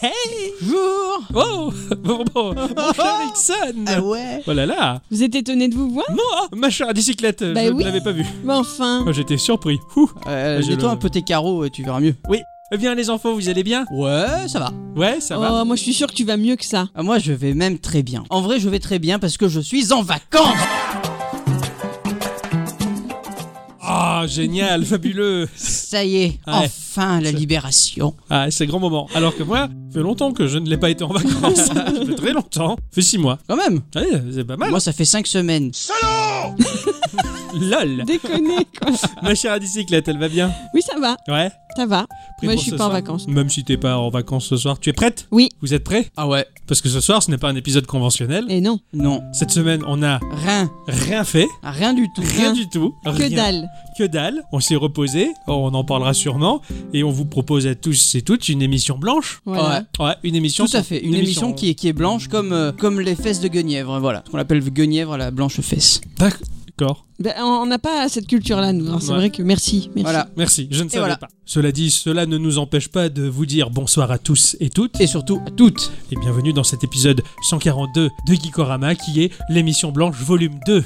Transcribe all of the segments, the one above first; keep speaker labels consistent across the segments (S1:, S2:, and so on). S1: Bonjour
S2: Oh Bon, bon, mon cher Ixon
S1: Oh, Ah ouais
S2: Oh là là
S3: Vous êtes étonné de vous voir
S2: Moi, ma chère à bicyclette,
S3: Bah
S2: je
S3: oui.
S2: ne l'avais pas vu.
S3: Mais enfin,
S2: Oh, J'étais surpris. Ouh.
S1: euh,
S2: Mais je
S1: Mets-toi
S2: le-
S1: un peu tes carreaux et tu verras mieux.
S2: Eh bien les enfants, vous allez bien
S1: Ouais, ça va.
S2: Ouais, ça va.
S3: oh, moi je suis sûr que tu vas mieux que ça.
S1: Ah, Moi, je vais même très bien. En vrai, je vais très bien parce que je suis en vacances
S2: Ah, génial, fabuleux
S1: Ça y est,
S2: Ouais.
S1: enfin la
S2: C'est-
S1: libération.
S2: Ah, c'est grand moment. Alors que moi, ça fait longtemps que je ne l'ai pas été en vacances. ça fait très longtemps. Ça fait six mois.
S1: Quand même
S2: Ouais, c'est pas mal.
S1: Moi, ça fait 5 semaines.
S2: LOL
S3: Déconner quoi.
S2: Ma chère à bicyclette, elle va bien
S3: Oui, ça va,
S2: Ouais
S3: ça va.
S2: Prêt
S3: Moi je
S2: pour
S3: suis
S2: ce
S3: pas en
S2: soir
S3: vacances.
S2: Même si t'es pas en vacances ce soir, tu es prête
S3: Oui.
S2: Vous êtes prêts
S1: Ah ouais
S2: Parce que ce soir, ce n'est pas un épisode conventionnel.
S3: Et non,
S1: Non,
S2: Cette semaine, on a
S1: rien.
S2: rien fait.
S1: Rien du tout.
S2: Rien
S3: Rien.
S2: du tout.
S3: que
S2: Rien.
S3: dalle.
S2: Que dalle. On s'est reposé. On en parlera sûrement. Et on vous propose à tous et toutes une émission blanche.
S3: Voilà.
S1: Ouais.
S2: Ouais, une émission.
S1: Tout à fait, une émission, qui, est, qui est blanche comme, euh, comme les fesses de Guenièvre, voilà. Ce qu'on appelle Guenièvre, la blanche fesse.
S2: D'accord.
S3: Ben, on on n'a pas cette culture-là, nous. hein. C'est
S2: Ouais.
S3: vrai que merci. merci.
S1: Voilà.
S2: Merci. Je ne savais
S1: voilà.
S2: pas. Cela dit, cela ne nous empêche pas de vous dire bonsoir à tous et toutes.
S1: Et surtout, à toutes.
S2: Et bienvenue dans cet épisode 142 de Geekorama qui est l'émission blanche volume 2.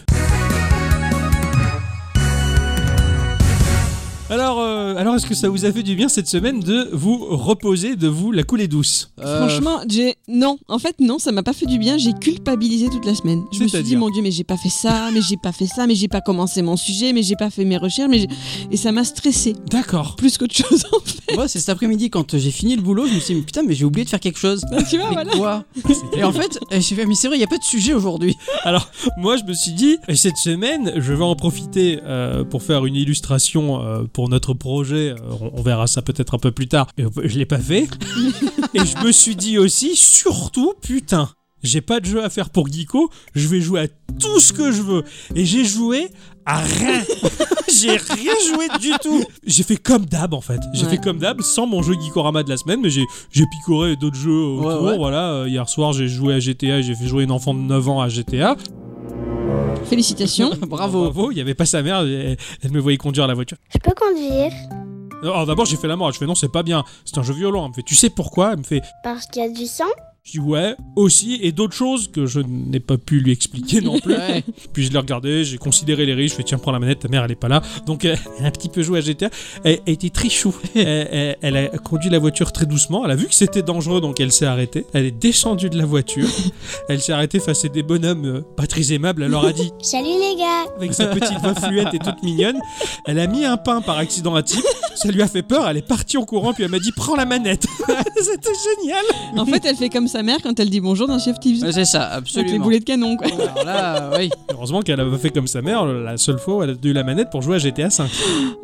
S2: Alors, euh, alors est-ce que ça vous a fait du bien cette semaine de vous reposer, de vous la couler douce
S1: Euh,
S3: Franchement, j'ai non. En fait, non, ça m'a pas fait du bien. J'ai culpabilisé toute la semaine. Je me suis dit,
S2: C'est-à-dire
S3: mon Dieu, mais j'ai pas fait ça, mais j'ai pas fait ça, mais j'ai pas commencé mon sujet, mais j'ai pas fait mes recherches, mais j'ai- et ça m'a stressé
S2: D'accord.
S3: plus qu'autre chose. en fait.
S1: Euh, Moi, c'est cet après-midi, quand euh, j'ai fini le boulot, je me suis dit, mais putain, mais j'ai oublié de faire quelque chose.
S3: tu vois,
S1: Mais
S3: voilà.
S1: quoi Et en fait, euh, j'ai fait, mais c'est vrai, il n'y a pas de sujet aujourd'hui.
S2: Moi, je me suis dit, cette semaine, je vais en profiter euh, pour faire une illustration euh, pour notre projet. Euh, on, on verra ça peut-être un peu plus tard. Et, euh, je l'ai pas fait. Et je me suis dit aussi, surtout, putain, j'ai pas de jeu à faire pour Geeko. Je vais jouer à tout ce que je veux. Et j'ai joué à rien. j'ai rien joué du tout. J'ai fait comme d'hab, en fait. J'ai
S3: Ouais.
S2: fait comme d'hab, sans mon jeu Geekorama de la semaine, mais j'ai j'ai picoré d'autres jeux autour.
S1: Ouais, ouais.
S2: Voilà, euh, hier soir, j'ai joué à GTA. J'ai fait jouer une enfant de 9 ans à GTA.
S3: Félicitations.
S1: Bravo.
S2: Bravo, il n'y avait pas sa mère, elle, elle me voyait conduire la voiture.
S4: Je peux conduire
S2: Alors d'abord j'ai fait la mort, je fais non c'est pas bien, c'est un jeu violent. Elle me fait tu sais pourquoi Elle me fait
S4: parce qu'il y a du sang.
S2: je dis ouais aussi et d'autres choses que je n'ai pas pu lui expliquer non plus.
S1: Ouais.
S2: Puis je l'ai regardé, j'ai considéré les riches, je fais tiens prends la manette, ta mère elle est pas là. Donc euh, elle a un petit peu joué à GTA, elle, elle était très chou. Elle, elle- elle a conduit la voiture très doucement, elle a vu que c'était dangereux donc elle s'est arrêtée. Elle est descendue de la voiture, elle s'est arrêtée face à des bonhommes euh, pas très aimables, elle leur a dit
S4: Salut les gars
S2: avec sa petite voix fluette et toute mignonne. Elle a mis un pain par accident à type, ça lui a fait peur, elle est partie en courant, puis elle m'a dit prends la manette. C'était génial.
S3: en fait, elle fait comme sa mère quand elle dit bonjour dans Chef Tips.
S1: Ouais, C'est ça,
S3: Avec les
S1: absolument.
S3: boulets de canon, quoi.
S1: Alors là, oui.
S2: Heureusement qu'elle a fait comme sa mère, la seule fois où elle a eu la manette pour jouer à GTA 5.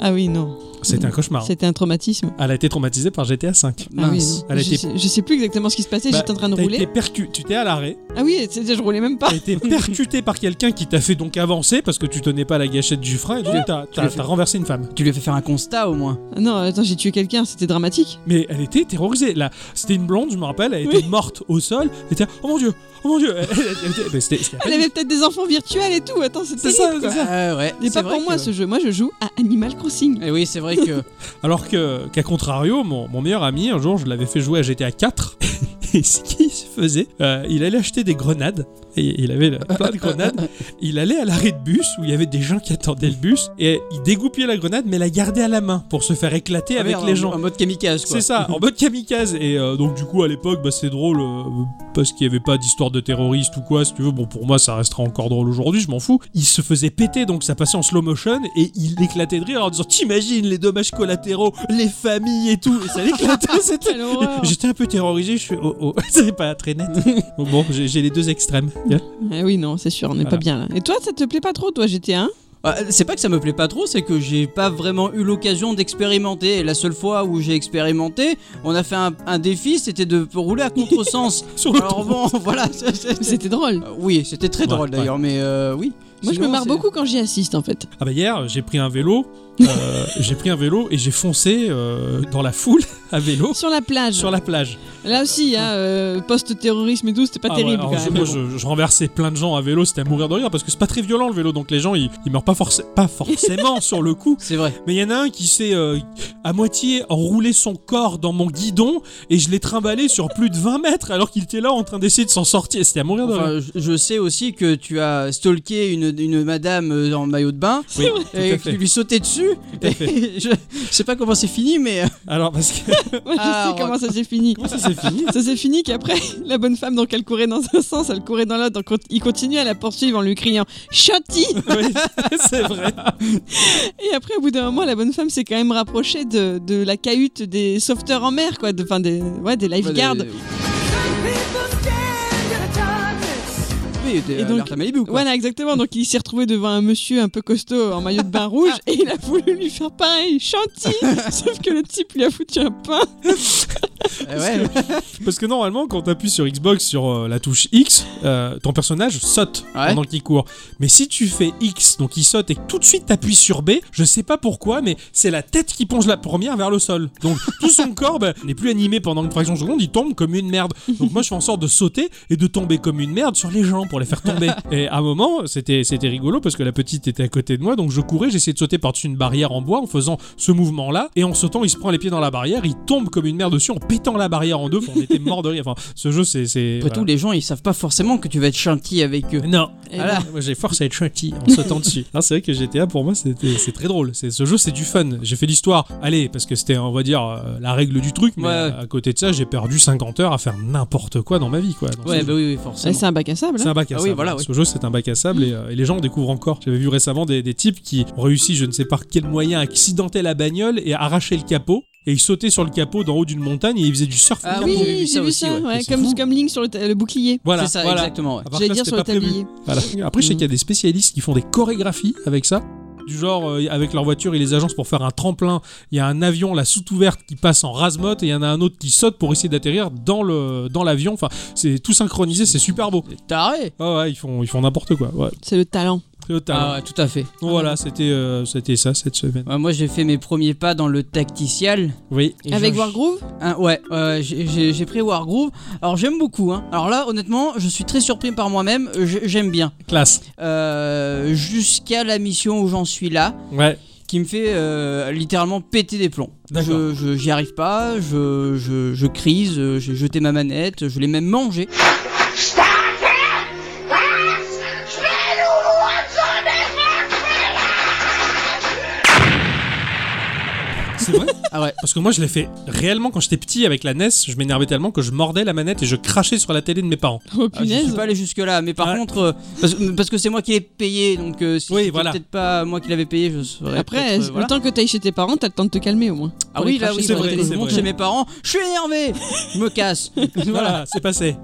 S3: Ah oui, non.
S2: C'était un cauchemar.
S3: C'était un traumatisme.
S2: Elle a été traumatisée par GTA 5.
S3: Ah oui,
S1: Mince.
S3: non.
S2: Elle Bah, a
S3: je,
S2: été-
S3: sais, je sais plus exactement ce qui se passait. J'étais en train de rouler.
S2: Tu t'es à l'arrêt,
S3: Ah oui, c'est- je roulais même pas.
S2: t'as été percuté par quelqu'un qui t'a fait donc avancer parce que tu tenais pas la gâchette du frein et donc t'as- t'as
S1: l'as fait.
S2: t'as renversé une femme.
S1: Tu lui as fait faire un constat au moins.
S3: Ah Non, attends, j'ai tué quelqu'un. C'était dramatique.
S2: Mais elle était terrorisée. Là, c'était une blonde, je me rappelle, elle était
S3: Oui.
S2: morte au sol. Elle était oh mon dieu, oh mon dieu. Elle- elle- elle était- mais c'était- c'était-
S3: Elle avait peut-être des enfants virtuels et tout. Attends, c'est
S2: Ah C'est
S3: terrible,
S2: ça,
S3: quoi.
S2: c'est ça.
S1: Ah ouais.
S3: Mais
S1: c'est
S3: pas
S1: vrai
S3: pour moi
S1: que-
S3: ce jeu. Moi, je joue à Animal Crossing.
S1: Eh oui, c'est vrai que.
S2: Alors que, qu'à contrario, mon, mon meilleur ami, un jour, je l'avais fait jouer à GTA 4. Et ce qu'il faisait, euh, il allait acheter des grenades. Et il avait là, plein de grenades. Il allait à l'arrêt de bus où il y avait des gens qui attendaient le bus. Et il dégoupillait la grenade, mais la gardait à la main pour se faire éclater avec
S1: Ah, Merde,
S2: les
S1: en-
S2: gens.
S1: En mode kamikaze, quoi.
S2: C'est ça, en mode kamikaze. Et euh, donc, du coup, à l'époque, bah, c'est drôle euh, parce qu'il n'y avait pas d'histoire de terroriste ou quoi, si tu veux. Bon, pour moi, ça restera encore drôle aujourd'hui, je m'en fous. Il se faisait péter, donc ça passait en slow motion et il éclatait de rire en disant T'imagines les dommages collatéraux, les familles et tout. Et ça l'éclatait, c'était.
S3: Quelle horreur.
S2: J'étais un peu terrorisé, je suis oh oh, c'est pas très net. Bon, bon, j'ai j'ai les deux extrêmes.
S3: Ah oui, non, c'est sûr, on n'est
S2: Voilà.
S3: pas bien là. Et toi, ça te plaît pas trop, toi, GTA 1
S1: Ah, C'est pas que ça me plaît pas trop, c'est que j'ai pas vraiment eu l'occasion d'expérimenter. Et La seule fois où j'ai expérimenté, on a fait un, un défi, c'était de rouler à contresens.
S2: Sur le
S1: Alors bon, voilà. c'est- c'est- c'est-
S3: C'était drôle.
S1: Euh, Oui, c'était très
S2: Ouais,
S1: drôle d'ailleurs, mais euh, oui.
S3: Moi, je me
S1: Sinon,
S3: marre
S1: c'est-
S3: beaucoup quand j'y assiste, en fait.
S2: Ah bah hier, j'ai pris un vélo, euh, j'ai pris un vélo et j'ai foncé euh, dans la foule à vélo
S3: Sur la plage.
S2: sur la plage.
S3: Là aussi, hein, euh, post-terrorisme et tout, c'était pas
S2: Ah ouais,
S3: terrible.
S2: alors
S3: quand
S2: je,
S3: même.
S2: moi, je, je renversais plein de gens à vélo, c'était à mourir de rire parce que c'est pas très violent le vélo, donc les gens ils, ils meurent pas, forc- pas forcément sur le coup.
S1: C'est vrai.
S2: Mais il y en a un qui s'est euh, à moitié enroulé son corps dans mon guidon et je l'ai trimballé sur plus de 20 mètres alors qu'il était là en train d'essayer de s'en sortir. C'était à mourir de rire.
S1: Enfin, je- je sais aussi que tu as stalké une, une madame euh, en maillot de bain
S2: Oui, tout
S1: et
S2: à
S1: que tu
S2: fait.
S1: lui sautais dessus.
S2: Tout à fait.
S1: Et je je sais pas comment c'est fini, mais euh,
S2: Alors parce que
S3: Moi, je
S1: Ah,
S3: sais
S1: on
S3: comment ça s'est fini.
S2: ça c'est fini.
S3: Ça s'est fini qu'après, la bonne femme, donc elle courait dans un sens, elle courait dans l'autre, donc on- il continuait à la poursuivre en lui criant Chanty
S2: Oui, c'est vrai.
S3: Et après, au bout d'un moment, la bonne femme s'est quand même rapprochée de, de la cahute des sauveteurs en mer, quoi, de- enfin des, ouais, des lifeguards.
S1: bah, euh, oui, de-
S3: Et donc-
S1: l'Alerte à Malibu, quoi.
S3: Voilà, exactement. Donc il s'est retrouvé devant un monsieur un peu costaud en maillot de bain rouge et il a voulu lui faire pareil, chanty Sauf que le type lui a foutu un pain.
S1: Eh ouais.
S2: Parce que normalement, quand t'appuies sur Xbox sur euh, la touche X, euh, ton personnage saute
S1: Ouais.
S2: pendant qu'il court. Mais si tu fais X, donc il saute, et que tout de suite t'appuies sur B, je sais pas pourquoi, mais c'est la tête qui plonge la première vers le sol. Donc tout son corps bah, n'est plus animé pendant une fraction de seconde, il tombe comme une merde. Donc moi je fais en sorte de sauter et de tomber comme une merde sur les gens pour les faire tomber. Et à un moment, c'était c'était rigolo parce que la petite était à côté de moi, donc je courais, j'essayais de sauter par-dessus une barrière en bois en faisant ce mouvement-là. Et en sautant, il se prend les pieds dans la barrière, il tombe comme une merde dessus en pétant la barrière en deux. Enfin, on était mort de rire. Enfin, ce jeu, c'est. c'est-
S1: Après
S2: voilà.
S1: tout, les gens, ils savent pas forcément que tu vas être chantier avec eux.
S2: Eh Non,
S3: Et
S1: Voilà.
S2: moi j'ai force à être chanty en sautant dessus. Non, c'est vrai que GTA pour moi c'était- c'est très drôle. C'est- Ce jeu c'est du fun. J'ai fait l'histoire, allez, parce que c'était on va dire euh, la règle du truc, mais
S1: Ouais.
S2: euh, à côté de ça j'ai perdu 50 heures à faire n'importe quoi dans ma vie quoi. dans ce
S1: Ouais,
S2: jeu.
S1: bah oui, oui,
S3: Ouais,
S1: forcément.
S3: c'est un bac à sable. hein.
S2: C'est un bac à
S1: Ah oui,
S2: sable.
S1: voilà, oui.
S2: Ce jeu, c'est un bac à sable et, euh, et les gens en découvrent encore. J'avais vu récemment des, des types qui ont réussi, je ne sais par quel moyen, à accidenter la bagnole et à arracher le capot. Et ils sautaient sur le capot d'en haut d'une montagne et ils faisaient du surf.
S1: Ah
S2: au
S1: oui,
S2: capot.
S1: j'ai vu ça aussi, ouais,
S3: ouais,
S1: c'est
S3: comme,
S1: fou.
S3: comme Link sur le, ta- le bouclier.
S2: Voilà,
S1: c'est ça,
S2: voilà. Ah, bah.
S1: exactement. ouais.
S2: À part
S3: J'allais
S2: que là,
S3: dire
S2: c'était
S3: sur le
S2: pas prévu.
S3: tablier.
S2: Voilà. Après, je sais
S1: Mhm.
S2: qu'il y a des spécialistes qui font des chorégraphies avec ça. Du genre, euh, avec leur voiture, ils les agencent pour faire un tremplin. Il y a un avion, la soute ouverte, qui passe en rasemote, et il y en a un autre qui saute pour essayer d'atterrir dans le dans l'avion. Enfin, c'est tout synchronisé, c'est super beau.
S1: Taré
S2: Ah ouais, ils font ils font n'importe quoi. Ouais,
S3: C'est le talent.
S2: c'est total.
S1: Ah ouais, tout à fait.
S2: Donc voilà, c'était euh, c'était ça cette semaine.
S1: Ouais, moi, j'ai fait mes premiers pas dans le tacticial.
S2: Oui.
S1: Et
S3: Avec
S1: je-
S3: Wargroove
S1: Hein, ouais, ouais, j'ai- j'ai j'ai pris Wargroove. Alors, j'aime beaucoup. hein. Alors là, honnêtement, je suis très surpris par moi-même. J'ai- J'aime bien.
S2: Classe.
S1: Euh, Jusqu'à la mission où j'en suis là,
S2: Ouais.
S1: qui me fait euh, littéralement péter des plombs.
S2: D'accord.
S1: Je- je- J'y arrive pas, je, je, je crise, euh, j'ai jeté ma manette, je l'ai même mangée.
S2: C'est vrai
S1: Ah ouais.
S2: Parce que moi, je l'ai fait réellement quand j'étais petit avec la NES. Je m'énervais tellement que je mordais la manette et je crachais sur la télé de mes parents.
S3: Oh
S1: Ah, je suis
S3: punaise.
S1: pas allé jusque là, mais par
S2: Ah.
S1: contre, euh, parce, parce que c'est moi qui l'ai payé, donc euh, si
S2: Oui,
S1: c'était
S2: voilà.
S1: peut-être pas moi qui l'avais payé, je serais.
S3: Après,
S1: peut-être, euh,
S3: le
S1: voilà.
S3: temps que t'ailles chez tes parents, t'as le temps de te calmer au moins.
S1: Ah
S3: pour
S1: oui,
S3: les
S1: là,
S3: cracher
S1: oui,
S2: sur la
S1: faudrait
S2: télé,
S1: que je
S2: c'est
S1: monte
S2: vrai.
S1: chez mes parents, je suis énervé, je me casse. voilà.
S2: Voilà, c'est passé.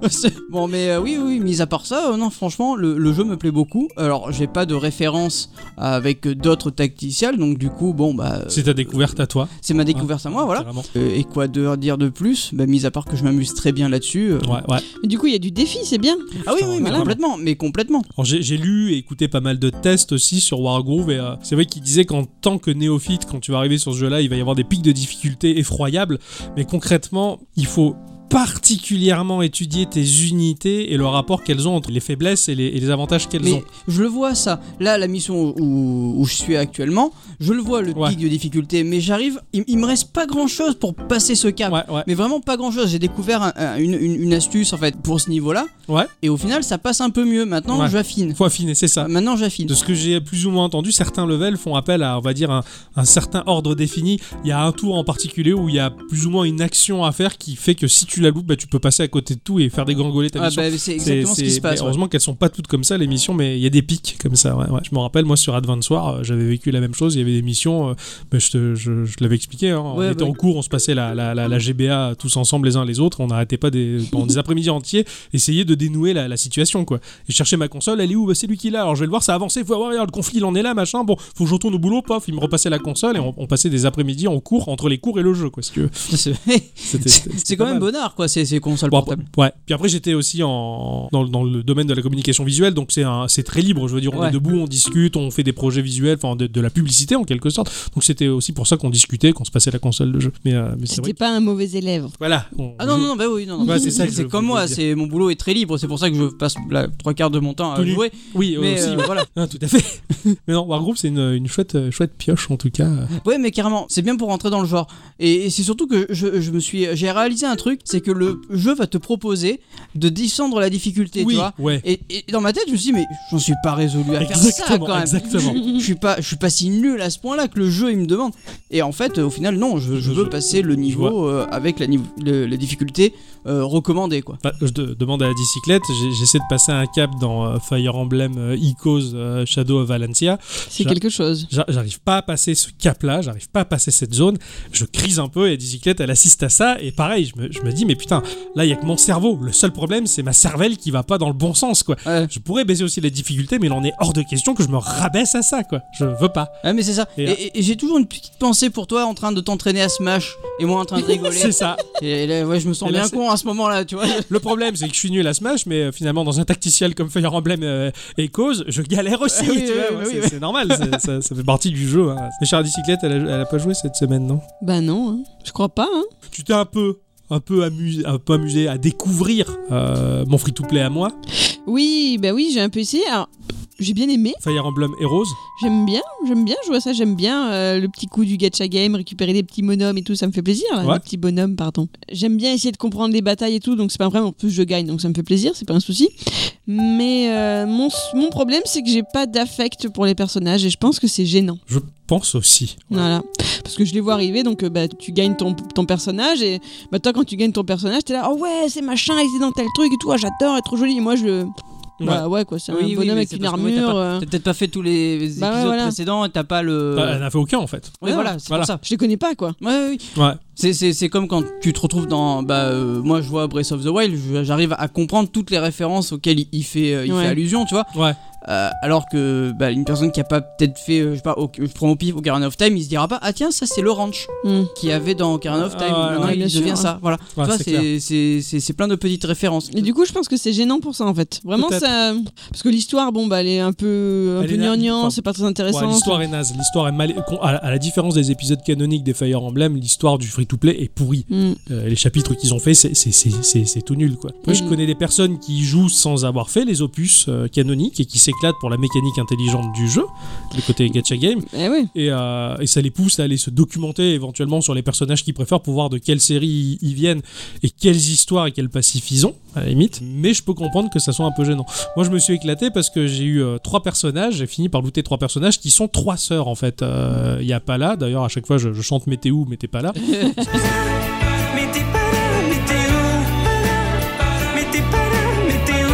S1: Bon, mais euh, oui, oui, mis à part ça, euh, non, franchement, le, le jeu me plaît beaucoup. Alors, j'ai pas de référence avec d'autres tacticiels, donc du coup, bon, bah, euh,
S2: C'est Ah. ta découverte à toi.
S1: c'est ma découverte à moi, voilà.
S2: Carrément.
S1: Euh, Et quoi de dire de plus Bah, mis à part que je m'amuse très bien là-dessus. euh.
S2: Ouais, ouais.
S3: Mais du coup, il y a du défi, c'est bien.
S1: Ah oui,
S2: Putain,
S1: oui, mais
S2: carrément.
S1: complètement, mais complètement.
S2: Alors, j'ai j'ai lu et écouté pas mal de tests aussi sur Wargroove et euh, c'est vrai qu'il disait qu'en tant que néophyte, quand tu vas arriver sur ce jeu-là, il va y avoir des pics de difficulté effroyables, mais concrètement, il faut particulièrement étudier tes unités et le rapport qu'elles ont entre les faiblesses et les, et les avantages qu'elles
S1: Mais
S2: ont.
S1: je le vois ça. Là, la mission où, où je suis actuellement, je le vois le
S2: Ouais.
S1: pic de difficulté, mais j'arrive, il, il me reste pas grand chose pour passer ce cap.
S2: Ouais, ouais.
S1: Mais vraiment pas grand chose. J'ai découvert un- un- une, une- une astuce en fait pour ce niveau-là,
S2: Ouais.
S1: et au final, ça passe un peu mieux. Maintenant,
S2: Ouais.
S1: j'affine.
S2: Faut affiner, c'est ça.
S1: Euh, Maintenant, j'affine.
S2: De ce que j'ai plus ou moins entendu, certains levels font appel à, on va dire, un, un certain ordre défini. Il y a un tour en particulier où il y a plus ou moins une action à faire qui fait que si tu la loupes, bah, tu peux passer à côté de tout et faire dégringoler ta
S1: Ah
S2: mission.
S1: bah, c'est
S2: C'est-
S1: exactement ce qui
S2: c'est-
S1: se passe.
S2: mais
S1: ouais.
S2: Heureusement qu'elles sont pas toutes comme ça les missions, mais il y a des pics comme ça. ouais, ouais. Je me rappelle moi sur Advance War, euh, j'avais vécu la même chose. Il y avait des missions, euh, bah, je te, je, je te l'avais expliqué. hein.
S1: Ouais,
S2: on était
S1: bah,
S2: en cours, on se passait la, la, la, la GBA tous ensemble les uns les autres. On n'arrêtait pas des, pendant des après-midi entiers essayer de dénouer la, la situation quoi. Et je cherchais ma console, elle est où Bah, C'est lui qui l'a. Alors je vais le voir, ça a avancé. Faut voir, regarde, le conflit il en est là machin. Bon, faut que je retourne au boulot, pof, il me repassait la console et on, on passait des après-midi en cours entre les cours et le jeu quoi si tu veux.
S1: C'est
S2: C'était- c'était-
S1: c'est quand
S2: pas
S1: même
S2: mal.
S1: bonnard rare, quoi, ces, ces consoles
S2: Bon, après-
S1: portables.
S2: ouais. Puis après, j'étais aussi en, dans, le- dans le domaine de la communication visuelle, donc c'est un- c'est très libre. Je veux dire, on
S1: Ouais.
S2: est debout, on discute, on fait des projets visuels, enfin de, de la publicité en quelque sorte. Donc c'était aussi pour ça qu'on discutait, qu'on se passait la console de jeu. Mais, euh, mais c'est vrai.
S3: C'était pas un mauvais élève.
S2: Voilà. on-
S1: Ah non, non, non, bah oui, non. non.
S2: Ouais, c'est ça que je
S1: comme
S2: voulais
S1: moi,
S2: dire.
S1: c'est mon boulot est très libre, c'est pour ça que je passe la trois quarts de mon temps à
S2: Tout nu.
S1: jouer.
S2: Oui,
S1: Mais
S2: aussi.
S1: euh,
S2: ouais.
S1: voilà.
S2: Ah, tout à fait. mais non, Wargroup, c'est une, une chouette, euh, chouette pioche en tout cas.
S1: Ouais, mais carrément, c'est bien pour rentrer dans le genre. Et, et c'est surtout que je, je me suis, j'ai réalisé un truc, c'est que le jeu va te proposer de descendre la difficulté, tu vois.
S2: ouais.
S1: Et, et dans ma tête, je me suis dit, mais j'en suis pas résolu à faire ça
S2: Exactement,
S1: quand même.
S2: exactement.
S1: Je suis pas, je suis pas si nul à ce point-là que le jeu il me demande. Et en fait, euh, au final, non, je, je veux passer le niveau euh, avec la, nive- le- la difficulté euh, recommandée, quoi.
S2: Bah, je de- demande à la bicyclette, j'ai- j'essaie de passer un cap dans euh, Fire Emblem euh, Echoes euh, Shadow of Valencia.
S3: C'est
S2: J'a-
S3: quelque chose.
S2: J'a- J'arrive pas à passer ce cap-là, j'arrive pas à passer cette zone. Je crise un peu et la bicyclette, elle assiste à ça. Et pareil, je me, je me dis, mais putain, là, il y a que mon cerveau. Le seul problème, c'est ma cervelle qui va pas dans le bon sens, quoi.
S1: Ouais.
S2: Je pourrais baisser aussi la difficulté, mais il en est hors de question que je me rabaisse à ça, quoi. Je veux pas.
S1: Ah mais c'est ça. Et,
S2: Et là-
S1: et- et j'ai toujours une petite pensée pour toi en train de t'entraîner à Smash et moi en train de rigoler.
S2: C'est ça.
S1: et là, ouais, je me sens
S2: Et là,
S1: bien
S2: c'est-
S1: con à ce moment-là, tu vois.
S2: Le problème, c'est que je suis nul à Smash, mais euh, finalement, dans un tacticiel comme Fire Emblem euh, et Cause, je galère aussi.
S1: Ah oui,
S2: tu vois,
S1: oui,
S2: moi,
S1: oui,
S2: c'est
S1: oui.
S2: c'est normal, c'est- ça, ça fait partie du jeu. hein. Mais Charles Bicyclette, elle a, elle a pas joué cette semaine, non
S3: Bah non, hein. je crois pas. Hein.
S2: Tu t'es un peu. Un peu, amusé, un peu amusé à découvrir euh, mon free-to-play à moi,
S3: Oui, bah oui, j'ai un peu essayé. Alors, j'ai bien aimé,
S2: Fire Emblem Heroes.
S3: j'aime bien, j'aime bien jouer à ça, j'aime bien euh, le petit coup du gacha game, récupérer des petits bonhommes et tout, ça me fait plaisir.
S2: Ouais.
S3: Les petits bonhommes, pardon. J'aime bien essayer de comprendre les batailles et tout, donc c'est pas un problème. En plus, je gagne, donc ça me fait plaisir, c'est pas un souci. Mais euh, mon, mon problème, c'est que j'ai pas d'affect pour les personnages et je pense que c'est gênant.
S2: Je pense aussi.
S3: Voilà. Parce que je les vois arriver, donc euh, bah, tu gagnes ton, ton personnage, et bah, toi, quand tu gagnes ton personnage, t'es là, oh ouais, c'est machin, il était dans tel truc, et tout, ah, j'adore, elle est trop jolie. Et moi, je. Bah ouais, quoi, c'est
S1: Oui, oui,
S3: un bonhomme
S1: mais
S3: avec
S1: c'est
S3: une
S1: parce que, oui, t'as
S3: armure.
S1: pas-
S3: euh,
S1: T'as peut-être pas fait tous les épisodes
S3: Bah ouais, voilà.
S1: précédents et t'as pas le.
S2: Bah, elle n'a fait aucun en fait.
S1: Ouais,
S3: non,
S1: voilà, c'est
S2: voilà.
S1: pour ça.
S3: Je les connais pas, quoi.
S1: Ouais, ouais, ouais.
S2: Ouais.
S1: C'est, c'est, c'est comme quand tu te retrouves dans. Bah, euh, moi, je vois Breath of the Wild, je- j'arrive à comprendre toutes les références auxquelles il, il fait, euh, il
S3: Ouais.
S1: fait allusion, tu vois.
S2: Ouais.
S1: Euh, alors que bah, une personne qui a pas peut-être fait, euh, je sais pas, au- je prends au pif Ocarina of Time, il se dira pas, ah tiens, ça c'est le ranch
S3: Hmm.
S1: qui avait dans Ocarina of
S2: Ah,
S1: Time.
S2: ouais, hein.
S1: Maintenant,
S3: ouais,
S1: il
S3: bien
S1: devient
S3: sûr,
S1: ça. Voilà.
S2: Ouais,
S1: tu vois,
S2: c'est clair.
S1: c'est, c'est, c'est, c'est plein de petites références.
S3: Et du coup, je pense que c'est gênant pour ça, en fait. Vraiment,
S2: Peut-être.
S3: ça. Parce que l'histoire, bon, bah, elle est un peu, un
S2: Elle
S3: peu
S2: est là-
S3: gnangnan,
S2: enfin,
S3: c'est pas très
S2: Ouais,
S3: intéressant.
S2: l'histoire est naze. L'histoire est mal. con- À, à la différence des épisodes canoniques des Fire Emblem, l'histoire du free-to-play est pourrie.
S3: Hmm.
S2: Euh, les chapitres qu'ils ont fait, c'est- c'est- c'est c'est- c'est tout nul quoi. Moi, je
S3: Mhm.
S2: connais des personnes qui jouent sans avoir fait les opus euh, canoniques et qui s'éclatent pour la mécanique intelligente du jeu, le côté gacha game,
S3: Eh ouais.
S2: et, euh, et ça les pousse à aller se documenter éventuellement sur les personnages qu'ils préfèrent pour voir de quelle série ils viennent et quelles histoires et quels passifs ils ont, à la limite. Mais je peux comprendre que ça soit un peu gênant. Moi, je me suis éclaté parce que j'ai eu euh, trois personnages, j'ai fini par looter trois personnages qui sont trois sœurs en fait. Euh, Il y a pas là, d'ailleurs, à chaque fois je, je chante Météo, mais t'es pas là.
S5: Mais t'es pas là, météo. Mais t'es pas là, météo.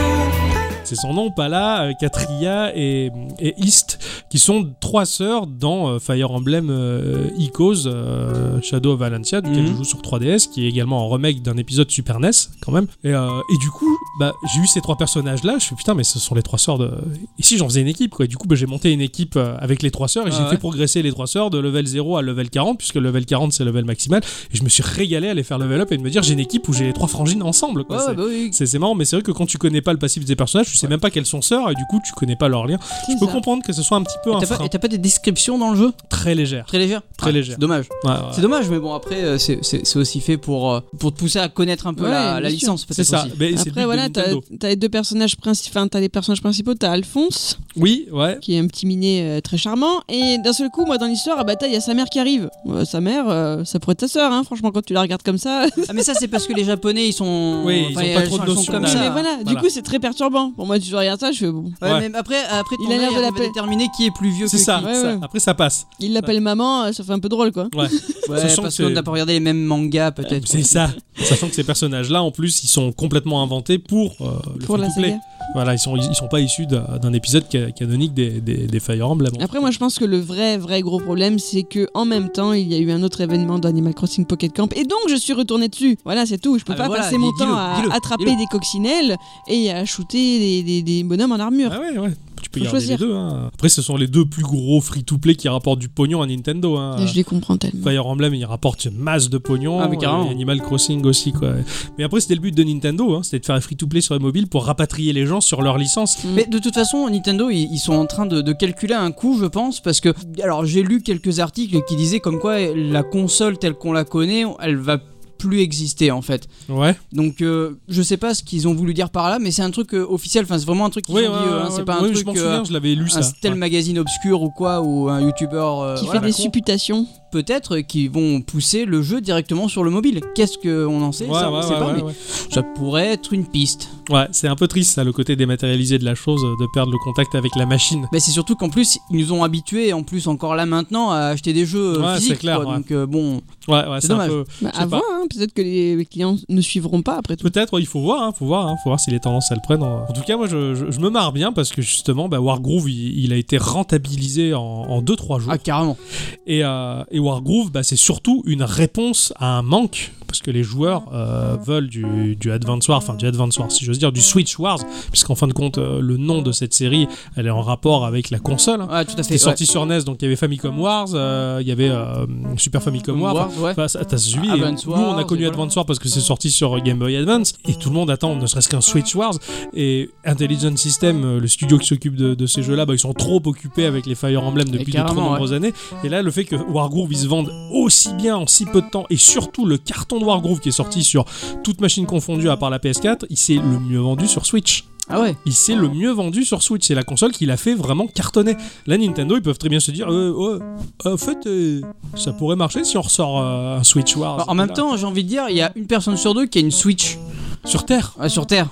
S2: C'est son nom, Pala, euh, Katria et, et East, qui sont trois sœurs dans euh, Fire Emblem euh, Echoes, euh, Shadow of Valencia, duquel
S1: Mhm.
S2: je joue sur 3DS, qui est également en remake d'un épisode Super NES, quand même. Et, euh, et du coup, bah, j'ai eu ces trois personnages-là, je suis putain, mais ce sont les trois sœurs de... Et si j'en faisais une équipe, quoi. Et du coup, bah, j'ai monté une équipe euh, avec les trois sœurs, et
S1: Ah
S2: j'ai
S1: ouais.
S2: fait progresser les trois sœurs de level 0 à level 40, puisque level 40, c'est level maximal. Et je me suis régalé à les faire level up et de me dire, j'ai une équipe où j'ai les trois frangines ensemble,
S1: Ouais,
S2: quoi.
S1: ouais,
S3: oh,
S2: C'est-
S1: bah oui.
S2: c'est c'est marrant, mais c'est vrai que quand tu connais pas le passif des personnages, tu sais même pas qu'elles sont sœurs et du coup tu connais pas leur lien.
S3: C'est
S2: Je peux
S3: ça.
S2: comprendre que ce soit un petit peu
S1: Et
S2: un
S1: t'as, pas,
S2: frein
S1: et t'as pas des descriptions dans le jeu
S2: très légère.
S1: Très légères
S2: Très
S1: Ah,
S2: légères.
S1: c'est Dommage.
S2: Ouais, ouais.
S1: C'est dommage, mais bon, après, euh, c'est, c'est, c'est aussi fait pour, euh, pour te pousser à connaître un peu
S3: Ouais,
S1: la,
S3: bien
S1: la
S3: sûr.
S1: licence, peut-être
S2: C'est ça.
S1: aussi.
S2: Mais c'est le but
S3: Après,
S2: de
S3: voilà, t'as
S2: Nintendo.
S3: t'as les deux personnages principaux. Enfin, t'as les personnages principaux. T'as Alphonse,
S2: Oui, ouais.
S3: qui est un petit minet euh, très charmant. Et d'un seul coup, moi, dans l'histoire, ah bah, t'as- il y a sa mère qui arrive. Euh, sa mère, euh, ça pourrait être ta sœur, hein. Franchement, quand tu la regardes comme ça,
S1: Ah, mais ça, c'est parce que les Japonais, ils sont.
S2: Oui, ils ont pas
S1: elles
S2: trop de
S1: sont- elles sont
S2: notions
S1: comme
S2: d'âge.
S1: ça.
S3: Mais voilà, du
S2: Voilà.
S3: coup, c'est très perturbant. Pour moi, tu regardes ça, je fais bon.
S1: Ouais,
S2: Ouais.
S1: mais après, après
S3: Il
S1: ton
S3: a l'air
S1: œil
S3: de la
S1: arrive à
S3: paix.
S1: déterminer qui est plus vieux
S2: C'est
S1: que
S2: ça,
S1: qui.
S3: Ouais,
S2: ça.
S3: ouais.
S2: Après ça passe.
S3: Il l'appelle maman, euh, ça fait un peu drôle, quoi.
S2: Ouais.
S1: Ouais,
S2: Sachant
S1: parce
S2: que
S1: qu'on
S2: c'est-
S1: n'a pas regardé les mêmes mangas, peut-être.
S2: C'est ça. Sachant que ces personnages-là, en plus, ils sont complètement inventés pour euh, le
S3: Pour la
S2: free-to-play.
S3: saga.
S2: Voilà, ils sont ils sont pas issus d'un d'un épisode ca- canonique des, des, des Fire Emblem.
S3: Après, moi, je pense que le vrai, vrai gros problème, c'est que en même temps, il y a eu un autre événement d'Animal Crossing Pocket Camp, et donc je suis retourné dessus. Voilà, c'est tout. Je peux
S1: Ah,
S3: pas
S1: bah voilà,
S3: passer mon
S1: dis- dis-le,
S3: temps à
S1: dis-le,
S3: attraper
S1: dis-le.
S3: des coccinelles et à shooter des, des- des bonhommes en armure.
S2: Ah ouais, ouais. tu peux
S3: Faut
S2: garder
S3: choisir.
S2: les deux. hein. Après, ce sont les deux plus gros free-to-play qui rapportent du pognon à Nintendo. hein.
S3: Je les comprends tellement.
S2: Fire Emblem, il rapporte masse de pognon.
S1: Ah, mais carrément.
S2: Et Animal Crossing aussi, quoi. Mais après, c'était le but de Nintendo, hein, c'était de faire un free-to-play sur les mobiles pour rapatrier les gens sur leur licence.
S1: Mais de toute façon, Nintendo, ils, ils sont en train de, de calculer un coût, je pense, parce que alors j'ai lu quelques articles qui disaient comme quoi la console telle qu'on la connaît, elle va plus exister en fait.
S2: Ouais.
S1: Donc euh, je sais pas ce qu'ils ont voulu dire par là, mais c'est un truc euh, officiel. Enfin, c'est vraiment un truc qu'ils ont dit. eux, hein, c'est pas un
S2: ouais, je
S1: truc.
S2: m'en
S1: euh,
S2: souviens, je l'avais lu
S1: un
S2: ça.
S1: tel
S2: Ouais.
S1: magazine obscur ou quoi ou un youtubeur euh,
S3: Qui
S1: voilà,
S3: fait des
S1: con.
S3: supputations.
S1: peut-être qui vont pousser le jeu directement sur le mobile qu'est-ce qu'on en sait
S2: Ouais,
S1: ça on
S2: ouais,
S1: sait
S2: ouais,
S1: pas
S2: ouais,
S1: mais
S2: ouais.
S1: ça pourrait être une piste
S2: Ouais, c'est un peu triste ça, le côté dématérialisé de la chose, euh, de perdre le contact avec la machine.
S1: mais c'est surtout qu'en plus ils nous ont habitués en plus encore là maintenant à acheter des jeux euh,
S2: Ouais, c'est
S1: physiques
S2: clair,
S1: quoi.
S2: ouais.
S1: donc euh, bon
S2: Ouais, ouais,
S1: C'est
S2: c'est un
S1: dommage.
S2: peu-
S3: Bah,
S2: Je sais
S3: à voir, hein, peut-être que les clients ne suivront pas après tout.
S2: Peut-être, ouais, il faut voir, hein, faut voir, hein, faut voir si les tendances elles prennent. En en tout cas, moi je, je- je me marre bien parce que justement, bah, Wargroove il, il a été rentabilisé en 2-3 jours.
S1: ah carrément
S2: Et, euh, et Wargroove, bah, c'est surtout une réponse à un manque. Parce que les joueurs euh, veulent du, du Advance Wars, enfin du Advance Wars, si j'ose dire, du Switch Wars, puisqu'en fin de compte, euh, le nom de cette série, elle est en rapport avec la console. hein.
S1: ouais, tout à fait
S2: C'était sorti sur NES, donc il y avait Famicom Wars, euh, il y avait euh, Super Famicom Wars.
S1: War, ouais.
S2: Enfin, ça- t'as suivi. et
S1: Advance
S2: nous,
S1: Wars,
S2: on a connu
S1: et
S2: Advance Wars parce que c'est sorti sur Game Boy Advance. Et tout le monde attend, ne serait-ce qu'un Switch Wars. Et Intelligent System, euh, le studio qui s'occupe de, de ces jeux-là, bah, ils sont trop occupés avec les Fire Emblem depuis de trop
S1: carrément,
S2: nombreuses années. Et là, le fait que Wargroove, ils se vendent aussi bien en si peu de temps, et surtout le carton de Wargroove qui est sorti sur toute machine confondue à part la PS4, il s'est le mieux vendu sur Switch
S1: ah ouais
S2: il s'est le mieux vendu sur Switch. C'est la console qui l'a fait vraiment cartonner. Là, Nintendo, ils peuvent très bien se dire euh, ouais, euh, en fait, euh, ça pourrait marcher si on ressort euh, un Switch Wars.
S1: Alors, Bah, en même
S2: Là.
S1: temps j'ai envie de dire il y a une personne sur deux qui a une Switch
S2: sur Terre,
S1: euh, sur Terre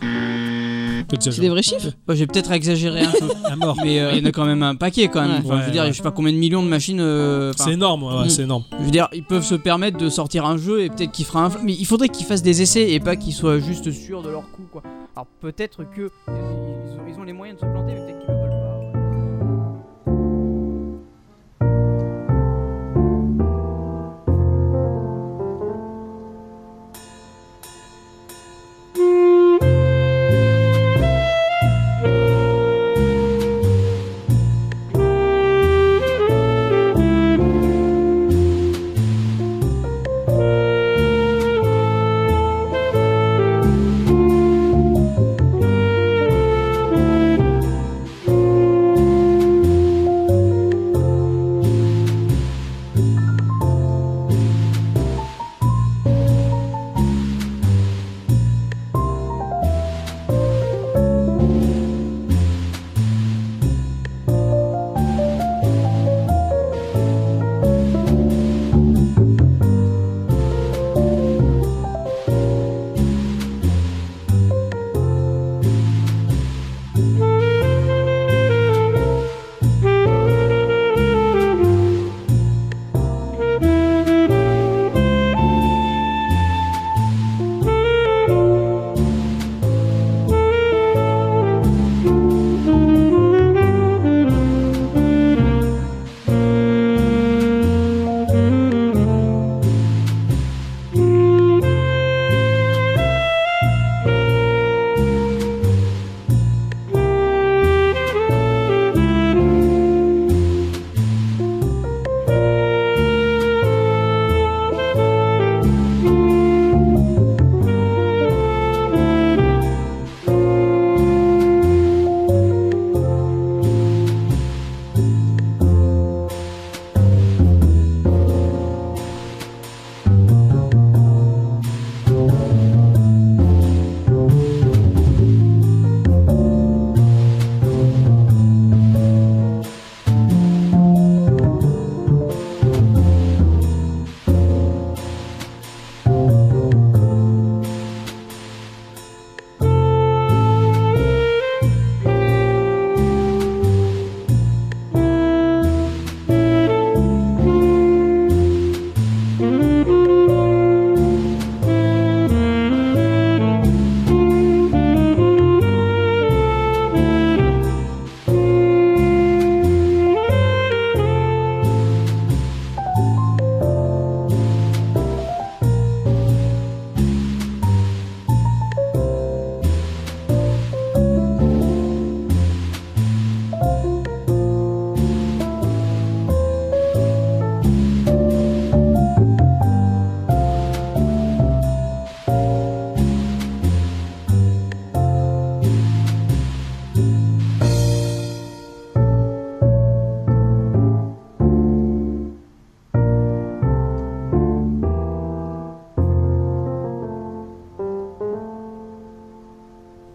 S3: C'est des vrais chiffres.
S1: Bah, j'ai peut-être exagéré un peu
S2: à mort.
S1: mais euh, il y en a quand même un paquet quand même
S3: Ouais.
S1: Enfin, je veux
S2: Ouais,
S1: dire
S2: ouais.
S1: je sais pas combien de millions de machines euh, enfin,
S2: C'est énorme, ouais, ouais,
S1: Mm.
S2: c'est énorme.
S1: Je veux dire, ils peuvent se permettre de sortir un jeu et peut-être qu'il fera un. fl- Mais il faudrait qu'ils fassent des essais et pas qu'ils soient juste sûrs de leur coup, quoi. Alors peut-être que. Ils ont, ils ont les moyens de se planter, mais peut-être qu'ils le veulent pas. ouais.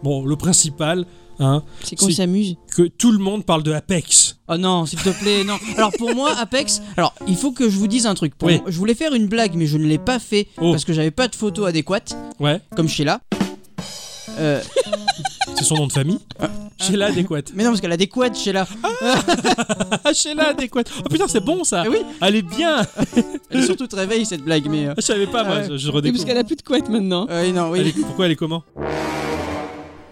S2: Bon, le principal, hein,
S3: C'est qu'on
S2: Si.
S3: s'amuse.
S2: que tout le monde parle de Apex.
S1: Oh non, s'il te plaît, non. Alors pour moi, Apex, alors il faut que je vous dise un truc. Pour
S2: Oui.
S1: moi, je voulais faire une blague, mais je ne l'ai pas fait
S2: Oh.
S1: parce que j'avais pas de photo adéquate,
S2: Ouais,
S1: comme Sheila. Euh,
S2: c'est son nom de famille.
S1: Ah.
S2: Sheila Adéquate.
S1: mais non, parce qu'elle a des quads, Sheila.
S2: Ah, Sheila Adéquate. Oh putain, c'est bon ça.
S1: Eh oui.
S2: Elle est bien. Ah,
S1: Elle est surtout te réveille cette blague, mais. Euh...
S2: Je savais pas, moi,
S1: Ah ouais.
S2: je, je
S3: Et parce
S2: redécouvre.
S3: qu'elle a plus de couette maintenant.
S1: euh, non, oui.
S2: Elle est- Pourquoi elle est comment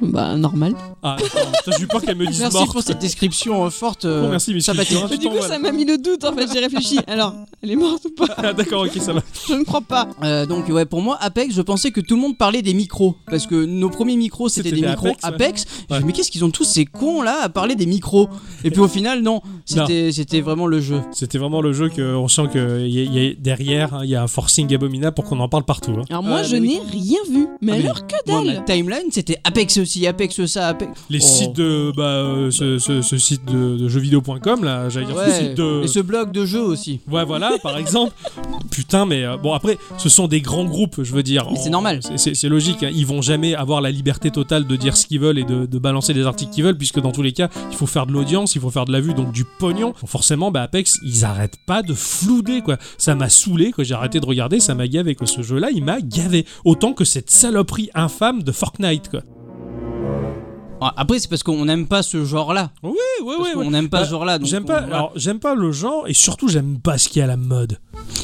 S3: Bah, normal.
S2: Ah, attends, putain, j'ai eu peur qu'elle me dise
S1: Merci
S2: morte.
S1: pour cette description euh, forte. euh,
S2: Oh, merci, mais c'est
S1: sympathique.
S2: sûr, hein,
S3: Mais
S2: tu
S3: du coup,
S2: t'envoies.
S3: ça m'a mis le doute en fait. J'ai réfléchi. Alors, elle est morte ou pas
S2: Ah, D'accord, ok, ça va.
S3: Je ne crois pas.
S1: Euh, donc ouais, pour moi Apex, je pensais que tout le monde parlait des micros parce que nos premiers micros c'était
S2: C'était
S1: des
S2: des
S1: micros
S2: Apex,
S1: Apex.
S2: ouais.
S1: J'ai
S2: Ouais.
S1: dit, mais qu'est-ce qu'ils ont tous ces cons là à parler des micros Et puis au final non, c'était c'était vraiment le jeu.
S2: C'était vraiment le jeu que on sent que y a- y a- derrière, hein, il y a un forcing abominable pour qu'on en parle partout. hein.
S3: Alors moi,
S1: Euh,
S3: je
S1: mais oui.
S3: n'ai rien vu. Mais
S1: Ah, mais-
S3: alors que
S1: Moi,
S3: dalle
S1: ma timeline c'était Apex aussi, Apex ça, Apex.
S2: Les
S1: Oh.
S2: sites de bah, euh, ce, ce- ce site de, de jeuxvideo.com là, j'allais dire ce
S1: Ouais.
S2: site de
S1: Et ce blog de jeux aussi.
S2: Ouais, voilà, par exemple. Putain, mais euh, bon, après, ce sont des grands groupes, je veux dire.
S1: Mais c'est
S2: On-
S1: normal.
S2: c'est- C'est c'est logique. hein. Ils vont jamais avoir la liberté totale de dire ce qu'ils veulent et de, de balancer les articles qu'ils veulent, puisque dans tous les cas, il faut faire de l'audience, il faut faire de la vue, donc du pognon. Donc forcément, bah, Apex, ils arrêtent pas de flouder, quoi. Ça m'a saoulé, quoi. J'ai arrêté de regarder, ça m'a gavé, quoi. Ce jeu-là, il m'a gavé. Autant que cette saloperie infâme de Fortnite, quoi.
S1: Ah, Après c'est parce qu'on n'aime pas ce genre là.
S2: Oui, oui,
S1: Parce qu'on n'aime pas
S2: Bah,
S1: ce genre là. donc
S2: J'aime
S1: on-
S2: pas,
S1: voilà.
S2: alors, j'aime pas le genre et surtout j'aime pas ce qui est à la mode.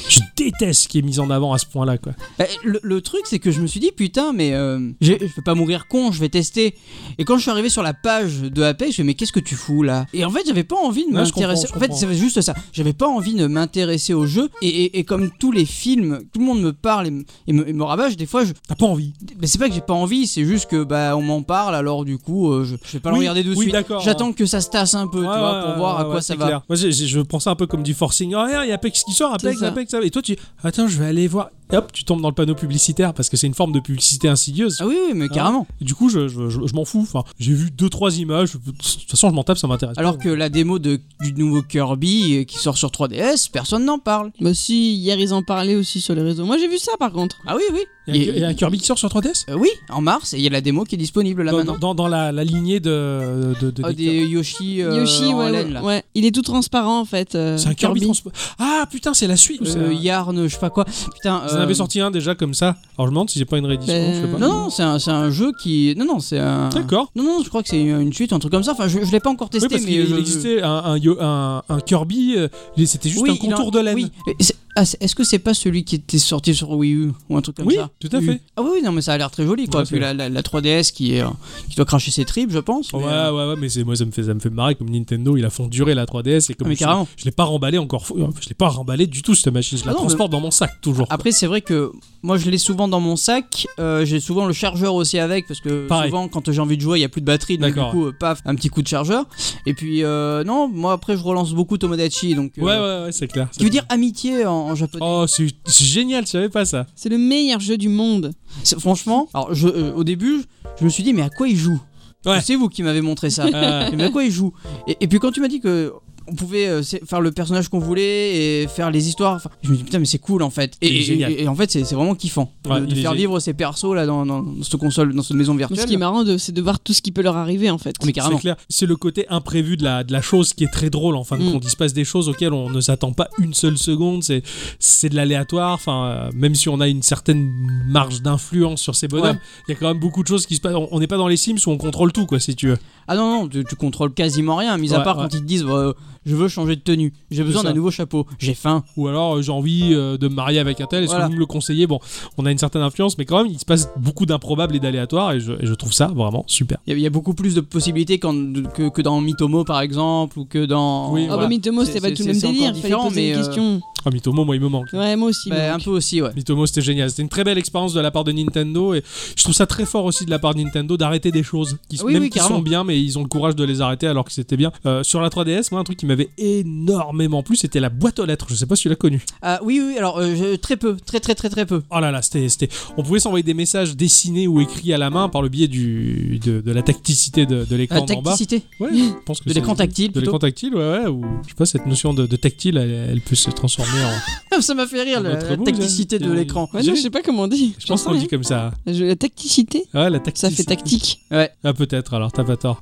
S2: Je déteste ce qui est mis en avant à ce point-là, quoi.
S1: Eh, Le, le truc, c'est que je me suis dit, putain, mais euh, j'ai- je vais pas mourir con, je vais tester. Et quand je suis arrivé sur la page de AP, je me suis dit, mais qu'est-ce que tu fous là Et en fait, j'avais pas envie de
S2: Ouais, je
S1: m'intéresser.
S2: comprends,
S1: En
S2: je
S1: fait, c'est juste ça. J'avais pas envie de m'intéresser au jeu. Et, et- et comme tous les films, tout le monde me parle et me, et me- et me rabâche. Des fois, je...
S2: T'as pas envie.
S1: mais c'est pas que j'ai pas envie, c'est juste que bah on m'en parle, alors du coup, euh, je, je vais pas le
S2: Oui,
S1: regarder de
S2: oui,
S1: suite.
S2: d'accord,
S1: J'attends que ça se tasse un peu, tu
S2: Ouais,
S1: vois,
S2: ouais,
S1: pour voir à
S2: ouais,
S1: quoi
S2: ouais,
S1: ça
S2: c'est
S1: va.
S2: clair. Moi, j'ai- j'ai- je prends ça un peu comme du forcing. Oh, regarde, il y a Apex qui sort, Apex,
S3: ça.
S2: Apex, ça. Et toi, tu dis, attends, je vais aller voir. Et hop, tu tombes dans le panneau publicitaire parce que c'est une forme de publicité insidieuse.
S1: Ah oui, oui, mais carrément.
S2: Du coup, je, je- je- je m'en fous. Enfin, j'ai vu deux, trois images. De toute façon, je m'en tape, ça m'intéresse.
S1: Alors
S2: pas.
S1: que la démo de, du nouveau Kirby euh, qui sort sur 3DS, personne n'en parle.
S3: Bah si, hier ils en parlaient aussi sur les réseaux. Moi j'ai vu ça par contre.
S1: Ah oui, oui.
S2: Il y, a- il y a un Kirby qui sort sur 3DS
S1: Euh, oui, en mars, et il y a la démo qui est disponible là
S2: dans,
S1: maintenant.
S2: dans, dans la, la lignée de. de, de-
S1: Ah,
S2: des-
S1: des Yoshi, euh,
S3: Yoshi,
S1: en
S3: ouais,
S1: laine,
S3: ouais,
S1: là.
S3: ouais. il est tout transparent en fait. euh,
S2: C'est un Kirby, transpo- Ah putain, c'est la suite. ou c'est
S1: Euh,
S2: un-
S1: Yarn, je sais pas quoi. Putain,
S2: Ils en
S1: euh,
S2: avaient sorti un déjà comme ça. Alors je me demande si j'ai pas une réédition.
S3: Ben,
S2: je sais pas.
S1: Non, non, c'est un, c'est un jeu qui. Non, non, c'est un.
S2: D'accord.
S1: Non, non, je crois que c'est une une suite ou un truc comme ça. Enfin, je, je l'ai pas encore testé,
S2: Oui, parce
S1: mais.
S2: qu'il
S1: je-
S2: existait un, un, yo- un- un Kirby, euh, c'était juste
S1: Oui,
S2: un
S1: il en-
S2: contour de laine.
S1: Oui. Et c'est- ah, c'est- Est-ce que c'est pas celui qui était sorti sur Wii U ou un truc comme
S2: Oui,
S1: ça
S2: tout à fait.
S1: Ah oui, oui, non, mais ça a l'air très joli quoi.
S2: Ouais,
S1: Puis
S2: c'est-
S1: la, la- la 3DS qui, est, euh, qui doit cracher ses tripes, je pense. mais,
S2: Ouais,
S1: euh,
S2: ouais, ouais, mais c'est moi ça me fait ça me fait marrer comme Nintendo, il a font durer la 3DS et comme
S1: Ah, mais
S2: je,
S1: carrément.
S2: je l'ai pas remballé encore, fou- je l'ai pas remballé du tout cette machine, je la
S1: Ah non, Ah,
S2: transporte dans mon sac toujours.
S1: Après, c'est vrai que moi je l'ai souvent dans mon sac. euh, j'ai souvent le chargeur aussi avec parce que
S2: Pareil.
S1: souvent quand j'ai envie de jouer, il n'y a plus de batterie. Donc du
S2: D'accord.
S1: coup, euh, paf, un petit coup de chargeur. Et puis, euh, non, moi après je relance beaucoup Tomodachi. Donc, euh,
S2: ouais, ouais, ouais, c'est clair.
S1: qui veut dire amitié en, en japonais.
S2: Oh, c'est c'est génial, je savais pas ça.
S3: C'est le meilleur jeu du monde.
S1: C'est- Franchement, alors je, euh, au début, je me suis dit, mais à quoi il joue
S2: Ouais.
S1: C'est vous qui m'avez montré ça.
S2: Ah,
S1: mais à quoi il joue et, et puis quand tu m'as dit que. On pouvait euh, c'est- faire le personnage qu'on voulait et faire les histoires. enfin, je me dis putain mais c'est cool en fait. Et,
S2: Il est
S1: et-
S2: génial.
S1: et- et en fait c'est c'est vraiment kiffant de-
S2: Ouais,
S1: de,
S2: il est
S1: faire
S2: génial.
S1: vivre ces persos là dans, dans cette console, dans cette maison
S3: Donc,
S1: virtuelle.
S3: ce qui est marrant, de- c'est de voir tout ce qui peut leur arriver en fait.
S1: Ah, Mais
S2: c'est
S1: carrément.
S2: clair. C'est le côté imprévu de la, de la chose qui est très drôle en fin de
S3: Mm.
S2: compte. Il se passe des choses auxquelles on ne s'attend pas une seule seconde. C'est c'est de l'aléatoire. Enfin, euh, même si on a une certaine marge d'influence sur ces bonhommes,
S1: Ouais.
S2: il y a quand même beaucoup de choses qui se passent. On on n'est pas dans les Sims où on contrôle tout, quoi, si tu veux.
S1: Ah non, non, tu, tu contrôles quasiment rien, mis à
S2: Ouais,
S1: part
S2: ouais.
S1: quand ils te disent euh, je veux changer de tenue, j'ai besoin
S2: ça.
S1: d'un nouveau chapeau, j'ai faim.
S2: ou alors euh, j'ai envie euh, de me marier avec un tel, est-ce
S1: Voilà.
S2: que vous me le conseillez Bon, on a une certaine influence, mais quand même, il se passe beaucoup d'improbables et d'aléatoires, et je, et je trouve ça vraiment super.
S1: Il y, a- il y a beaucoup plus de possibilités qu'en- de- que, que dans Mitomo par exemple, ou que dans.
S2: Oui,
S3: Ah
S2: voilà.
S3: bah Mitomo,
S1: C'est-
S3: c'était pas
S1: c'est-
S3: tout le même
S1: c'est encore
S3: délire. Fallait
S1: différent,
S3: poser
S1: mais,
S3: une
S1: euh,
S3: question.
S2: Ah, Mitomo, moi, il me manque.
S3: Ouais, moi aussi.
S1: Bah,
S3: moi.
S1: un peu aussi, ouais.
S2: Mitomo, c'était génial. C'était une très belle expérience de la part de Nintendo, et je trouve ça très fort aussi de la part de Nintendo d'arrêter des choses, qui,
S1: Ah oui,
S2: même
S1: oui,
S2: qui
S1: carrément.
S2: sont bien, mais ils ont le courage de les arrêter alors que c'était bien. Euh, sur la 3DS, moi, un truc qui m'a m'avait énormément plu, c'était La boîte aux lettres. Je sais pas si tu l'as connue.
S1: Ah, oui, oui, alors euh, je- très peu, très très très très peu.
S2: Oh là là, c'était. c'était- On pouvait s'envoyer des messages dessinés ou écrits à la main par le biais du, de, de la tacticité de, de
S1: La
S2: l'écran d'en bas.
S1: tacticité,
S2: Ouais, je pense que
S1: de
S2: c'est-
S1: l'écran tactile
S2: De
S1: plutôt.
S2: l'écran tactile, ouais, ouais, ou je sais pas, cette notion de, de tactile, elle, elle peut se transformer en.
S1: Ça m'a fait rire,
S2: Un
S1: la,
S2: autre
S1: la
S2: mot,
S1: tacticité
S2: j'ai-
S1: de l'écran.
S3: Ouais, non, je sais pas comment on dit.
S2: Je pense qu'on le dit comme ça.
S3: Je- La tacticité,
S2: Ouais, la tactique.
S3: ça fait tactique.
S2: Ah, peut-être, alors, t'as pas tort.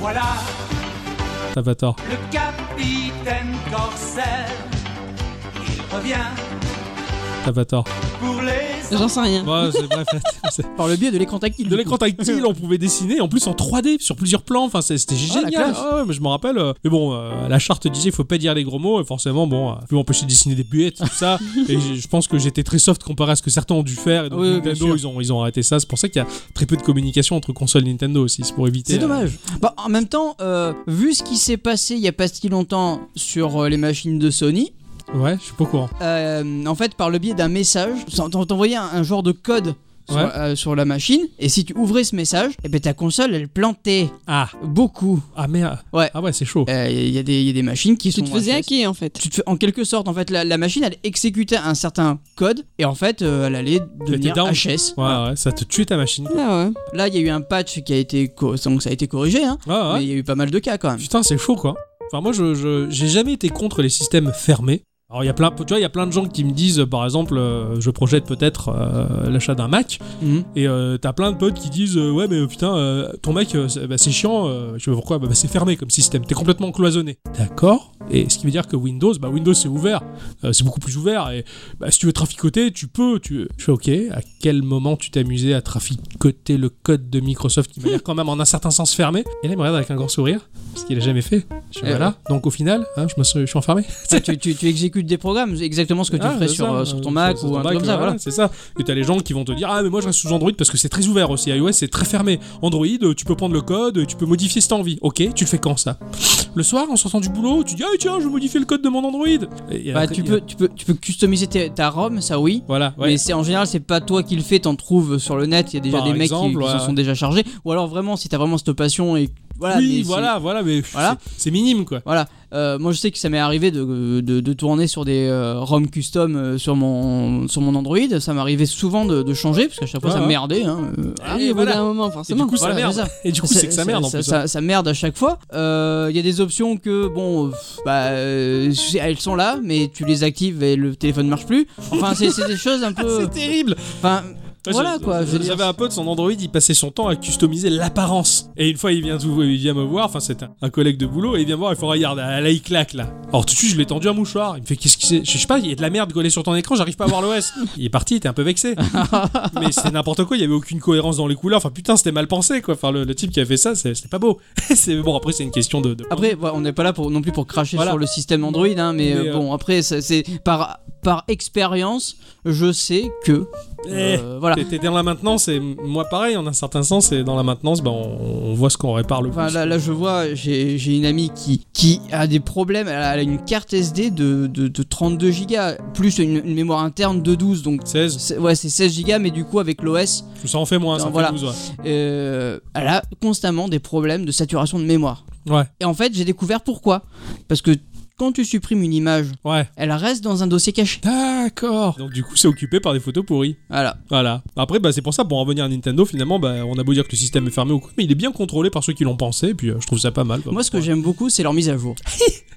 S5: Voilà
S2: T'as pas tort.
S5: le capitaine Corsair. Il revient
S2: T'as pas tort.
S5: pour les
S3: J'en sais rien.
S2: Bon, c'est- bref, c'est-
S1: Par le biais de l'écran tactile.
S2: de l'écran tactile, on pouvait dessiner en plus en 3D sur plusieurs plans. Enfin, c'est- c'était
S1: Oh, la
S2: génial.
S1: classe.
S2: Ah ouais, mais je me rappelle. euh, Mais bon, euh, la charte disait faut pas dire les gros mots. Et forcément, bon, euh, je peux m'empêcher de dessiner des buettes, tout ça. et je je pense que j'étais très soft comparé à ce que certains ont dû faire. Et donc,
S1: Oui, oui, bien
S2: Nintendo,
S1: sûr.
S2: ils ont, ils ont arrêté ça. C'est pour ça qu'il y a très peu de communication entre consoles et Nintendo aussi. C'est pour éviter.
S1: C'est
S2: euh,
S1: dommage. Bah, en même temps, euh, vu ce qui s'est passé il y a pas si longtemps sur euh, les machines de Sony,
S2: Ouais, je suis pas au courant.
S1: euh, en fait, par le biais d'un message, t'en- t'en- t'envoyais un, un genre de code. Sur,
S2: Ouais.
S1: euh, sur la machine et si tu ouvrais ce message et ben ta console elle plantait
S2: Ah,
S1: beaucoup
S2: ah merde.
S1: Ouais.
S2: Ah ouais, c'est chaud.
S1: Euh, il y, a des- il y a des machines qui
S3: Tu
S1: sont
S3: te faisais
S1: assez-
S3: hacker en fait.
S1: tu te fais- en quelque sorte en fait la, la machine elle exécutait un certain code et en fait euh, elle allait devenir
S2: down.
S1: HS
S2: Ouais, ouais, ça te tue ta machine.
S3: Ah ouais.
S1: là il y a eu un patch qui a été co- donc ça a été corrigé hein,
S2: Ouais, Ah, ouais.
S1: mais il y a eu pas mal de cas quand même
S2: Putain, c'est chaud quoi. Enfin, moi, je, je- j'ai jamais été contre les systèmes fermés. Alors, il y a plein, tu vois, il y a plein de gens qui me disent, euh, par exemple, euh, je projette peut-être euh, l'achat d'un Mac,
S1: Mhm.
S2: et euh, t'as plein de potes qui disent, euh, ouais, mais euh, putain, euh, ton Mac, euh, c'est, bah, c'est chiant, euh, je sais pas pourquoi, bah, bah, c'est fermé comme système, t'es complètement cloisonné. D'accord. Et ce qui veut dire que Windows, bah, Windows, c'est ouvert, Euh, c'est beaucoup plus ouvert, et bah, si tu veux traficoter, tu peux. Tu... Je fais, ok, à quel moment tu t'es amusé à traficoter le code de Microsoft qui m'a l'air quand même en un certain sens fermé Et là, il me regarde avec un grand sourire, ce qu'il a jamais fait. Je fais,
S1: Eh
S2: voilà. Donc au final, hein, je me suis, je suis enfermé.
S1: Ah, tu, tu- tu exécutes des programmes c'est exactement ce que tu
S2: Ah,
S1: ferais
S2: c'est
S1: sur,
S2: ça,
S1: euh,
S2: euh,
S1: sur ton Mac
S2: sur
S1: ou
S2: ton
S1: un
S2: Mac,
S1: truc comme ça voilà
S2: C'est ça. Et t'as les gens qui vont te dire Ah, mais moi je reste sous Android parce que c'est très ouvert aussi. iOS c'est très fermé. Android, euh, tu peux prendre le code, euh, tu peux modifier si t'as envie. Ok, tu le fais quand ça Le soir, en sortant du boulot, tu dis Ah, tiens, je vais modifier le code de mon Android. Et
S1: Bah,
S2: après,
S1: tu
S2: il y a-
S1: peux tu peux tu peux customiser tes- ta ROM ça oui
S2: Voilà, ouais.
S1: Mais c'est en général, c'est pas toi qui le fais, t'en trouves sur le net. Il y a déjà
S2: Par
S1: des mecs qui- qui,
S2: exemple, ouais,
S1: s'en sont
S2: ouais.
S1: déjà chargés. Ou alors vraiment, si t'as vraiment cette passion et voilà. mais
S2: oui,
S1: c'est-
S2: voilà, voilà, mais pff,
S1: Voilà.
S2: c'est- c'est minime quoi.
S1: Voilà, Euh, moi je sais que ça m'est arrivé de, de, de tourner sur des euh, ROM custom euh, sur, mon, sur mon Android. Ça m'arrivait souvent de, de changer parce qu'à chaque fois
S2: Ouais,
S1: ça
S2: ouais.
S1: merdait. Hein. euh,
S2: Ah,
S1: voilà.
S3: Oui,
S2: et
S3: au bout
S2: voilà.
S3: d'un moment,
S2: Et du
S3: forcément.
S2: coup, ça
S1: Voilà,
S2: merde.
S1: c'est ça.
S2: Et du coup, c'est que ça merde en
S1: ça,
S2: plus. hein.
S1: ça- ça merde à chaque fois. Euh, Il y a des options que, bon, euh, bah, euh, c'est- elles sont là, mais tu les actives et le téléphone marche plus. Enfin, c'est c'est des choses un
S2: Ah,
S1: peu.
S2: c'est terrible.
S1: Enfin,
S2: Ouais,
S1: Voilà,
S2: je-
S1: quoi, je
S2: je-
S1: veux dire.
S2: J'avais un pote, son Android, il passait son temps à customiser l'apparence. Et une fois, il vient, tout- il vient me voir, enfin, c'est un, un collègue de boulot, et il vient me voir, il faut regarde, là, là, il claque, là. Alors, tout de suite, je lui ai tendu un mouchoir. Il me fait, qu'est-ce qui c'est Je sais pas, il y a de la merde collée sur ton écran, j'arrive pas à voir l'OS. il est parti, il était un peu vexé. Mais c'était n'importe quoi, il y avait aucune cohérence dans les couleurs. Enfin, putain, c'était mal pensé, quoi. Enfin, le, le type qui a fait ça, c'est- c'était pas beau. c'est bon, après, c'est une question de. de-
S1: Après, voilà, on n'est pas là pour, non plus pour cracher
S2: Voilà.
S1: sur le système Android, hein, mais,
S2: Mais,
S1: euh,
S2: euh,
S1: bon, après, ça- c'est par, par expérience, je sais que.
S2: Eh.
S1: euh,
S2: T'es-
S1: voilà.
S2: T'es dans la maintenance et moi pareil en un certain sens et dans la maintenance ben on, on voit ce qu'on répare le plus.
S1: Enfin, là, là, je vois, j'ai j'ai une amie qui, qui a des problèmes. Elle a, elle a une carte SD de, de, de 32 gigas, plus une, une mémoire interne de 12. Donc,
S2: 16,
S1: c'est- ouais, c'est 16 gigas, mais du coup, avec l'OS,
S2: ça en fait moins, ça en fait
S1: Voilà.
S2: 12, ouais.
S1: euh, elle a constamment des problèmes de saturation de mémoire.
S2: Ouais,
S1: Et en fait, j'ai découvert pourquoi. Parce que quand tu supprimes une image,
S2: ouais.
S1: elle reste dans un dossier caché.
S2: D'accord. Donc du coup, c'est occupé par des photos pourries.
S1: Voilà.
S2: Voilà. Après, bah, c'est pour ça, pour en revenir à Nintendo, finalement, bah, on a beau dire que le système est fermé ou quoi, mais il est bien contrôlé par ceux qui l'ont pensé, et puis euh, je trouve ça pas mal. quoi.
S1: Moi, ce que j'aime beaucoup, c'est leurs mises à jour.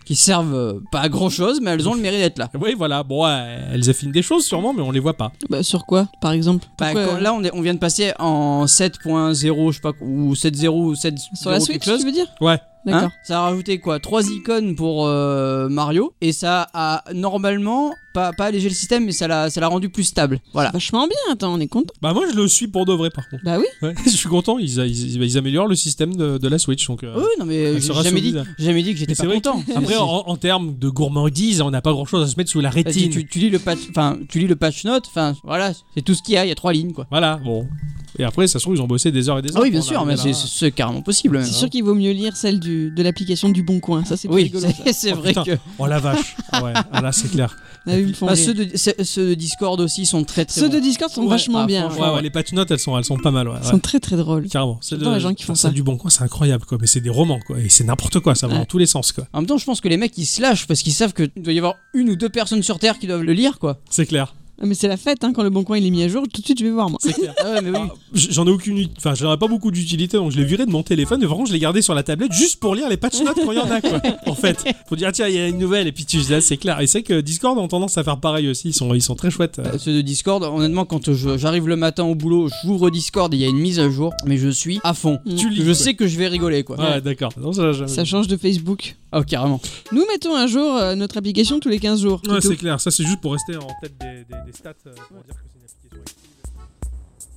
S1: qui servent euh, pas à grand chose, mais elles ont le mérite d'être là.
S2: Oui, voilà. Bon, ouais, elles affinent des choses sûrement, mais on les voit pas.
S3: Bah, sur quoi, par exemple
S1: Bah,
S3: Pourquoi,
S1: quand-
S3: euh,
S1: là, on, est- on vient de passer en 7.0, je sais pas, ou 7.0 ou 7.
S3: Sur la Switch,
S1: quelque
S3: tu
S1: chose.
S3: veux dire
S2: Ouais.
S3: D'accord.
S1: Hein ça a rajouté quoi Trois icônes pour euh, Mario, et ça a normalement pas, pas allégé le système, mais ça l'a ça l'a rendu plus stable.
S2: Hein
S1: Voilà.
S3: Vachement bien, attends, on est content.
S2: Bah, moi, je le suis pour de vrai, par contre.
S3: Bah oui.
S2: Ouais, je suis content, ils, ils- bah, ils améliorent le système de, de la Switch. Donc, euh,
S1: Oui, non, mais
S2: Elle
S1: Oh, j'ai
S2: sera
S1: jamais dit,
S2: soumise.
S1: j'ai jamais dit que
S2: mais
S1: j'étais
S2: c'est
S1: pas
S2: vrai que-
S1: content.
S2: Après, en, en termes de gourmandise, on n'a pas grand chose à se mettre sous la
S1: Bah, tu,
S2: rétine.
S1: tu- tu lis le patch, enfin, tu lis le patch note, enfin, voilà, c'est tout ce qu'il y a. Il y a trois lignes, quoi.
S2: Voilà, bon. Et après, ça se trouve, ils ont bossé des heures et des heures.
S1: Ah oui, bien
S2: pour en
S1: sûr, mais
S2: arriver
S1: c'est
S2: là.
S1: c'est carrément possible. même.
S3: C'est sûr qu'il vaut mieux lire celle du, de l'application du Bon Coin. Ça, c'est plus
S1: Oui,
S3: rigolo.
S1: c'est- c'est
S2: Oh,
S1: vrai
S2: putain.
S1: que
S2: Oh la vache. Ah ouais, ah là, c'est clair.
S3: Ah, ils me font
S1: Bah,
S3: rire.
S1: ceux, de, ceux- ceux de Discord aussi sont très très
S3: Ceux
S1: bons.
S3: de Discord sont
S1: Ouais,
S3: vachement
S1: ah,
S3: bien.
S2: Ouais,
S1: franchement,
S2: ouais, les patch notes, elles sont, elles sont pas mal, ouais.
S3: Ils
S2: ouais.
S3: sont très très drôles.
S2: Carrément. C'est
S3: J'adore les gens qui font ça.
S2: du bon coin, c'est incroyable, quoi. Mais c'est des romans, quoi. Et c'est n'importe quoi, ça va
S3: Ouais.
S2: dans tous les sens, quoi.
S1: En même temps, je pense que les mecs ils se lâchent parce qu'ils savent qu'il doit y avoir une ou deux personnes sur Terre qui doivent le lire quoi.
S2: C'est clair.
S3: Ah, mais c'est la fête, hein, quand le Bon Coin il est mis à jour, tout de suite je vais voir moi.
S2: C'est clair.
S1: Ah ouais, mais oui.
S2: Ah, j- J'en ai aucune, ut- enfin, j'en ai pas beaucoup d'utilité, donc je l'ai viré de mon téléphone. Mais vraiment, je l'ai gardé sur la tablette juste pour lire les patch notes quand il y en a, quoi. En fait, pour dire ah, tiens, il y a une nouvelle, et puis tu là, c'est clair. Et c'est que Discord ont tendance à faire pareil aussi. Ils sont, ils sont très chouettes. euh.
S1: Euh, Ceux de Discord, honnêtement, quand je- j'arrive le matin au boulot, j'ouvre Discord et il y a une mise à jour, mais je suis à fond.
S2: Mm. Tu lis,
S1: je
S2: quoi.
S1: sais que je vais rigoler quoi.
S2: Ouais, d'accord. Non, ça, j'aime-
S3: Euh, Ça change de Facebook.
S1: Ah, carrément.
S3: Nous mettons à jour euh, notre application tous les 15 jours.
S2: Ouais,
S3: plutôt.
S2: c'est clair. Ça, c'est juste pour rester en tête des, des- des stats euh, pour dire que c'est une application active.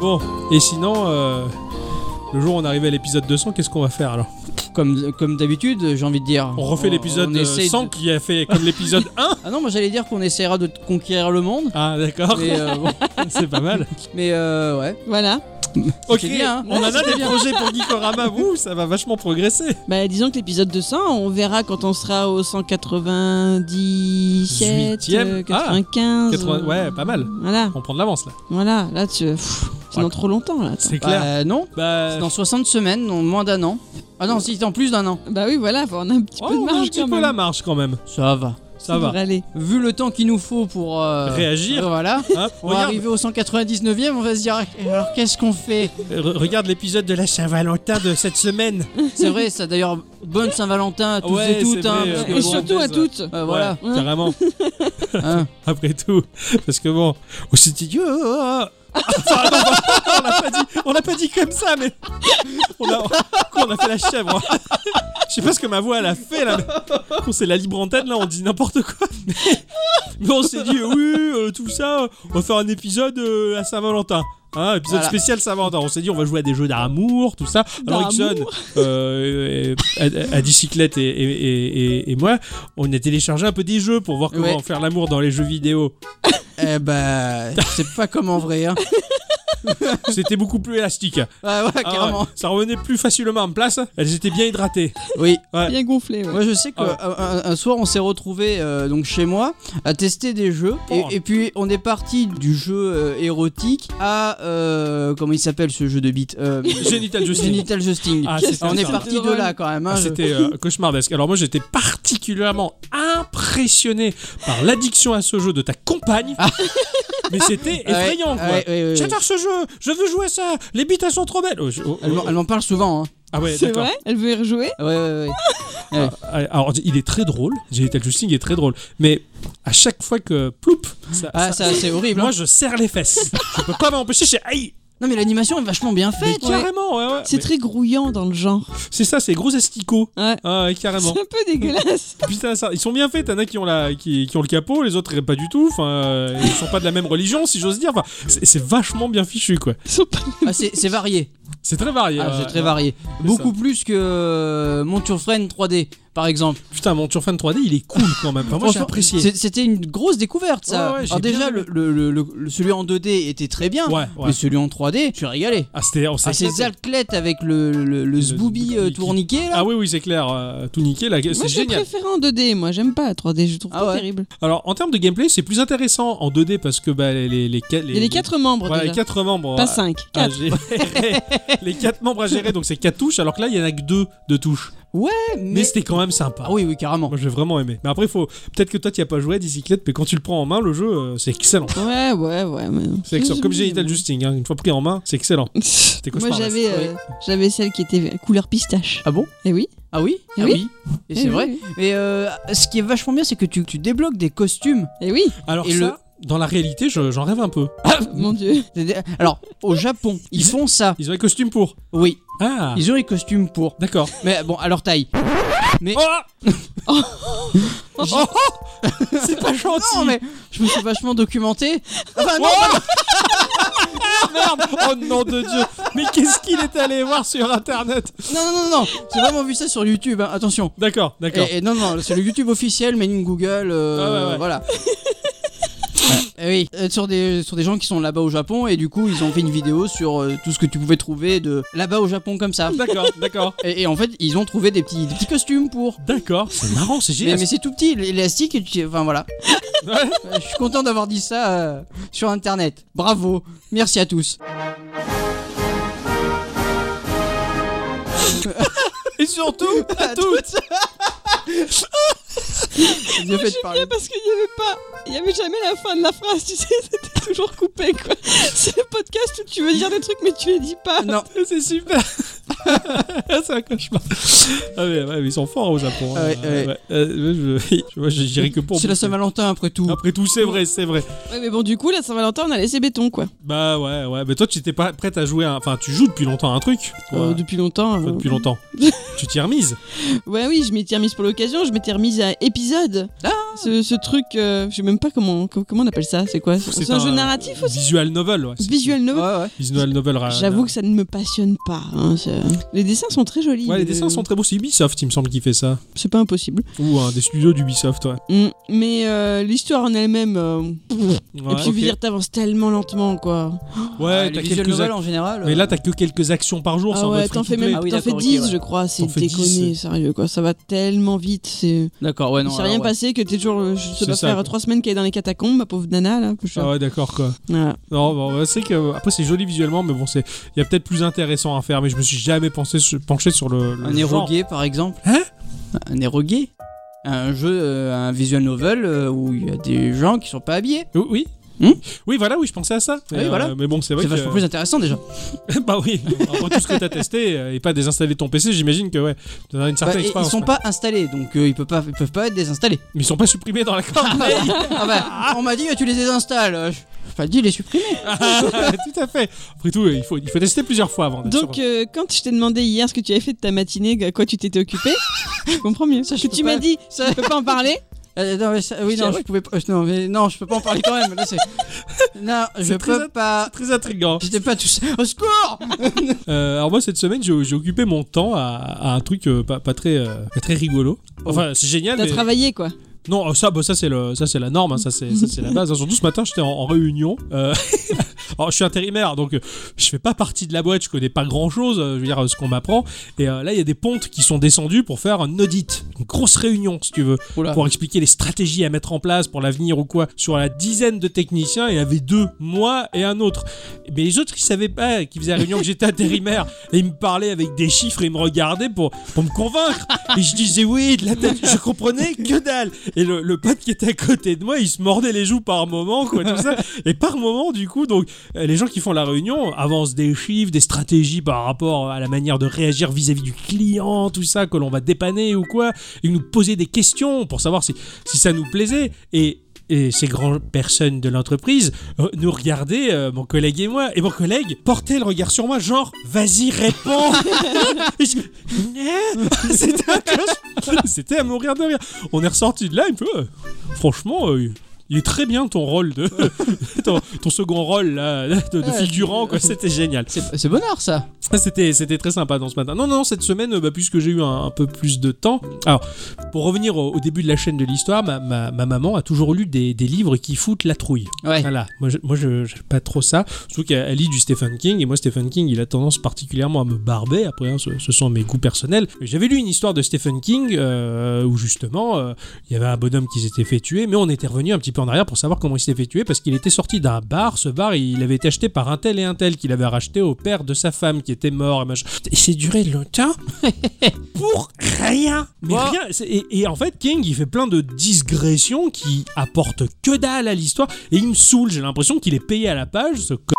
S2: Bon, et sinon, euh, le jour où on arrive à l'épisode 200, qu'est-ce qu'on va faire alors
S1: Comme, comme d'habitude, j'ai envie de dire.
S2: On refait l'épisode
S1: on
S2: euh,
S1: essaie de-
S2: 100 qui a fait comme l'épisode 1
S1: Ah non, moi j'allais dire qu'on essaiera de conquérir le monde.
S2: Ah, d'accord,
S1: Mais, euh, bon.
S2: c'est pas mal.
S1: mais euh, ouais.
S3: Voilà.
S2: Ok,
S1: C'était bien, hein.
S2: on en a des projets pour Gikorama, vous, ça va vachement progresser.
S3: Bah, disons que l'épisode 200, on verra quand on sera au 197,
S2: Huitième.
S3: euh,
S2: Ah.
S3: 95.
S2: 80
S3: euh,
S2: Ouais, pas mal.
S3: Voilà,
S2: On prend de l'avance là,
S3: voilà. Là, tu. pff, C'est
S2: Ouais.
S3: dans trop longtemps, là. attends.
S2: c'est clair.
S1: Bah, non,
S2: Bah,
S1: c'est dans 60 semaines, non, moins d'un an. Ah non, si, en plus d'un an.
S3: Bah oui, voilà, faut- on a un petit
S2: oh,
S3: peu de
S2: on a un
S3: marge
S2: petit
S3: quand
S2: peu
S3: même.
S2: la marche quand même.
S1: Ça va.
S2: Ça va.
S3: devrait aller.
S1: Vu le temps qu'il nous faut pour. euh,
S2: Réagir.
S1: euh, Voilà.
S2: Hein,
S1: On va
S2: regarde,
S1: arriver au 199ème, on va se dire alors qu'est-ce qu'on fait
S2: re- regarde l'épisode de la Saint-Valentin de cette semaine.
S1: C'est vrai, ça d'ailleurs, bonne Saint-Valentin à tous
S2: Ouais,
S1: et toutes.
S2: c'est
S1: hein,
S2: vrai,
S1: parce
S2: euh,
S1: que
S3: Et
S1: bon,
S3: surtout à
S2: ouais. Ah,
S3: toutes.
S1: euh, voilà.
S2: Ouais, carrément.
S1: hein.
S2: Après tout, parce que bon, on s'est dit. oh, oh, oh. Enfin, non, non, on l'a pas dit, on l'a pas dit comme ça, mais on a, quoi, on a fait la chèvre. Je sais pas ce que ma voix elle a fait là. mais- On c'est la libre antenne là, on dit n'importe quoi. Mais, mais on s'est dit oui, euh, tout ça, euh, on va faire un épisode euh, à Saint-Valentin. Hein, épisode
S1: Voilà.
S2: spécial Saint-Valentin. On s'est dit on va jouer à des jeux d'amour, tout ça. Alors
S3: D'amour.
S2: Ixon, euh, euh, à, à bicyclette et, et- et- et- et moi, on a téléchargé un peu des jeux pour voir comment
S1: Ouais.
S2: faire l'amour dans les jeux vidéo.
S1: Eh ben, c'est pas comme en vrai. Hein.
S2: C'était beaucoup plus élastique.
S1: Ah ouais,
S2: Ah ouais,
S1: carrément.
S2: ça revenait plus facilement en place. Elles étaient bien hydratées.
S1: Oui.
S3: Bien gonflé, ouais.
S1: Moi je sais que
S2: Ah ouais.
S1: euh, un, un soir on s'est retrouvé donc chez moi à tester des jeux et,
S2: Oh.
S1: et puis on est parti du jeu euh, érotique à euh, comment il s'appelle ce jeu de beat euh,
S2: Génital Justin.
S1: Genital Justing.
S2: Ah, c'était
S1: on est
S2: ça.
S1: parti de
S3: drôle.
S1: là quand même. hein,
S2: Ah,
S1: je-
S2: C'était euh, cauchemardesque. Alors moi j'étais particulièrement impressionné par l'addiction à ce jeu de ta compagne. Mais c'était
S1: Ah. Ouais,
S2: effrayant quoi.
S1: ouais, ouais, ouais, ouais.
S2: J'adore ce jeu, je veux jouer à ça, les bites elles sont trop belles. Oh, je- oh,
S1: Elle
S2: oh,
S1: m'en- elle m'en parle souvent. Hein.
S2: Ah ouais,
S3: C'est
S2: d'accord.
S3: vrai Elle veut y rejouer
S1: Ouais, ouais, ouais. Ouais.
S2: Ah, Alors, il est très drôle, Genital Justing est très drôle, mais à chaque fois que ploup, ça,
S1: Ah,
S2: ça-
S1: ça, c'est horrible.
S2: moi
S1: hein.
S2: je serre les fesses. je peux pas m'empêcher, j'ai aïe.
S1: Non, mais l'animation est vachement bien
S2: Mais
S1: faite. ouais.
S2: carrément, ouais, ouais. Ah,
S3: C'est
S2: Mais
S3: très grouillant dans le genre.
S2: c'est ça, c'est gros asticots.
S3: Ouais.
S2: Ah, ouais, carrément.
S3: C'est un peu dégueulasse.
S2: Putain, ça, ils sont bien faits. T'en as qui ont, la, qui, qui ont le capot, les autres pas du tout. Enfin, euh, ils sont pas de la même religion, si j'ose dire. Enfin, c'est c'est vachement bien fichu, quoi.
S3: Ils sont pas-
S1: Ah, c'est c'est varié.
S2: C'est très varié.
S1: Ah,
S2: ouais,
S1: c'est très
S2: ouais.
S1: varié.
S2: C'est
S1: Beaucoup plus que euh, Mon Turfriend 3D, par exemple.
S2: Putain, mon Turfan 3D, il est cool quand même. Enfin, moi, j'ai
S1: Franchement,
S2: apprécié.
S1: c'est- C'était une grosse découverte, ça.
S2: Ouais, ouais, j'ai
S1: Alors, déjà,
S2: bien aimé.
S1: le- le- le- le- celui en 2D était très bien.
S2: Ouais, ouais.
S1: Mais celui en 3D, tu régalais.
S2: Ah, c'était. on s'est
S1: Ah, ces
S2: éclaté.
S1: alclettes avec le, le, le zbooby euh,
S2: zbooby qui-
S1: tourniqué, là.
S2: Ah oui, oui, c'est clair. euh, tout niqué, là.
S3: Moi,
S2: C'est
S3: je
S2: génial.
S3: préfère en 2D. Moi, j'aime pas la 3D. Je trouve
S1: Ah
S3: pas
S1: ouais.
S3: terrible.
S2: Alors, en termes de gameplay, c'est plus intéressant en 2D parce que bah, les, les, les,
S3: Il y a les 4 membres
S2: Voilà, les
S3: déjà.
S2: quatre Ah, membres.
S3: Pas
S2: à-
S3: 5.
S2: à gérer. les quatre membres à gérer, donc c'est quatre touches, alors que là il y en a que deux de touches.
S1: Ouais,
S2: Mais,
S1: mais...
S2: c'était quand même sympa.
S1: Ah oui, oui, carrément.
S2: Moi j'ai vraiment aimé. Mais après, faut... peut-être que toi tu as pas joué à bicyclette, mais quand tu le prends en main, le jeu euh, c'est excellent.
S3: Ouais, ouais, ouais. mais-
S2: C'est excellent. Comme
S3: J'aime
S2: Genital
S3: bien, moi.
S2: Justing, hein, une fois pris en main, c'est excellent. C'était
S3: Moi,
S2: cauchemardesque.
S3: j'avais euh, j'avais celle qui était couleur pistache.
S1: Ah bon
S3: Et oui.
S1: Ah oui
S3: Eh
S1: Ah
S3: oui.
S1: oui Et
S3: Eh
S1: c'est
S3: oui,
S1: vrai.
S3: oui.
S1: Mais euh, ce qui est vachement bien, c'est que tu, tu débloques des costumes.
S3: Et Eh oui.
S2: Alors
S1: Et
S2: ça,
S1: le-
S2: dans la réalité, je- j'en rêve un peu.
S3: Mon Dieu.
S1: C'est-à-dire- Alors, au Japon, ils
S2: Ils-
S1: font ça.
S2: Ils ont les costumes pour.
S1: Oui,
S2: Ah
S1: ils ont les costumes pour.
S2: D'accord.
S1: Mais bon, à leur taille.
S2: Oh Oh C'est pas gentil Oh
S1: Non, mais je me suis vachement documenté. Enfin, non,
S2: Merde Oh nom de Dieu Mais qu'est-ce qu'il est allé voir sur internet
S1: non, non, non, non. J'ai vraiment vu ça sur YouTube, hein, attention.
S2: D'accord, d'accord.
S1: Et, et non, non, c'est le YouTube officiel, mais in Google, euh,
S2: Ah ouais, ouais.
S1: voilà. Ouais, et oui, euh, sur des, sur des gens qui sont là-bas au Japon, et du coup, ils ont fait une vidéo sur euh, tout ce que tu pouvais trouver de là-bas au Japon comme ça.
S2: D'accord, d'accord.
S1: Et, et en fait, ils ont trouvé des petits, des petits costumes pour.
S2: D'accord, c'est marrant, c'est
S1: Mais,
S2: génial.
S1: mais c'est tout petit, l'élastique, et tu- enfin voilà.
S2: Ouais.
S1: Euh, Je suis content d'avoir dit ça euh, sur internet. Bravo, merci à tous.
S2: Et surtout, à toutes
S1: J'ai bien fait de parler.
S3: Parce qu'il n'y avait pas, il y avait jamais la fin de la phrase. Tu sais, c'était toujours coupé quoi. C'est le podcast où tu veux dire des trucs mais tu les dis pas.
S1: Non,
S2: C'est super c'est un cauchemar. Ah mais, ouais, mais ils sont forts au Japon. hein.
S1: Ouais, ouais.
S2: Euh, je- je- moi, je- j'irai que pour.
S1: C'est la Saint-Valentin après tout.
S2: Après tout, c'est vrai, c'est vrai.
S3: Ouais, mais bon, du coup, la Saint-Valentin, on a laissé béton, quoi.
S2: Bah ouais, ouais. Mais toi, tu t'es pas prête à jouer. à un- Enfin, tu joues depuis longtemps à un truc. toi.
S3: Euh, depuis longtemps.
S2: Enfin,
S3: euh,
S2: depuis longtemps. tu t'y es remise.
S3: Ouais, oui, je m'étais remise pour l'occasion, je m'étais remise à épisode.
S1: Ah
S3: ce, ce truc, euh, je sais même pas comment, co- comment on appelle ça, c'est quoi C'est un, jeu narratif aussi
S2: Visual novel, ouais. c'est-
S3: Visual
S1: Ouais,
S3: novel
S1: ouais.
S2: Visual novel.
S1: Ah,
S2: ra-
S3: J'avoue que ça ne me passionne pas. hein, c'est- les dessins sont très jolis.
S2: Ouais, les
S3: mais-
S2: dessins sont très beaux. C'est Ubisoft, il me semble, qui fait ça.
S3: C'est pas impossible.
S2: Ou un des studios d'Ubisoft, ouais.
S3: Mm, Mais euh, l'histoire en elle-même. euh,
S2: Ouais,
S3: et puis, je veux
S2: ok.
S3: dire, t'avances tellement lentement, quoi.
S2: Ouais, t'as
S1: Ah, les visual
S2: quelques.
S1: novels
S2: ac-
S1: en général.
S2: Mais
S1: euh,
S2: là, t'as que quelques actions par jour. c'est
S3: Ah
S2: en mode
S3: ouais, t'en
S2: free
S3: fais
S2: to
S3: même
S2: play.
S1: Ah oui,
S3: t'en fais
S1: d'accord, ok,
S3: 10,
S1: ouais.
S3: je crois. C'est
S2: T'en fais 10,
S3: déconné,
S2: euh.
S3: sérieux, quoi. Ça va tellement vite. C'est.
S1: D'accord, ouais,
S3: Il
S1: Ah non.
S3: s'est
S1: alors,
S3: rien
S1: ouais.
S3: passé que t'es toujours. euh, Je
S2: C'est
S3: sais pas
S2: ça, quoi.
S3: faire trois semaines qu'elle est dans les catacombes, ma pauvre nana, là. que je-
S2: Ah ouais, d'accord, quoi.
S3: Voilà.
S2: Non, bon, ouais, c'est que après c'est joli visuellement, mais bon, c'est il y a peut-être plus intéressant à faire. Mais je me suis jamais pensé sur- penché sur le, le
S1: Un
S2: genre.
S1: érogué par exemple.
S2: Hein
S1: Un érogué Un jeu, euh, un visual novel euh, où il y a des gens qui sont pas habillés.
S2: Oui, oui.
S1: Hmm Ah
S2: oui, voilà, oui, je pensais à ça.
S1: Oui,
S2: Mais, euh,
S1: voilà.
S2: mais bon, c'est vrai
S1: C'est
S2: que.
S1: vachement plus intéressant déjà.
S2: bah oui. Après tout ce que t'as testé euh, et pas désinstaller ton PC, j'imagine que ouais, t'en as une certaine
S1: Bah, et- ils
S2: expérience.
S1: sont
S2: quoi.
S1: pas installés, donc euh, ils, peuvent pas, ils peuvent pas être désinstallés.
S2: Mais ils sont pas supprimés dans la corde.
S1: Ah bah, on m'a dit tu les désinstalles. Euh, Pas dit les supprimer.
S2: tout à fait. Après tout, il faut il faut tester plusieurs fois avant. d'être
S3: Donc,
S2: sûr.
S3: euh, quand je t'ai demandé hier ce que tu avais fait de ta matinée, à quoi tu t'étais occupé, je comprends mieux.
S1: Ça, je
S3: que
S1: peux
S3: tu
S1: pas-
S3: m'as dit,
S1: ça-
S3: je peux pas en parler.
S1: Euh, non mais ça- oui
S3: Je
S1: non
S3: dis,
S1: je pouvais pas, euh, non mais non je peux pas en parler quand même. Là, c'est- non je
S2: C'est très
S1: peux
S2: int-
S1: pas.
S2: très intrigant.
S1: J'étais pas tout seul. Au secours
S2: Euh, alors moi cette semaine j'ai j'ai occupé mon temps à, à un truc euh, pas, pas très euh, pas très rigolo. Enfin c'est génial.
S3: Oh. T'as
S2: mais-
S3: travaillé, quoi.
S2: Non, euh, ça, bah, ça c'est le, ça c'est la norme, hein, ça c'est, ça, c'est la base. hein. Surtout ce matin, j'étais en, en réunion. euh, Alors, je suis intérimaire, donc euh, je fais pas partie de la boîte, je connais pas grand chose, je veux dire euh, ce qu'on m'apprend. Et euh, là, il y a des pontes qui sont descendues pour faire un audit, une grosse réunion, si tu veux,
S1: Oula.
S2: pour expliquer les stratégies à mettre en place pour l'avenir ou quoi. Sur la dizaine de techniciens, il y avait deux, moi et un autre. Mais les autres, ils savaient pas qu'ils faisaient la réunion que j'étais intérimaire. Et ils me parlaient avec des chiffres et ils me regardaient pour, pour me convaincre. Et je disais oui, de la tête, je comprenais que dalle. Et le, le pote qui était à côté de moi, il se mordait les joues par moment, quoi, tout ça. Et par moment, du coup, donc, euh, les gens qui font la réunion avancent des chiffres, des stratégies par rapport à la manière de réagir vis-à-vis du client, tout ça, que l'on va dépanner ou quoi. Ils nous posaient des questions pour savoir si, si ça nous plaisait. Et, et ces grandes personnes de l'entreprise euh, nous regardaient, euh, mon collègue et moi. Et mon collègue portait le regard sur moi, genre, vas-y, réponds Et je- Nyeh C'était un cloche- C'était à mourir de rire. On est ressorti de là, il me fait, Ouais, franchement. euh, il est très bien ton rôle de ton, ton second rôle là, de, de
S1: Ouais,
S2: figurant
S1: je-
S2: quoi c'était génial
S1: C'est c'est bonheur ça.
S2: ah, C'était, c'était très sympa dans ce matin. Non, non, cette semaine, euh, bah, puisque j'ai eu un, un peu plus de temps. Alors, pour revenir au, au début de la chaîne de l'histoire, ma, ma- ma maman a toujours lu des, des livres qui foutent la trouille.
S1: Ouais.
S2: Voilà, moi, je, moi je, j'aime pas trop ça. Surtout qu'elle elle lit du Stephen King, et moi, Stephen King, il a tendance particulièrement à me barber. Après, hein, ce, ce sont mes goûts personnels. Mais J'avais lu une histoire de Stephen King euh, où justement, euh, il y avait un bonhomme qui s'était fait tuer, mais on était revenu un petit peu en arrière pour savoir comment il s'était fait tuer parce qu'il était sorti d'un bar. Ce bar, il avait été acheté par un tel et un tel qu'il avait racheté au père de sa femme qui était mort. Et machin. Et c'est duré longtemps pour rien. Mais
S1: Moi-
S2: rien. C'est- Et, et en fait, King, il fait plein de digressions qui apportent que dalle à l'histoire et il me saoule. J'ai l'impression qu'il est payé à la page, ce con.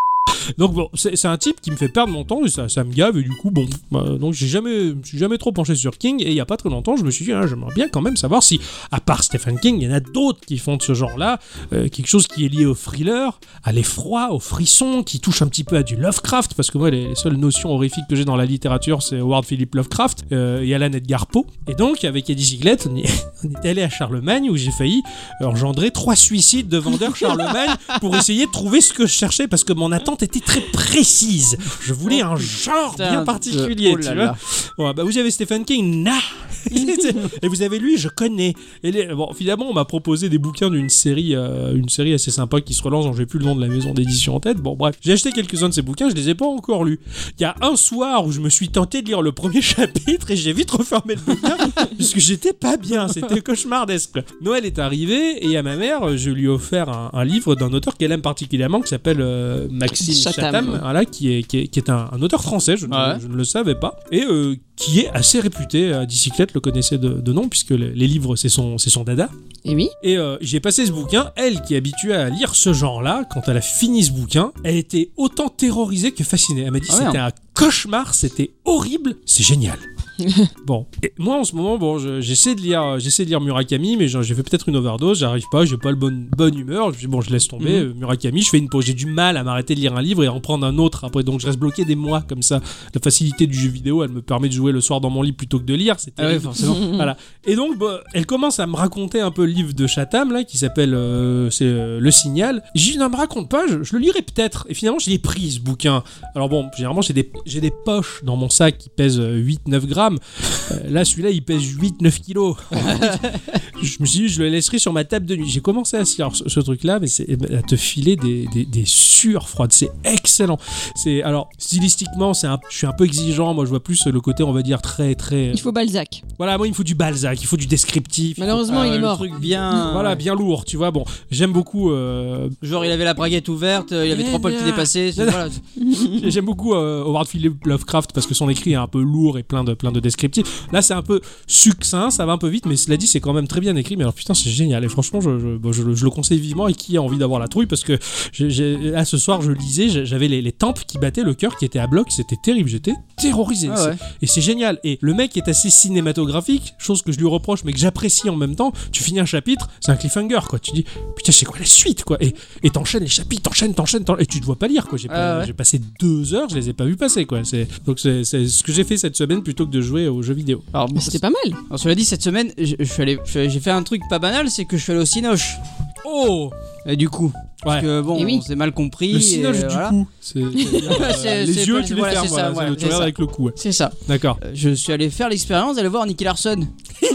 S2: Donc bon, c'est c'est un type qui me fait perdre mon temps et ça, ça me gave et du coup bon, bah, donc j'ai jamais, je me suis jamais trop penché sur King et il y a pas très longtemps je me suis dit ah, j'aimerais bien quand même savoir si à part Stephen King, il y en a d'autres qui font de ce genre-là, euh, quelque chose qui est lié au thriller, à l'effroi, au frisson, qui touche un petit peu à du Lovecraft, parce que moi, les, les seules notions horrifiques que j'ai dans la littérature, c'est Howard Philip Lovecraft euh, et Alan Edgar Poe. Et donc, avec Eddie Giglet, on, y- on est allé à Charlemagne, où j'ai failli engendrer trois suicides de vendeurs Charlemagne pour essayer de trouver ce que je cherchais, parce que mon attente était très précise. Je voulais un genre
S1: Oh, Putain
S2: bien
S1: de-
S2: particulier,
S1: oh là
S2: tu
S1: là.
S2: vois. Ouais, bah vous avez Stephen King, nah Et vous avez lui, je connais. Et les- bon, finalement, on m'a proposé des bouquins d'une série, euh, une série assez sympa qui se relance. dont J'ai plus le nom de la maison d'édition en tête. Bon, bref, j'ai acheté quelques-uns de ces bouquins, je les ai pas encore lus. Il y a un soir où je me suis tenté de lire le premier chapitre et j'ai vite refermé le bouquin parce que j'étais pas bien. C'était cauchemardesque. Noël est arrivé et à ma mère, je lui ai offert un, un livre d'un auteur qu'elle aime particulièrement qui s'appelle euh, Maxime
S3: Chatham.
S2: Chatham voilà, qui est, qui est, qui est un, un auteur français, je, ne-
S1: Ouais.
S2: je ne le savais pas, et euh, qui est assez réputé. euh, Dicyclette le connaissait de, de nom, puisque les, les livres, c'est son, c'est son dada.
S1: Eh
S3: Et oui.
S2: Et euh, j'ai passé ce bouquin, elle qui est habituée à lire ce genre-là, quand elle a fini ce bouquin, elle était autant terrorisée que fascinée. Elle m'a dit
S1: Ah,
S2: c'était
S1: merde.
S2: un cauchemar, c'était horrible, c'est génial. bon, et moi en ce moment, bon, je- j'essaie de lire, euh, j'essaie de lire Murakami, mais genre, j'ai fait peut-être une overdose, j'arrive pas, j'ai pas le bonne bonne humeur, je dis, bon, je laisse tomber euh, Murakami, je fais une pause, j'ai du mal à m'arrêter de lire un livre et à en prendre un autre après, donc je reste bloqué des mois comme ça. La facilité du jeu vidéo, elle me permet de jouer le soir dans mon lit plutôt que de lire, c'était
S1: Ah ouais, forcément.
S2: voilà. Et donc, bah, elle commence à me raconter un peu le livre de Chatham, là, qui s'appelle euh, c'est, euh, Le Signal. J'ai dit, non, me raconte pas, je, je le lirai peut-être. Et finalement, je l'ai pris, ce bouquin. Alors bon, généralement, j'ai des, j'ai des poches dans mon sac qui pèsent 8-9 grammes. Euh, là, celui-là, il pèse 8-9 kilos. je me suis dit, je le laisserai sur ma table de nuit. J'ai commencé à lire ce, ce truc-là, mais c'est eh ben, à te filer des, des, des sueurs froides. C'est excellent. C'est alors stylistiquement, c'est un, je suis un peu exigeant. Moi, je vois plus le côté, on va dire très très.
S3: Il faut Balzac.
S2: Voilà, moi, il me faut du Balzac, il faut du descriptif. il faut-
S3: Malheureusement,
S1: Ah,
S3: il est
S1: le
S3: mort.
S1: truc bien.
S2: Voilà, bien lourd, tu vois. Bon, j'aime beaucoup, euh,
S1: Genre, il avait la braguette ouverte, il avait
S2: Eh
S1: trois poils qui
S2: bien.
S1: dépassaient. c'est-
S3: Ah
S2: Non, non.
S1: Voilà.
S2: j'aime beaucoup euh, Howard Philip Lovecraft parce que son écrit est un peu lourd et plein de, plein de descriptifs. Là, c'est un peu succinct, ça va un peu vite, mais cela dit, c'est quand même très bien écrit. Mais alors, putain, c'est génial. Et franchement, je, je- bon, je le- je le conseille vivement. Et qui a envie d'avoir la trouille parce que j'ai- j'ai- là, ce soir, je lisais, j'ai- j'avais les, les tempes qui battaient, le cœur qui était à bloc, c'était terrible. J'étais terrorisé.
S1: Ah
S2: C'est-
S1: ouais.
S2: Et c'est génial. Et le mec est assez cinématographique, chose que je lui reproche, mais que j'apprécie en même temps. Tu finis un chapitre, c'est un cliffhanger, quoi. Tu dis, putain, c'est quoi la suite, quoi. Et et t'enchaînes les chapitres, t'enchaînes, t'enchaînes, t'enchaînes. Et tu te vois pas lire, quoi. J'ai pas-
S1: Ah ouais.
S2: j'ai passé deux heures, je les ai pas vus passer, quoi. C'est- Donc c'est c'est ce que j'ai fait cette semaine plutôt que de jouer aux jeux vidéo.
S1: Alors,
S3: Bah, C'était pas mal.
S1: alors, cela dit, cette semaine, je- je suis allé- je suis allé- j'ai fait un truc pas banal, c'est que je suis allé au Cinoche.
S2: Oh
S1: Et du coup, parce
S2: Ouais.
S1: que bon,
S3: Eh oui.
S1: on s'est mal compris.
S2: Le cinoche
S1: et,
S2: du
S1: voilà.
S2: cou. C'est-
S1: C'est-
S2: les
S1: c'est
S2: yeux,
S1: pas-
S2: tu les
S1: voilà,
S2: fermes,
S1: c'est ça,
S2: voilà,
S1: voilà,
S2: c'est- tu
S1: c'est
S2: regardes
S1: ça.
S2: avec le cou. ouais.
S1: C'est ça.
S2: D'accord.
S1: Euh, Je suis allé faire l'expérience d'aller voir Nicky Larson.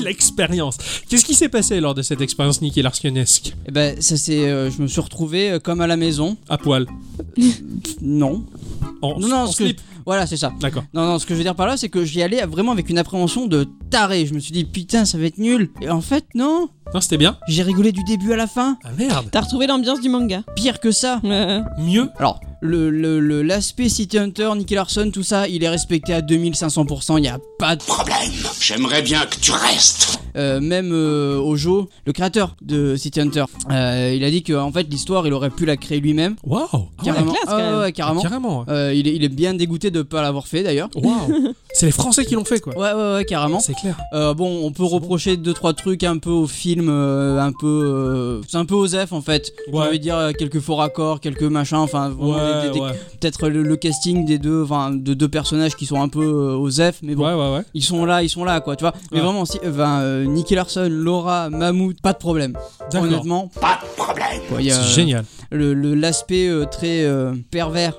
S2: L'expérience. Qu'est-ce qui s'est passé lors de cette expérience Nicky Larsonesque
S1: Et ben, ça c'est, euh, je me suis retrouvé euh, comme à la maison.
S2: À poil.
S1: Non.
S2: En,
S1: Non, non,
S2: en
S1: ce que-
S2: slip.
S1: Voilà, c'est ça.
S2: D'accord.
S1: Non, non, ce que je veux dire par là, c'est que j'y allais vraiment avec une appréhension de taré. Je me suis dit, putain, ça va être nul. Et en fait, non.
S2: Non, c'était bien.
S1: J'ai rigolé du début à la fin.
S2: Ah merde.
S3: T'as retrouvé l'ambiance du manga.
S1: Pire que ça.
S3: Euh,
S2: Mieux.
S1: Alors, le- le- le- l'aspect City Hunter, Nicky Larson, tout ça, il est respecté à 2500%, il n'y a pas de problème. J'aimerais bien que tu restes. même euh, Ojo, le créateur de City Hunter, euh, il a dit que en fait l'histoire, il aurait pu la créer lui-même.
S2: Waouh. Ah ouais,
S1: Carrément.
S3: classe, quand même. Ah,
S1: ouais, carrément.
S2: Carrément.
S1: Euh, il, est, il est bien dégoûté de ne pas l'avoir fait d'ailleurs.
S2: Waouh. c'est les Français qui l'ont fait, quoi.
S1: Ouais, ouais, ouais, carrément.
S2: C'est clair.
S1: Euh, bon, on peut reprocher deux trois trucs un peu au film, euh, un peu, euh, c'est un peu Osef en fait. J'ai
S2: Ouais.
S1: envie de dire euh, quelques faux raccords, quelques machins, enfin vraiment des-
S2: Ouais,
S1: des- des
S2: ouais.
S1: peut-être le, le casting des deux, enfin de deux personnages qui sont un peu euh, aux F, mais bon,
S2: Ouais, ouais, ouais.
S1: ils sont là, ils sont là, quoi, tu vois. Mais
S2: Ouais.
S1: vraiment, si, euh, ben, euh, Nicky Larson, Laura, Mammouth, pas de problème.
S2: D'accord.
S1: Honnêtement, pas de problème.
S2: C'est génial.
S1: Le le- l'aspect euh, très euh, pervers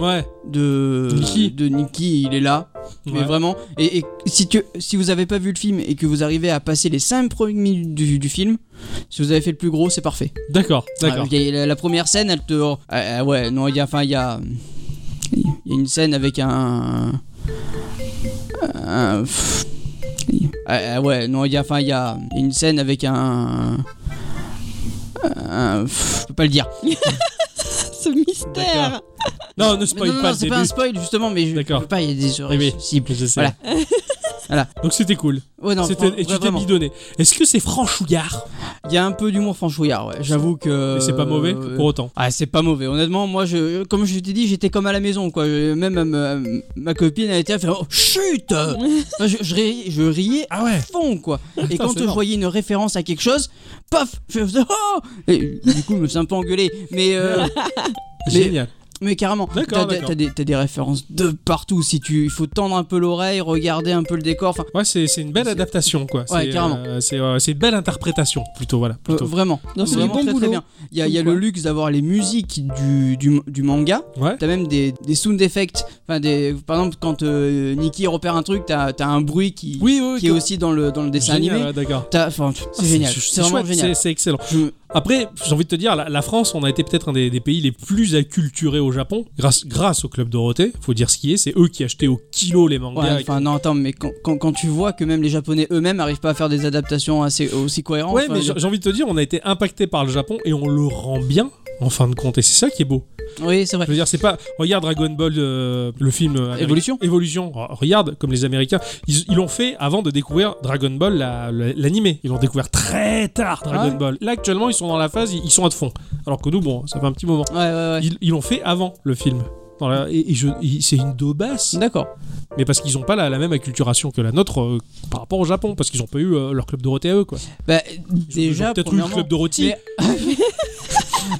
S2: Ouais.
S1: de
S2: Nicky.
S1: de Nicky, il est là, mais
S2: Ouais.
S1: vraiment. Et, et si tu, si vous avez pas vu le film et que vous arrivez à passer les 5 premières minutes du, du film, si vous avez fait le plus gros, c'est parfait.
S2: D'accord, d'accord.
S1: Ah, ok, la, la première scène, elle te. Ah, ah, ouais, non, il y a. Enfin, il y a. Il y a une scène avec un. un- pff. Ah, ah, ouais, non, il y a. Enfin, il y a une scène avec un. un- pff, je peux pas le dire.
S3: ce mystère.
S2: Non, ne
S1: Mais non,
S2: spoil
S1: non,
S2: pas
S1: non,
S2: le
S1: c'est
S2: début.
S1: pas un spoil justement, mais je, je
S2: D'accord.
S1: peux pas, il y a des
S2: Oui, oui.
S1: cibles.
S2: Je sais.
S1: Voilà. Voilà.
S2: Donc c'était cool.
S1: Ouais, non,
S2: C'était-
S1: fran-
S2: et tu
S1: ouais,
S2: t'es
S1: vraiment.
S2: bidonné. Est-ce que c'est franchouillard
S1: Il y a un peu d'humour franchouillard, ouais. J'avoue que.
S2: Mais c'est pas mauvais
S1: euh,
S2: pour autant.
S1: Ah, c'est pas mauvais. Honnêtement, moi, je, comme je t'ai dit, j'étais comme à la maison, quoi. Je- Même euh, ma, ma copine, elle était à faire Oh, chut Moi, je, je, ri- je riais à
S2: Ah ouais.
S1: fond, quoi. Et
S2: Putain,
S1: quand
S2: c'est
S1: je
S2: mort.
S1: voyais une référence à quelque chose, paf Je faisais Oh Et du coup, je me suis un peu engueulé. Mais, euh, Mais-
S2: Génial.
S1: mais carrément,
S2: D'accord,
S1: t'as des,
S2: d'accord.
S1: t'as des- t'as des références de partout. Si tu, il faut tendre un peu l'oreille, regarder un peu le décor. Enfin,
S2: Ouais, c'est c'est une belle
S1: C'est-
S2: adaptation, quoi.
S1: Ouais,
S2: C'est,
S1: carrément.
S2: euh, c'est euh, c'est une belle interprétation, plutôt, voilà.
S1: euh,
S2: Plutôt.
S1: vraiment.
S3: Non, c'est du
S1: Vraiment
S3: bon
S1: très, très
S3: boulot.
S1: bien. Il y a, il y a
S3: Comme
S1: le
S3: quoi.
S1: luxe d'avoir les musiques du, du, du manga.
S2: Ouais.
S1: T'as même des, des sound effects. Enfin, des, par exemple, quand euh, Nikki repère un truc, t'as as un bruit qui,
S2: Oui, oui.
S1: qui est aussi dans le, dans le dessin
S2: Génial,
S1: animé.
S2: ouais, d'accord.
S1: T'as- enfin,
S2: Ah,
S1: C'est génial.
S2: chou-
S1: C'est vraiment
S2: chouette,
S1: génial.
S2: c'est- C'est excellent.
S1: Je-
S2: Après, j'ai envie de te dire, la, la France, on a été peut-être un des, des pays les plus acculturés au Japon, grâce, grâce au Club Dorothée. Faut dire ce qui est, c'est eux qui achetaient au kilo les
S1: ouais,
S2: mangas.
S1: enfin, non, attends, mais quand, quand, quand tu vois que même les Japonais eux-mêmes arrivent pas à faire des adaptations assez, aussi cohérentes.
S2: Ouais,
S1: enfin,
S2: mais
S1: je-
S2: j'ai j'ai envie de te dire, on a été impacté par le Japon et on le rend bien. En fin de compte, et c'est ça qui est beau.
S1: Oui, c'est vrai.
S2: Je veux dire, c'est pas. Regarde Dragon Ball, euh, le film. euh, américain.
S1: Évolution.
S2: Évolution. Oh, Regarde, comme les Américains, ils ils l'ont fait avant de découvrir Dragon Ball, la- la- l'animé. Ils l'ont découvert très tard, Dragon
S1: Ah ouais.
S2: Ball. Là, actuellement, ils sont dans la phase, ils, ils sont à de fond. Alors que nous, bon, ça fait un petit moment.
S1: Ouais, ouais, ouais.
S2: Ils ils l'ont fait avant le film. dans la- et, et je- et c'est une daubasse.
S1: D'accord.
S2: Mais parce qu'ils n'ont pas la, la même acculturation que la nôtre euh, par rapport au Japon, parce qu'ils n'ont pas eu euh, leur club Dorothée à eux, quoi.
S1: Bah,
S2: Ils ont- ils ont
S1: déjà,
S2: peut-être eu le
S1: premièrement-
S2: club Dorothée.
S1: Mais-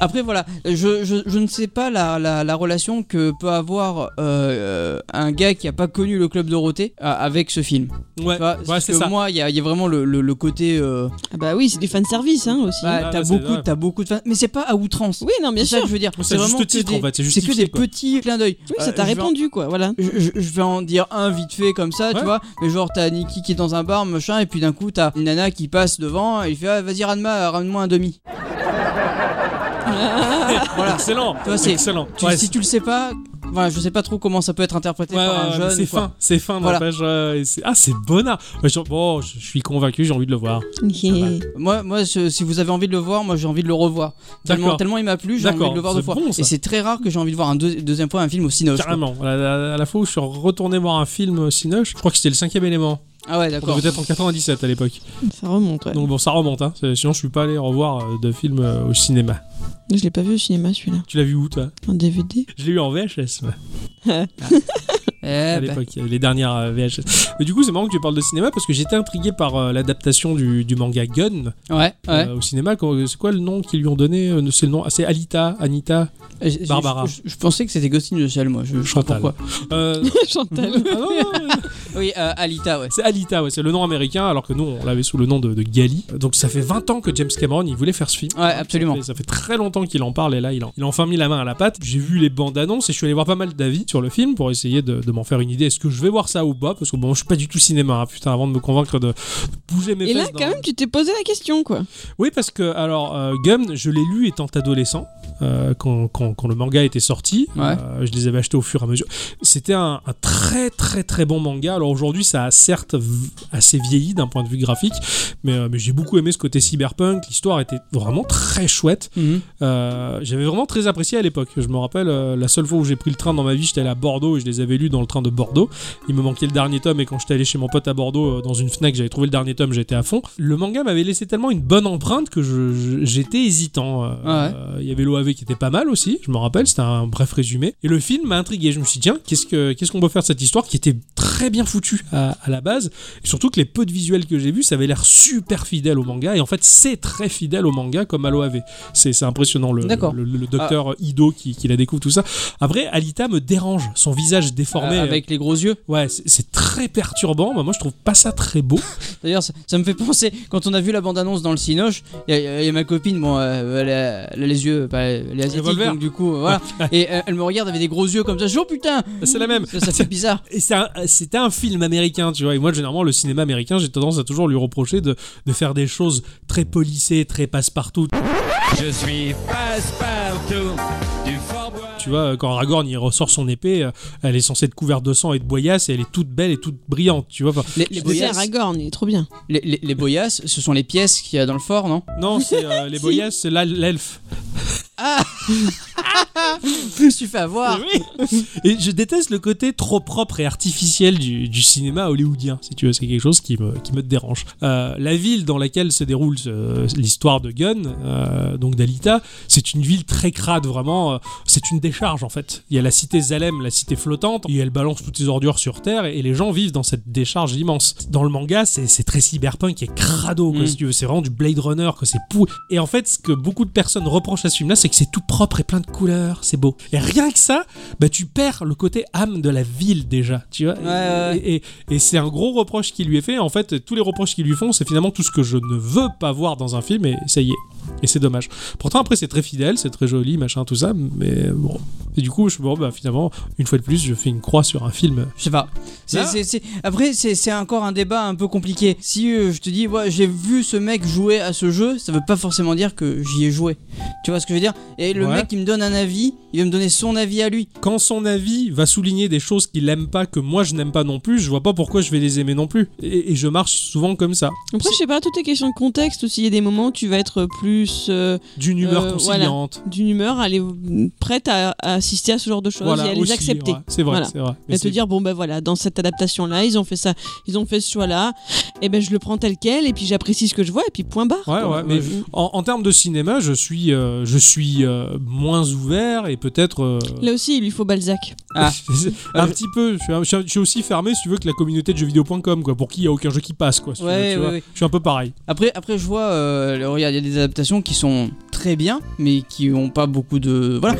S1: Après, voilà, je, je, je ne sais pas la, la, la relation que peut avoir euh, un gars qui n'a pas connu le club Dorothée euh, avec ce film.
S2: Ouais,
S1: Tu vois,
S2: ouais,
S1: parce
S2: c'est
S1: que
S2: ça.
S1: moi, il y, a il y a vraiment le, le- le côté. euh,
S3: Ah bah oui, c'est du fanservice hein, aussi.
S1: bah,
S2: Ah,
S1: t'as
S2: bah, c'est
S1: beaucoup,
S2: vrai.
S1: t'as beaucoup de. fans- Mais c'est pas à outrance.
S3: Oui, non, bien
S1: C'est ça
S3: sûr.
S1: que je veux dire.
S2: Oui,
S1: C'est
S2: c'est
S1: vraiment
S2: juste
S1: que
S2: titre,
S1: des-
S2: en fait, c'est
S1: C'est que
S2: justifié,
S1: des
S2: quoi.
S1: petits clins d'œil.
S3: Oui,
S1: Euh,
S3: ça t'a
S1: je vais en-
S3: répondu, quoi, voilà.
S1: Je, je- je vais en dire un vite fait comme ça,
S2: Ouais.
S1: tu vois. Mais genre, t'as Nikki qui est dans un bar, machin, et puis d'un coup, t'as une nana qui passe devant, et il fait ah, Vas-y, Ranma, ramène-moi un demi. voilà.
S2: Excellent.
S1: Toi, c'est-
S2: excellent.
S1: Tu-
S2: Ouais,
S1: si tu le sais pas, voilà, je sais pas trop comment ça peut être interprété
S2: Ouais,
S1: par
S2: ouais,
S1: un
S2: mais
S1: jeune.
S2: c'est
S1: ou quoi.
S2: fin, c'est fin.
S1: Voilà.
S2: n'empêche, euh, et c'est- ah, c'est bonnard. Ouais, je- Bon, je je suis convaincu, j'ai envie de le voir.
S1: Ah
S3: Ok.
S1: Moi, moi je- si vous avez envie de le voir, moi j'ai envie de le revoir. Tellement,
S2: D'accord.
S1: tellement il m'a plu, j'ai envie
S2: D'accord,
S1: de le voir deux
S2: c'est
S1: fois.
S2: bon, ça.
S1: Et c'est très rare que j'ai envie de voir un deux- deuxième fois un film au Cinoche. quoi.
S2: Carrément. À la, à la fois où je suis retourné voir un film euh, Cinoche, je crois que c'était le cinquième élément.
S1: Ah ouais, d'accord.
S2: Peut-être en 97 à l'époque.
S3: Ça remonte, ouais.
S2: Donc bon, ça remonte. Hein. C'est- Sinon, je suis pas allé revoir euh, de film euh, au cinéma.
S3: Je l'ai pas vu au cinéma, celui-là.
S2: Tu l'as vu où, toi
S3: En DVD.
S2: Je l'ai eu en VHS. moi.
S1: Eh
S2: à
S1: ben,
S2: l'époque, il y avait les dernières euh, VHS. Mais du coup, c'est marrant que tu parles de cinéma parce que j'étais intrigué par euh, l'adaptation du, du manga Gun
S1: ouais, ouais.
S2: euh, au cinéma. Quand- C'est quoi le nom qu'ils lui ont donné Euh, C'est le nom. ah, c'est Alita, Anita,
S1: J'ai- j'ai-
S2: Barbara.
S1: Je, je pensais que c'était Ghost in the Shell, moi. Je, je sais pas
S2: Chantal.
S1: pourquoi.
S2: Euh, ah
S3: Chantal.
S2: non, non, non,
S1: Oui, euh, Alita, ouais.
S2: C'est Alita, ouais, c'est le nom américain, alors que nous, on l'avait sous le nom de, de Gali. Donc ça fait 20 ans que James Cameron, il voulait faire ce film.
S1: Ouais, absolument.
S2: Ça fait, ça fait très longtemps qu'il en parle, et là, il, en- il a enfin mis la main à la pâte. J'ai vu les bandes annonces, et je suis allé voir pas mal d'avis sur le film pour essayer de, de m'en faire une idée. Est-ce que je vais voir ça ou pas Parce que bon, je suis pas du tout cinéma, hein, putain, avant de me convaincre de bouger mes
S3: Et là,
S2: fesses dans-
S3: quand même, tu t'es posé la question, quoi.
S2: oui, parce que, alors, euh, Gum, je l'ai lu étant adolescent, euh, quand, quand- quand le manga était sorti.
S1: Ouais.
S2: Euh, je les avais achetés au fur et à mesure. C'était un, un très, très, très bon manga. Alors aujourd'hui, ça a certes v- assez vieilli d'un point de vue graphique, mais, euh, mais j'ai beaucoup aimé ce côté cyberpunk. L'histoire était vraiment très chouette.
S1: Mhm.
S2: Euh, J'avais vraiment très apprécié à l'époque. Je me rappelle, euh, la seule fois où j'ai pris le train dans ma vie, j'étais allé à Bordeaux et je les avais lus dans le train de Bordeaux. Il me manquait le dernier tome et quand j'étais allé chez mon pote à Bordeaux, euh, dans une Fnac, j'avais trouvé le dernier tome, j'étais à fond. Le manga m'avait laissé tellement une bonne empreinte que je- je- j'étais hésitant. Euh,
S1: Ah ouais.
S2: euh, Il y avait l'OAV qui était pas mal aussi, je me rappelle, c'était un bref résumé. Et le film m'a intrigué. Je me suis dit, tiens, qu'est-ce que- qu'est-ce qu'on peut faire de cette histoire qui était très bien foutue à, à la base et surtout que les peu de visuels que j'ai vus, ça avait l'air super fidèle au manga. Et en fait, c'est très fidèle au manga comme à l'OAV. C'est c'est impressionnant le,
S1: D'accord. Ah.
S2: le, le- le docteur Ido qui, qui la découvre, tout ça. Après, Alita me dérange. Son visage déformé.
S1: Euh, avec les gros yeux.
S2: euh, Ouais, c'est- c'est très perturbant. Bah, moi, je trouve pas ça très beau.
S1: D'ailleurs, ça, ça me fait penser, quand on a vu la bande-annonce dans le Cinoche, il y, a- y a ma copine, bon, euh, elle, a, elle a les yeux, bah, elle est asiatique,
S2: Revolver.
S1: donc du coup, euh, voilà. Et euh, elle me regarde avec des gros yeux comme ça, je dis, oh putain
S2: C'est la même.
S1: Ça, ça fait bizarre.
S2: Et c'est un- c'était un, film américain, tu vois. Et moi, généralement, le cinéma américain, j'ai tendance à toujours lui reprocher de, de faire des choses très polissées, très passe-partout.
S6: Je suis passe-partout du Fort Bois.
S2: Tu vois, quand Aragorn il ressort son épée, euh, elle est censée être couverte de sang et de boyasses, et elle est toute belle et toute brillante, tu vois. Enfin,
S1: Les, les
S3: Je
S1: boyas-
S3: disais Aragorn, il est trop bien.
S1: les- les- les boyas, ce sont les pièces qu'il y a dans le fort, non
S2: non, c'est euh, les
S3: Si.
S2: boyasses, c'est la- l'elfe.
S1: Je me suis fait avoir
S2: Et je déteste le côté trop propre et artificiel du, du cinéma hollywoodien, si tu veux. C'est quelque chose qui me, qui me dérange. Euh, la ville dans laquelle se déroule ce- l'histoire de Gunn, euh, donc d'Alita, c'est une ville très crade, vraiment. euh, c'est une décharge, en fait. Il y a la cité Zalem, la cité flottante, et elle balance toutes ses ordures sur Terre, et, et les gens vivent dans cette décharge immense. Dans le manga, c'est c'est très cyberpunk et crado, quoi,
S1: Mm.
S2: si tu veux. C'est vraiment du Blade Runner, que c'est pou. Et en fait, ce que beaucoup de personnes reprochent à ce film-là, c'est que c'est tout propre et plein de couleurs, c'est beau. Et rien que ça, bah, tu perds le côté âme de la ville déjà, tu vois.
S1: ouais, ouais.
S2: Et, et- et c'est un gros reproche qui lui est fait. En fait, tous les reproches qui lui font, c'est finalement tout ce que je ne veux pas voir dans un film, et ça y est. Et c'est dommage. Pourtant, après, c'est très fidèle, c'est très joli, machin, tout ça, mais bon. Et du coup, je, bon, bah, finalement, une fois de plus, je fais une croix sur un film.
S1: Je sais pas. C'est-
S2: Là-
S1: c'est- c'est- Après, c'est c'est encore un débat un peu compliqué. Si euh, je te dis, ouais, j'ai vu ce mec jouer à ce jeu, ça veut pas forcément dire que j'y ai joué. Tu vois ce que je veux dire Et le
S2: Ouais.
S1: mec, il me donne un avis, il va me donner son avis à lui.
S2: Quand son avis va souligner des choses qu'il aime pas, que moi je n'aime pas non plus, je vois pas pourquoi je vais les aimer non plus. Et, et je marche souvent comme ça.
S3: Après, je sais pas, tout est question de contexte aussi. Il y a des moments où tu vas être plus euh,
S2: D'une humeur
S3: Euh, voilà.
S2: conciliante.
S3: d'une humeur, elle est prête à, à assister à ce genre de choses
S2: Voilà,
S3: et à les
S2: aussi,
S3: accepter.
S2: ouais. C'est vrai,
S3: Voilà.
S2: c'est vrai.
S3: Et
S2: Mais
S3: à te
S2: c'est-
S3: dire, bon ben voilà, dans cette adaptation-là, ils ont fait ça, ils ont fait ce choix-là, et ben je le prends tel quel, et puis j'apprécie ce que je vois, et puis point barre.
S2: Ouais,
S3: quoi.
S2: ouais, mais
S3: Mm.
S2: En, en termes de cinéma, je suis, euh, je suis euh, moins ouvert et peut-être. euh,
S3: Là aussi, il lui faut Balzac.
S1: Ah.
S2: un petit peu. Je suis, un- je suis un- je suis aussi fermé, si tu veux, que la communauté de jeuxvideo.com, quoi, pour qui il n'y a aucun jeu qui passe, quoi. si tu
S1: Ouais,
S2: veux, tu
S1: ouais,
S2: vois.
S1: ouais.
S2: Je suis un peu pareil.
S1: Après, après je vois, euh, le- regarde, il y a des adaptations qui sont très bien, mais qui ont pas beaucoup de. Voilà.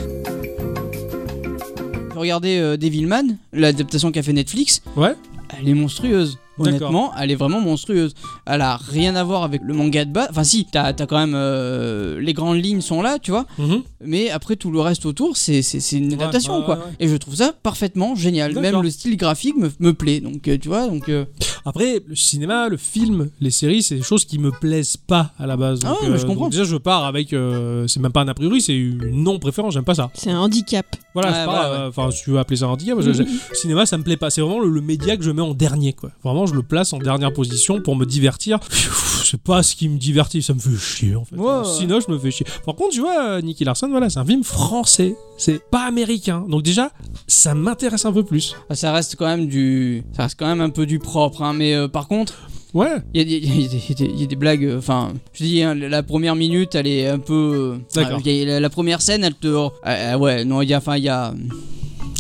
S1: Regardez euh, Devilman, l'adaptation qu'a fait Netflix.
S2: Ouais.
S1: Elle est monstrueuse.
S2: D'accord.
S1: Honnêtement, elle est vraiment monstrueuse. Elle a rien à voir avec le manga de base. Enfin, si, t'as as quand même. euh, les grandes lignes sont là, tu vois.
S2: Mhm.
S1: Mais après, tout le reste autour, c'est c'est- c'est une
S2: Ouais,
S1: adaptation,
S2: ouais,
S1: quoi.
S2: ouais, ouais.
S1: Et je trouve ça parfaitement génial. Même
S2: D'accord.
S1: le style graphique me, me plaît. Donc, euh, tu vois, donc. euh,
S2: Après, le cinéma, le film, les séries, c'est des choses qui me plaisent pas à la base.
S1: Ah
S2: Donc,
S1: ouais, mais je comprends.
S2: donc déjà, je pars avec. euh, c'est même pas un a priori, c'est une non-préférence, j'aime pas ça.
S3: C'est un handicap.
S2: Voilà,
S1: Ouais,
S2: c'est pas.
S1: voilà,
S2: euh, Enfin, si tu veux appeler ça un handicap, moi, je- je- le cinéma, ça me plaît pas. C'est vraiment le, le média que je mets en dernier, quoi. Vraiment, je le place en dernière position pour me divertir. Pfiou, C'est pas ce qui me divertit, ça me fait chier, en fait.
S1: Ouais.
S2: Sinon, je me fais chier. Par contre, tu vois, euh, Nicky Larson, voilà, c'est un film français. C'est pas américain. Donc, déjà, ça m'intéresse un peu plus.
S1: Ah, Ça reste quand même du, ça reste quand même un peu du propre, hein, mais euh, par contre,
S2: Ouais.
S1: il y, a des- il y a des- il y a des- il y a des blagues. euh, Enfin, je dis, hein, la première minute, elle est un peu. euh,
S2: D'accord.
S1: enfin, il y a- la, la première scène, elle te. ah, ah, ouais, non, il y a, enfin, il y a,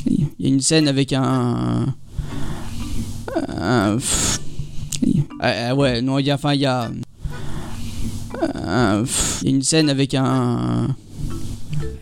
S1: il y a une scène avec un. un- pff, ah, ah, ouais, non, il y a, enfin, il y a. un- pff, il y a une scène avec un.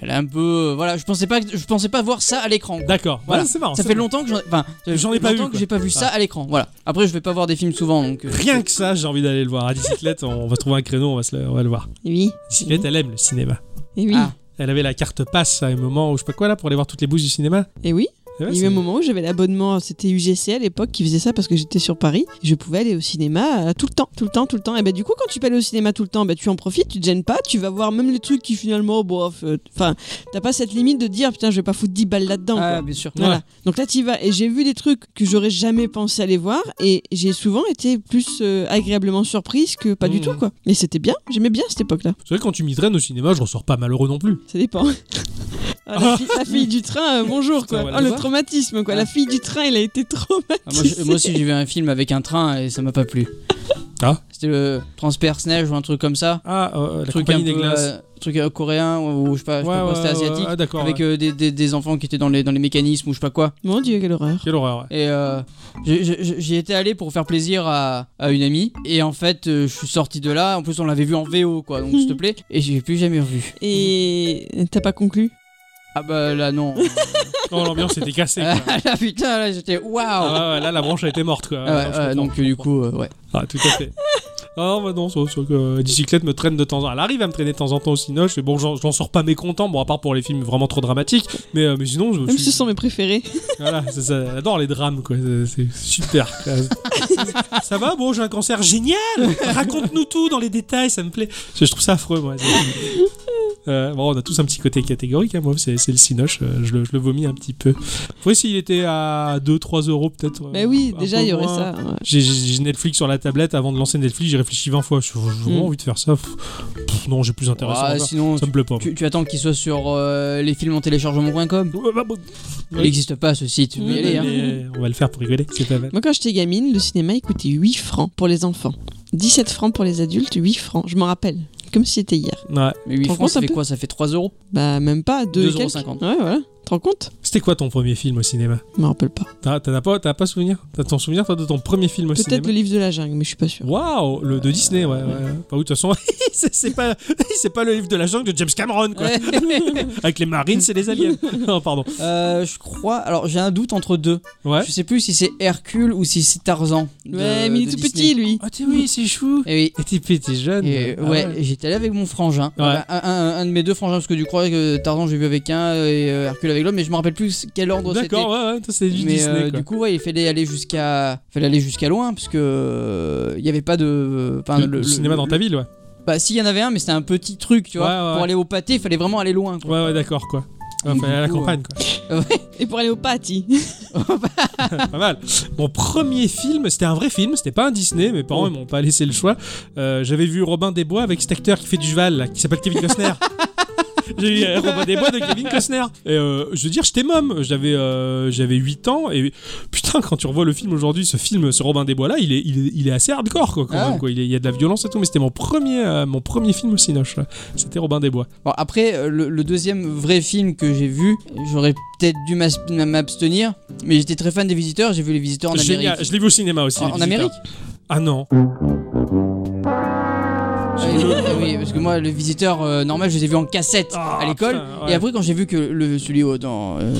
S1: Elle est un peu. euh, Voilà, je pensais pas, que- je pensais pas voir ça à l'écran.
S2: D'accord.
S1: Voilà.
S2: Ouais, c'est marrant.
S1: Ça
S2: c'est
S1: fait
S2: marrant.
S1: longtemps que j'en enfin, ça fait
S2: J'en ai pas
S1: longtemps
S2: vu,
S1: que
S2: quoi.
S1: j'ai pas vu ça à l'écran. Voilà. Après je vais pas voir des films souvent donc euh,
S2: Rien que ça, j'ai envie d'aller le voir. À bicyclette, on va trouver un créneau, on va, se le, on va le voir.
S3: Et oui.
S2: Bicyclette, elle aime le cinéma.
S3: Et oui.
S1: Ah.
S2: Elle avait la carte passe à un moment ou je sais pas quoi là pour aller voir toutes les bouses du cinéma.
S3: Et oui.
S2: C'est vrai,
S3: Il y a eu
S2: c'est-
S3: un moment où j'avais l'abonnement, c'était UGC à l'époque qui faisait ça parce que j'étais sur Paris. Je pouvais aller au cinéma euh, tout le temps, tout le temps, tout le temps. Et bah du coup, quand tu peux aller au cinéma tout le temps, bah tu en profites, tu te gênes pas, tu vas voir même les trucs qui finalement, bof, euh, enfin, t'as pas cette limite de dire putain, je vais pas foutre 10 balles là-dedans.
S1: Ah,
S3: quoi.
S1: bien sûr.
S3: Voilà. Donc là, tu vas. Et j'ai vu des trucs que j'aurais jamais pensé aller voir. Et j'ai souvent été plus euh, agréablement surprise que pas du
S2: Mhm.
S3: tout, quoi. Mais c'était bien. J'aimais bien cette époque-là.
S2: C'est vrai que quand tu m'y traînes au cinéma, je ressors pas malheureux non plus.
S3: Ça dépend. Ah, la, fille, la fille du train, euh, bonjour, quoi.
S2: Putain, on va
S3: Oh,
S2: la
S3: le
S2: voir.
S3: traumatisme, quoi.
S1: Ah.
S3: La fille du train, il a été traumatisée.
S1: Ah, moi, je- moi aussi j'ai vu un film avec un train et ça m'a pas plu.
S2: Ah.
S1: C'était le Transperce Neige ou un truc comme ça.
S2: Ah, euh, la
S1: truc
S2: compagnie des
S1: peu,
S2: glaces.
S1: euh, truc euh, coréen ou, ou je sais pas, je sais
S2: Ouais,
S1: pas quoi,
S2: ouais,
S1: c'était
S2: ouais,
S1: asiatique.
S2: ouais, ah, d'accord.
S1: Avec
S2: ouais.
S1: euh, des, des- des enfants qui étaient dans les, dans les mécanismes ou je sais pas quoi.
S3: Mon dieu, quelle horreur.
S2: Quelle horreur. ouais.
S1: Et euh, j'ai- j'ai- j'y étais allé pour faire plaisir à, à une amie. Et en fait, euh, je suis sorti de là. En plus, on l'avait vu en VO quoi, donc s'il te plaît. Et j'ai plus jamais revu.
S3: Et t'as pas conclu
S1: Ah bah là, non.
S2: Oh, l'ambiance était cassée. quoi.
S1: Ah là, putain, là, j'étais waouh!
S2: Ah, ouais, ouais, là, la branche a été morte. Quoi.
S1: Ah ouais,
S2: Non, je
S1: ouais,
S2: comprends,
S1: donc
S2: je
S1: euh, du
S2: comprends.
S1: coup, euh, ouais.
S2: Ah, tout à fait. Ah bah non, sauf, sauf que euh, bicyclette me traîne de temps en temps. Elle arrive à me traîner de temps en temps au cinoche. Et bon, j'en j'en sors pas mécontent, bon, à part pour les films vraiment trop dramatiques. Mais, euh, mais sinon, je,
S3: Même
S2: je-
S3: ce sont mes préférés.
S2: Voilà, c'est ça, j'adore les drames, quoi. c'est- C'est super. quoi. ça va, bon, j'ai un cancer génial. Raconte-nous tout dans les détails, ça me plaît. Je, je trouve ça affreux, moi. Euh, bon, on a tous un petit côté catégorique, hein, moi, c'est c'est le cinoche, euh, je le, je le vomis un petit peu. Après, s'il était à 2-3 euros, peut-être. euh,
S3: Bah oui,
S2: un
S3: déjà,
S2: peu
S3: il y aurait
S2: moins.
S3: ça. ouais.
S2: J'ai- J'ai j'ai Netflix sur la tablette, avant de lancer Netflix, j'ai réfléchi 20 fois. J'ai vraiment
S3: Mm.
S2: envie de faire ça. Pff, non, j'ai plus intéressant. à
S1: Ah,
S2: faire.
S1: sinon,
S2: ça
S1: tu,
S2: me plaît pas.
S1: tu- tu attends qu'il soit sur euh, les films en téléchargement.com. Il
S2: Ouais. bah,
S1: n'existe pas ce site, tu peux y
S3: Oui,
S1: aller.
S3: mais-
S1: hein.
S2: Mais euh, On va le faire pour rigoler, c'est pas mal.
S3: Moi, quand j'étais gamine, le cinéma, il coûtait 8 francs pour les enfants. 17 francs pour les adultes, 8 francs. Je m'en rappelle. Comme si c'était hier.
S2: Ouais.
S1: Mais 8
S3: T'en
S1: francs, ça
S3: comptes un
S1: fait
S3: peu
S1: quoi Ça fait 3 euros
S3: Bah, même pas. 2
S1: 2,50
S3: Ouais, voilà. T'en rends compte
S2: C'était quoi ton premier film au cinéma
S3: Je m'en rappelle pas.
S2: T'as t'en as pas, t'as pas souvenir T'as ton souvenir toi de ton premier film au
S3: Peut-être
S2: cinéma
S3: le livre de la jungle, mais je suis pas sûre.
S2: Waouh, le de Disney, ouais. ouais. Bah oui, de toute façon, c'est c'est pas, c'est pas le livre de la jungle de James Cameron, quoi. Avec les marines, c'est les aliens. non, pardon.
S1: Euh, je crois. Alors, j'ai un doute entre deux.
S2: Ouais.
S1: Je sais plus si c'est Hercule ou si c'est Tarzan. de-
S3: ouais, mais il
S1: de
S3: est tout
S1: Disney.
S3: petit, lui.
S2: Ah, t'es oui, c'est chou.
S1: Eh oui.
S2: Et t'es petit, jeune.
S1: Et,
S2: Ah
S1: ouais, j'étais allé avec mon frangin. Un, un- un de mes deux frangins, parce que du crois que Tarzan, j'ai vu avec un et euh, Hercule avec l'autre, mais je me rappelle plus quel ordre c'était.
S2: D'accord, ouais, ouais, toi, c'est du
S1: Mais
S2: Disney,
S1: euh,
S2: quoi.
S1: du coup, ouais, il fallait aller jusqu'à, fallait aller jusqu'à loin parce que euh, il y avait pas de, enfin,
S2: le, le cinéma dans ta ville, ouais.
S1: Bah, si, il y en avait un, mais c'était un petit truc, tu vois.
S2: Ouais, ouais,
S1: Pour
S2: ouais.
S1: aller au pâté, il fallait vraiment aller loin. Quoi.
S2: Ouais, ouais, d'accord, quoi.
S1: Donc,
S2: Enfin, à la
S1: du coup, euh,
S2: campagne, quoi.
S3: Et pour aller au pâti.
S2: pas mal. Mon premier film, c'était un vrai film, c'était pas un Disney, mes parents ils m'ont pas laissé le choix. Euh, J'avais vu Robin des Bois avec cet acteur qui fait du cheval, là, qui s'appelle Kevin Costner. J'ai eu euh, Robin des Bois de Kevin Costner. Et euh, je veux dire, j'étais môme. J'avais euh, j'avais 8 ans. Et putain, quand tu revois le film aujourd'hui, ce film, ce Robin des Bois là, il est, il est, il est assez hardcore quoi, quand
S1: Ah
S2: même,
S1: ouais.
S2: quoi. Il, est- il y a de la violence et tout. Mais c'était mon, premier euh, mon premier film au Cinoche. là. C'était Robin des Bois.
S1: Bon, après, euh, le, le deuxième vrai film que j'ai vu, j'aurais peut-être dû m'as- m'abstenir, mais j'étais très fan des visiteurs, j'ai vu les visiteurs en Amérique.
S2: Génial. Je l'ai vu au cinéma aussi.
S1: En-
S2: Les
S1: en
S2: Visiteurs.
S1: Amérique
S2: Ah non.
S1: Ah oui, ah oui, parce que moi, le visiteur euh, normal, je les ai vus en cassette
S2: Ah,
S1: à l'école.
S2: putain, ouais.
S1: Et après, quand j'ai vu que le, celui, au- dans, euh,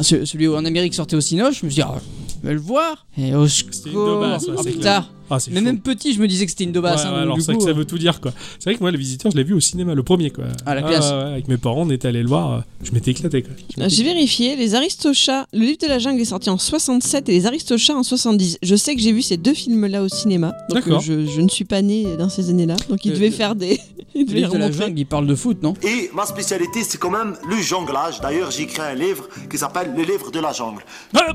S1: ce- celui en Amérique sortait au Cinoche, je me suis dit, ah, je vais le voir. Et au
S2: C'était une daubasse, ouais,
S1: Ah,
S2: c'est
S1: putain.
S2: clair. Ah, c'est
S1: Mais
S2: chaud.
S1: même petit, je me disais que c'était une
S2: Ouais,
S1: daubasse.
S2: ouais,
S1: hein, donc,
S2: alors
S1: du
S2: c'est vrai
S1: coup,
S2: que ça
S1: euh,
S2: veut tout dire quoi. C'est vrai que moi les visiteurs je l'ai vu au cinéma, le premier quoi.
S1: Ah, la classe.
S2: ouais, ouais, avec mes parents on était allé le voir, euh, je m'étais éclaté quoi. Je
S3: Ah,
S2: m'étais-
S3: J'ai vérifié, les Aristochats, le livre de la jungle est sorti en 67 et les Aristochats en 70. Je sais que j'ai vu ces deux films-là au cinéma. Donc
S2: D'accord.
S3: euh, je, je ne suis pas né dans ces années-là, donc ils
S1: Euh,
S3: devaient
S1: euh,
S3: faire des... ils
S1: le
S3: devaient
S1: livre de la
S3: remontrer.
S1: jungle, il parle de foot, non
S7: Et ma spécialité, c'est quand même le jonglage. D'ailleurs, j'ai écrit un livre qui s'appelle Le livre de la jungle.
S2: Ah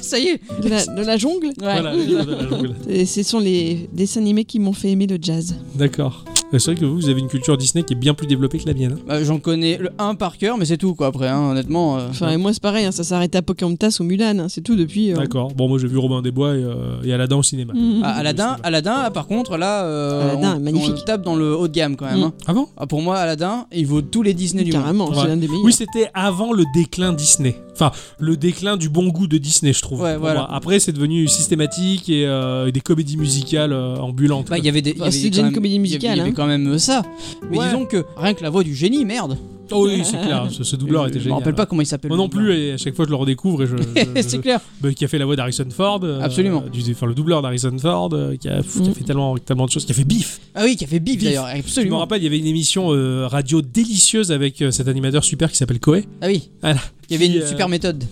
S1: Ça y est
S3: de, la, de la jungle
S2: Voilà, le livre de la jungle.
S3: Et ce sont les dessins animés qui m'ont fait aimer le jazz.
S2: D'accord. Euh, C'est vrai que vous, vous avez une culture Disney qui est bien plus développée que la mienne. hein.
S1: Bah, J'en connais le 1 par cœur, mais c'est tout, quoi, après, hein, honnêtement. euh.
S3: Enfin, et moi c'est pareil, hein, ça s'arrête à Pocahontas ou Mulan, hein, c'est tout depuis... euh,
S2: D'accord. Bon, moi j'ai vu Robin des Bois et, euh, et Aladdin au cinéma.
S3: Mhm.
S1: Ah, Aladdin, Aladdin, ah, par contre, là, euh,
S3: Aladdin
S1: on,
S3: est magnifique.
S1: on tape dans le haut de gamme quand même.
S3: Mm.
S1: hein.
S2: Ah bon
S1: Ah, pour moi, Aladdin, il vaut tous les Disney du monde.
S3: Carrément,
S2: Ouais.
S3: c'est l'un des meilleurs.
S2: Oui, c'était avant le déclin Disney. Enfin, le déclin du bon goût de Disney, je trouve.
S1: Ouais,
S2: pour
S1: voilà.
S2: moi. Après, c'est devenu systématique et euh, des comédies musicales euh, ambulantes.
S1: Bah,
S2: quoi.
S1: il y avait des. il y
S3: Bah,
S1: avait
S3: c'est
S1: quand
S3: déjà une
S1: même-
S3: comédie
S1: il y avait-
S3: musicale,
S1: Il y avait
S3: hein.
S1: quand même euh, ça. Mais
S2: Ouais.
S1: disons que rien que la voix du génie, merde.
S2: Oh oui, c'est clair. Ce, ce doubleur était
S1: je
S2: génial. hein.
S1: me rappelle pas comment il s'appelle.
S2: Moi
S1: le
S2: non plus,
S1: doubleur.
S2: et à chaque fois je le redécouvre et je. je- je-
S1: c'est clair.
S2: Bah, qui a fait la voix d'Harrison Ford. euh,
S1: Absolument.
S2: du- enfin, le doubleur d'Harrison Ford, euh, qui, a, pff, qui a
S3: Mm.
S2: fait tellement, tellement de choses, qui a fait Biff.
S1: Ah oui, qui a fait Biff
S2: Biff.
S1: d'ailleurs,
S2: Je me
S1: absolument.
S2: rappelle, il y avait une émission euh, radio délicieuse avec euh, cet animateur super qui s'appelle Koei.
S1: Ah oui.
S2: Voilà.
S1: Il y avait
S2: Qui,
S1: une
S2: euh,
S1: super méthode.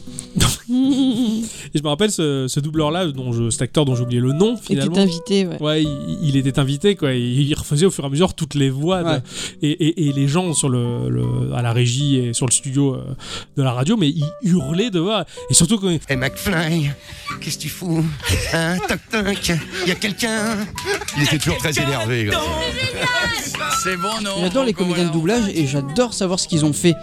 S2: Et je me rappelle ce, ce doubleur-là, dont je, cet acteur dont j'ai oublié le nom
S3: Et qui
S2: finalement.
S3: est invité, ouais.
S2: Ouais, il, il était invité, quoi. et Il refaisait au fur et à mesure toutes les voix. de-
S1: Ouais.
S2: et, et- et les gens sur le, le- à la régie et sur le studio euh, de la radio, mais ils hurlaient de voix. Et surtout quand
S8: Eh McFly, qu'est-ce que tu fous Hein Toc toc, y a quelqu'un
S9: Il était toujours très énervé. quoi.
S6: C'est bon, non
S1: J'adore les comédiens de doublage et j'adore savoir ce qu'ils ont fait.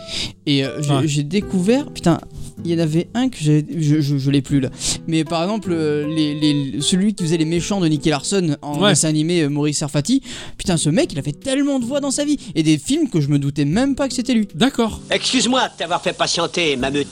S1: Et euh, j'ai
S2: Ouais.
S1: j'ai découvert, putain, il y en avait un que j'ai- je, je, je l'ai plus là. Mais par exemple, euh, les, les- celui qui faisait les méchants de Nicky Larson en
S2: Ouais.
S1: dessin animé euh, Maurice Sarfati, putain, ce mec, il avait tellement de voix dans sa vie et des films que je me doutais même pas que c'était lui.
S2: D'accord.
S10: Excuse-moi de t'avoir fait patienter, ma meute.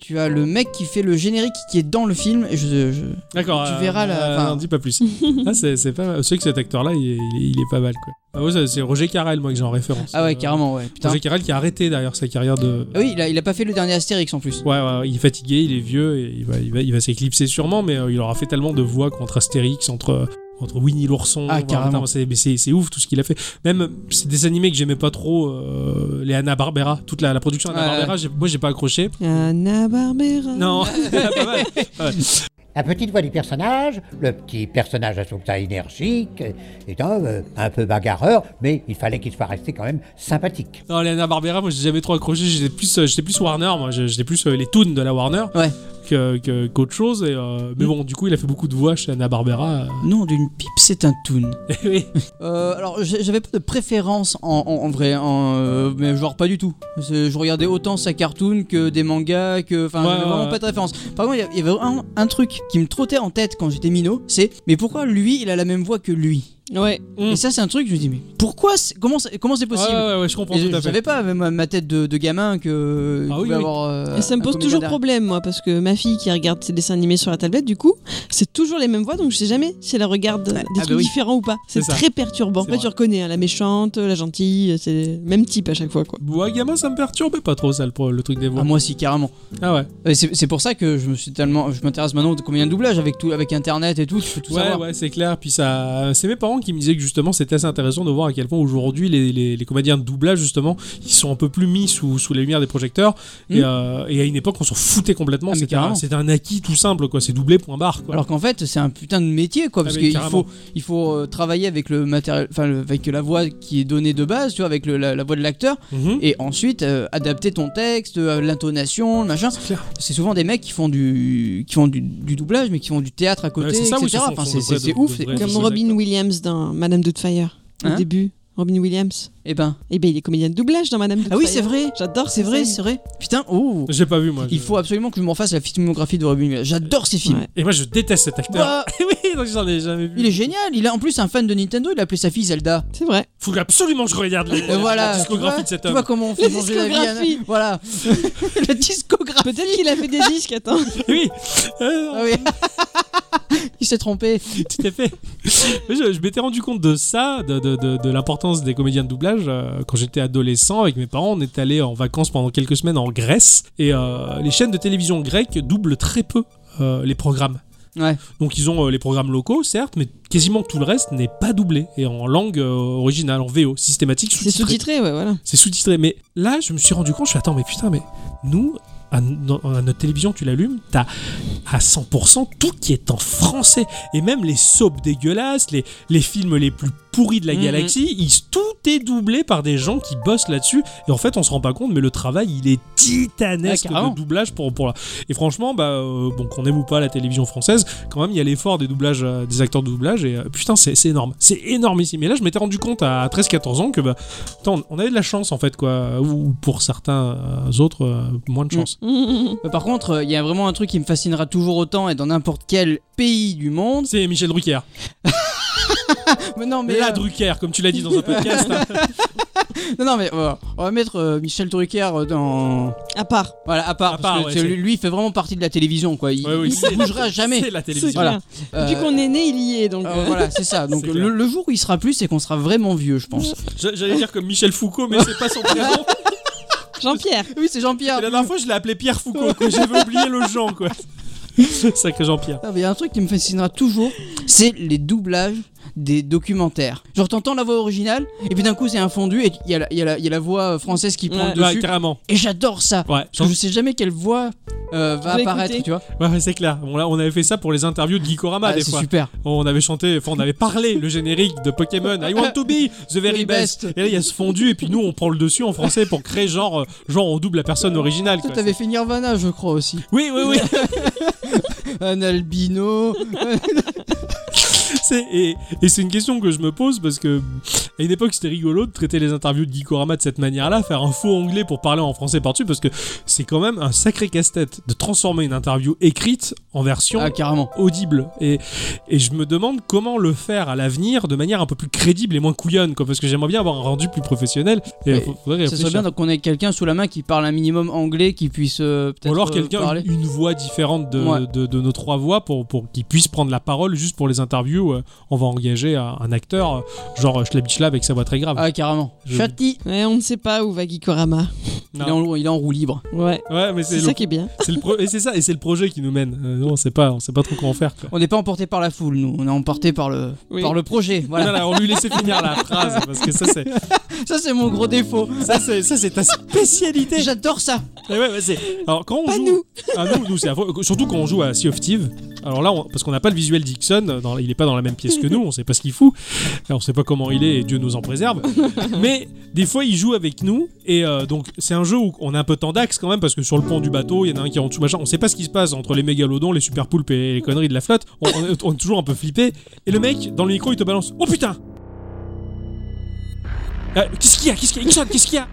S1: Tu as le mec qui fait le générique qui est dans le film. Et je, je-
S2: D'accord. euh,
S1: Tu verras la- enfin-
S2: non, dis pas plus. ah, c'est, c'est pas mal. C'est vrai que cet acteur-là, il, est- il est- il est pas mal, quoi. Ah, ouais, ça, c'est Roger Carrel, moi, que j'ai en référence.
S1: Ah
S2: Euh,
S1: ouais, carrément, ouais, putain.
S2: Roger Carrel qui a arrêté d'ailleurs sa carrière de.
S1: Ah oui, il a, il a pas fait le dernier Astérix en plus.
S2: Ouais, ouais, ouais, il est fatigué, il est vieux, et il va, il va, il va s'éclipser sûrement, mais euh, il aura fait tellement de voix contre Astérix, entre, euh, entre Winnie l'ourson.
S1: Ah,
S2: voilà,
S1: carrément.
S2: putain, c'est, mais c'est, c'est ouf tout ce qu'il a fait. Même euh, c'est des animés que j'aimais pas trop, euh, les Anna Barbera, toute la, la production Anna Barbera, moi j'ai pas accroché.
S3: Anna Barbera.
S2: Non, pas mal.
S8: La petite voix du personnage, le petit personnage à son tas énergique, est un, euh, un peu bagarreur, mais il fallait qu'il soit resté quand même sympathique.
S2: Non, les Anna Barbera, moi j'ai jamais trop accroché. J'étais plus, euh, j'étais plus Warner, moi j'ai- j'étais plus euh, les toons de la Warner
S1: Ouais.
S2: que, que- qu'autre chose. Et, euh, mais bon, du coup, il a fait beaucoup de voix chez Anna Barbera.
S1: Non, d'une pipe, c'est un toon.
S2: oui.
S1: Euh, alors j'ai- j'avais pas de préférence en, en- en vrai, en, euh, mais genre pas du tout. C'est- Je regardais autant sa cartoon que des mangas, que enfin
S2: Ouais,
S1: j'avais
S2: ouais,
S1: vraiment
S2: ouais.
S1: pas de référence. Par contre, il y a- il y avait un, un truc qui me trottait en tête quand j'étais minot, c'est mais pourquoi lui il a la même voix que lui
S3: Ouais.
S2: Mm.
S1: Et ça c'est un truc je me dis mais pourquoi c'est- comment c'est- comment c'est possible
S2: Ouais, ouais, ouais, je comprends
S1: Et je,
S2: tout à
S1: je
S2: fait.
S1: savais pas même à ma tête de, de gamin que
S2: Ah
S1: il
S2: oui,
S1: pouvait
S2: oui.
S1: avoir. euh,
S3: Et ça me
S1: un
S3: pose
S1: comédien
S3: toujours
S1: derrière.
S3: problème, moi, parce que ma fille qui regarde ses dessins animés sur la tablette, du coup, c'est toujours les mêmes voix, donc je sais jamais si elle regarde euh, des
S1: Ah, bah
S3: trucs
S1: oui.
S3: différents ou pas. C'est
S2: C'est ça.
S3: très perturbant.
S2: C'est
S3: Après,
S2: vrai.
S3: tu reconnais hein, la méchante, la gentille, c'est le même type à chaque fois, quoi.
S2: Ouais, gamin, ça me perturbait pas trop, ça, le, pro- le truc des voix.
S1: Ah, moi si carrément.
S2: Ah ouais.
S1: Et C'est c'est pour ça que je me suis tellement, je m'intéresse maintenant aux comédiens de doublage avec tout, avec internet et tout, tu peux tout
S2: ouais,
S1: savoir.
S2: ouais, c'est clair. Puis ça, c'est mes parents qui me disaient que justement c'était assez intéressant de voir à quel point aujourd'hui les, les- les comédiens de doublage justement ils sont un peu plus mis sous, sous les lumières des projecteurs.
S1: Mm.
S2: Et, euh, et à une époque on s'en foutait complètement.
S1: Ah, mais
S2: c'était, un,
S1: carrément.
S2: c'était un acquis tout simple quoi. C'est doublé point barre quoi.
S1: Alors qu'en fait, c'est un putain de métier, quoi,
S2: Ah,
S1: parce
S2: mais
S1: qu'il
S2: carrément.
S1: faut, il faut euh, travailler avec le matériel, enfin, le- avec la voix qui est donnée de base, tu vois, avec le- la, la voix de l'acteur,
S2: Mhm.
S1: et ensuite euh, adapter ton texte, euh, l'intonation, le machin.
S2: C'est clair.
S1: C'est souvent des mecs qui font du, qui font du, du doublage, mais qui font du théâtre à côté,
S2: Ouais, c'est ça, oui,
S1: etc.
S2: ce sont-
S1: enfin,
S2: sont de
S1: c'est-
S2: vrais-
S1: c'est
S2: de-
S1: c'est ouf.
S2: de
S1: c'est
S2: vrais
S1: ouf.
S3: Comme
S2: c'est
S3: Robin
S2: exact.
S3: Williams dans Madame Doubtfire, au
S1: Hein
S3: début. Robin Williams.
S1: Eh ben.
S3: Eh ben, il est comédien de doublage dans Madame
S1: Ah oui, c'est vrai.
S3: J'adore,
S1: C'est vrai, c'est vrai. Putain, oh.
S2: J'ai pas vu, moi.
S1: Il
S2: je-
S1: faut absolument que je m'en fasse la filmographie de Robin Williams. J'adore ces films.
S3: Ouais.
S2: Et moi, je déteste cet acteur.
S1: Bah,
S2: oui, donc j'en ai jamais vu.
S1: il est génial. Il a en plus un fan de Nintendo. Il a appelé sa fille Zelda.
S3: C'est vrai.
S2: Faut absolument que je regarde les-
S1: Et
S2: la
S1: voilà. tu vois-
S2: discographie de cet
S1: Tu vois
S2: homme.
S1: comment on fait
S3: La
S1: changer la vie. à-
S3: discographie.
S1: Voilà. la discographie.
S3: Peut-être qu'il a fait des disques, attends.
S2: Oui, Euh,
S1: Ah oui. il s'est trompé.
S2: tout à fait. Mais je je m'étais rendu compte de ça, de, de- de- de l'importance des comédiens de doublage. euh, Quand j'étais adolescent, avec mes parents, on est allé en vacances pendant quelques semaines en Grèce. Et euh, les chaînes de télévision grecques doublent très peu euh, les programmes.
S1: Ouais.
S2: Donc ils ont euh, les programmes locaux, certes, mais quasiment tout le reste n'est pas doublé. Et en langue euh, originale, en VO, systématique,
S3: C'est
S2: sous-titré.
S3: sous-titré, ouais, voilà.
S2: C'est sous-titré. Mais là, je me suis rendu compte, je suis attends, mais putain, mais nous, à, no- à notre télévision, tu l'allumes, t'as à 100% tout qui est en français. Et même les soaps dégueulasses, les, les films les plus pourris de la
S1: Mhm.
S2: galaxie, ils- tout est doublé par des gens qui bossent là-dessus. Et en fait, on se rend pas compte, mais le travail, il est titanesque
S1: Ah, carrément.
S2: de doublage pour, pour la- Et franchement, bah, euh, bon, qu'on aime ou pas la télévision française, quand même, il y a l'effort des doublages, euh, des acteurs de doublage, et euh, putain, c'est c'est énorme. C'est énorme ici. Mais là, je m'étais rendu compte à 13-14 ans que, bah, Attends, on avait de la chance en fait, quoi. Ou pour certains euh, autres, euh, moins de chance.
S1: Mais Par contre, euh, il y a vraiment un truc qui me fascinera toujours autant et dans n'importe quel pays du monde.
S2: C'est Michel Drucker.
S1: Mais non, Mm. mais
S2: la
S1: euh,
S2: Drucker, comme tu l'as dit dans un podcast. hein.
S1: non, non, mais euh, on va mettre euh, Michel Drucker euh, dans
S3: À part.
S1: voilà à part,
S2: À
S1: parce
S2: part,
S1: que
S2: ouais,
S1: c'est-
S2: c'est-
S1: lui il fait vraiment partie de la télévision quoi. Il,
S2: Ouais, oui,
S1: il
S2: c'est-
S1: ne bougera jamais.
S2: C'est la
S3: C'est
S2: télévision.
S1: Voilà.
S3: clair. Depuis
S1: Euh,
S3: qu'on est né, il y est, donc.
S1: euh,
S3: euh,
S1: voilà, c'est ça. Donc
S2: C'est
S1: le,
S2: clair.
S1: le jour où il sera plus, c'est qu'on sera vraiment vieux, je pense.
S2: J'a- J'allais dire comme Michel Foucault, mais c'est pas son prénom.
S3: euh, Jean-Pierre.
S1: Oui, c'est Jean-Pierre.
S2: Et la dernière fois, je l'ai appelé Pierre Foucault, quoi. J'avais oublié le Jean, quoi. Sacré Jean-Pierre.
S1: Ah, mais Il y a un truc qui me fascinera toujours, c'est les doublages des documentaires. Genre t'entends la voix originale, et puis d'un coup c'est un fondu, et il y, a la- il y a la- il y a la voix euh, française qui prend le
S2: Ouais,
S1: dessus.
S2: carrément.
S1: et j'adore ça.
S2: Ouais,
S1: Parce que je sais jamais quelle voix euh, va
S3: Je vais
S1: apparaître,
S3: écouter.
S1: tu vois.
S2: Ouais, ouais, c'est clair. Bon, là, on avait fait ça pour les interviews de Gikorama,
S1: Ah,
S2: Bah, des
S1: c'est
S2: fois.
S1: super.
S2: On avait chanté, enfin on avait parlé le générique de Pokémon I want to be the very
S1: Very
S2: best.
S1: best.
S2: Et là il y a ce fondu et puis nous on prend le dessus en français pour créer genre euh, genre on double la personne originale.
S1: Toi,
S2: quoi.
S1: t'avais fait Nirvana, je crois aussi.
S2: Oui oui oui.
S1: Un albino.
S2: C'est- et et c'est une question que je me pose parce que à une époque c'était rigolo de traiter les interviews de Gikorama de cette manière-là, faire un faux anglais pour parler en français par-dessus parce que c'est quand même un sacré casse-tête de transformer une interview écrite en version
S1: ah, carrément.
S2: audible et, et je me demande comment le faire à l'avenir de manière un peu plus crédible et moins couillonne quoi, parce que j'aimerais bien avoir un rendu plus professionnel et
S1: Mais
S2: faut- faudrait
S1: Ça serait
S2: réfléchir.
S1: bien qu'on ait quelqu'un sous la main qui parle un minimum anglais, qui puisse euh, peut-être
S2: ou alors
S1: euh,
S2: quelqu'un
S1: parler.
S2: une, une voix différente de,
S1: Ouais.
S2: de, de nos trois voix pour, pour qu'il puisse prendre la parole juste pour les interviews euh, on va engager un, un acteur euh, genre euh, Schlabichla avec sa voix très grave
S1: Ah, carrément.
S2: Je-
S1: Chati.
S3: Ouais, on ne sait pas où va Gikorama.
S1: Il
S2: Non.
S1: est, en, il est en roue libre.
S3: Ouais.
S2: ouais mais c'est
S3: C'est
S2: le,
S3: ça qui est bien.
S2: c'est le pro- et c'est ça et c'est le projet qui nous mène Euh, non, on sait pas on sait pas trop comment faire quoi.
S1: On n'est pas emporté par la foule, nous. On est emporté par le,
S3: Oui.
S1: par le projet. Voilà.
S2: Voilà, on lui laissait finir la phrase parce que ça c'est
S1: Ça, c'est mon gros défaut.
S2: ça c'est ça c'est ta spécialité
S1: J'adore ça.
S2: Eh Ouais, ouais, ouais, c'est- Alors quand on
S3: Pas
S2: joue,
S3: nous.
S2: Ah, nous, nous, c'est affreux. surtout quand on joue à Sea of Thieves. Alors là, on- parce qu'on n'a pas le visuel Dixon, euh, dans- il est pas dans la même pièce que nous, on sait pas ce qu'il fout, Et on sait pas comment il est, et Dieu nous en préserve. Mais des fois, il joue avec nous, et euh, donc c'est un jeu où on a un peu de temps d'axe quand même, parce que sur le pont du bateau, il y en a un qui est en dessous, machin, on sait pas ce qui se passe entre les mégalodons, les super poulpes et les conneries de la flotte. On, on est- on est toujours un peu flippé, et le mec dans le micro, il te balance, oh putain. Euh, qu'est-ce qu'il y a Qu'est-ce qu'il y a Ixon, qu'est-ce qu'il y a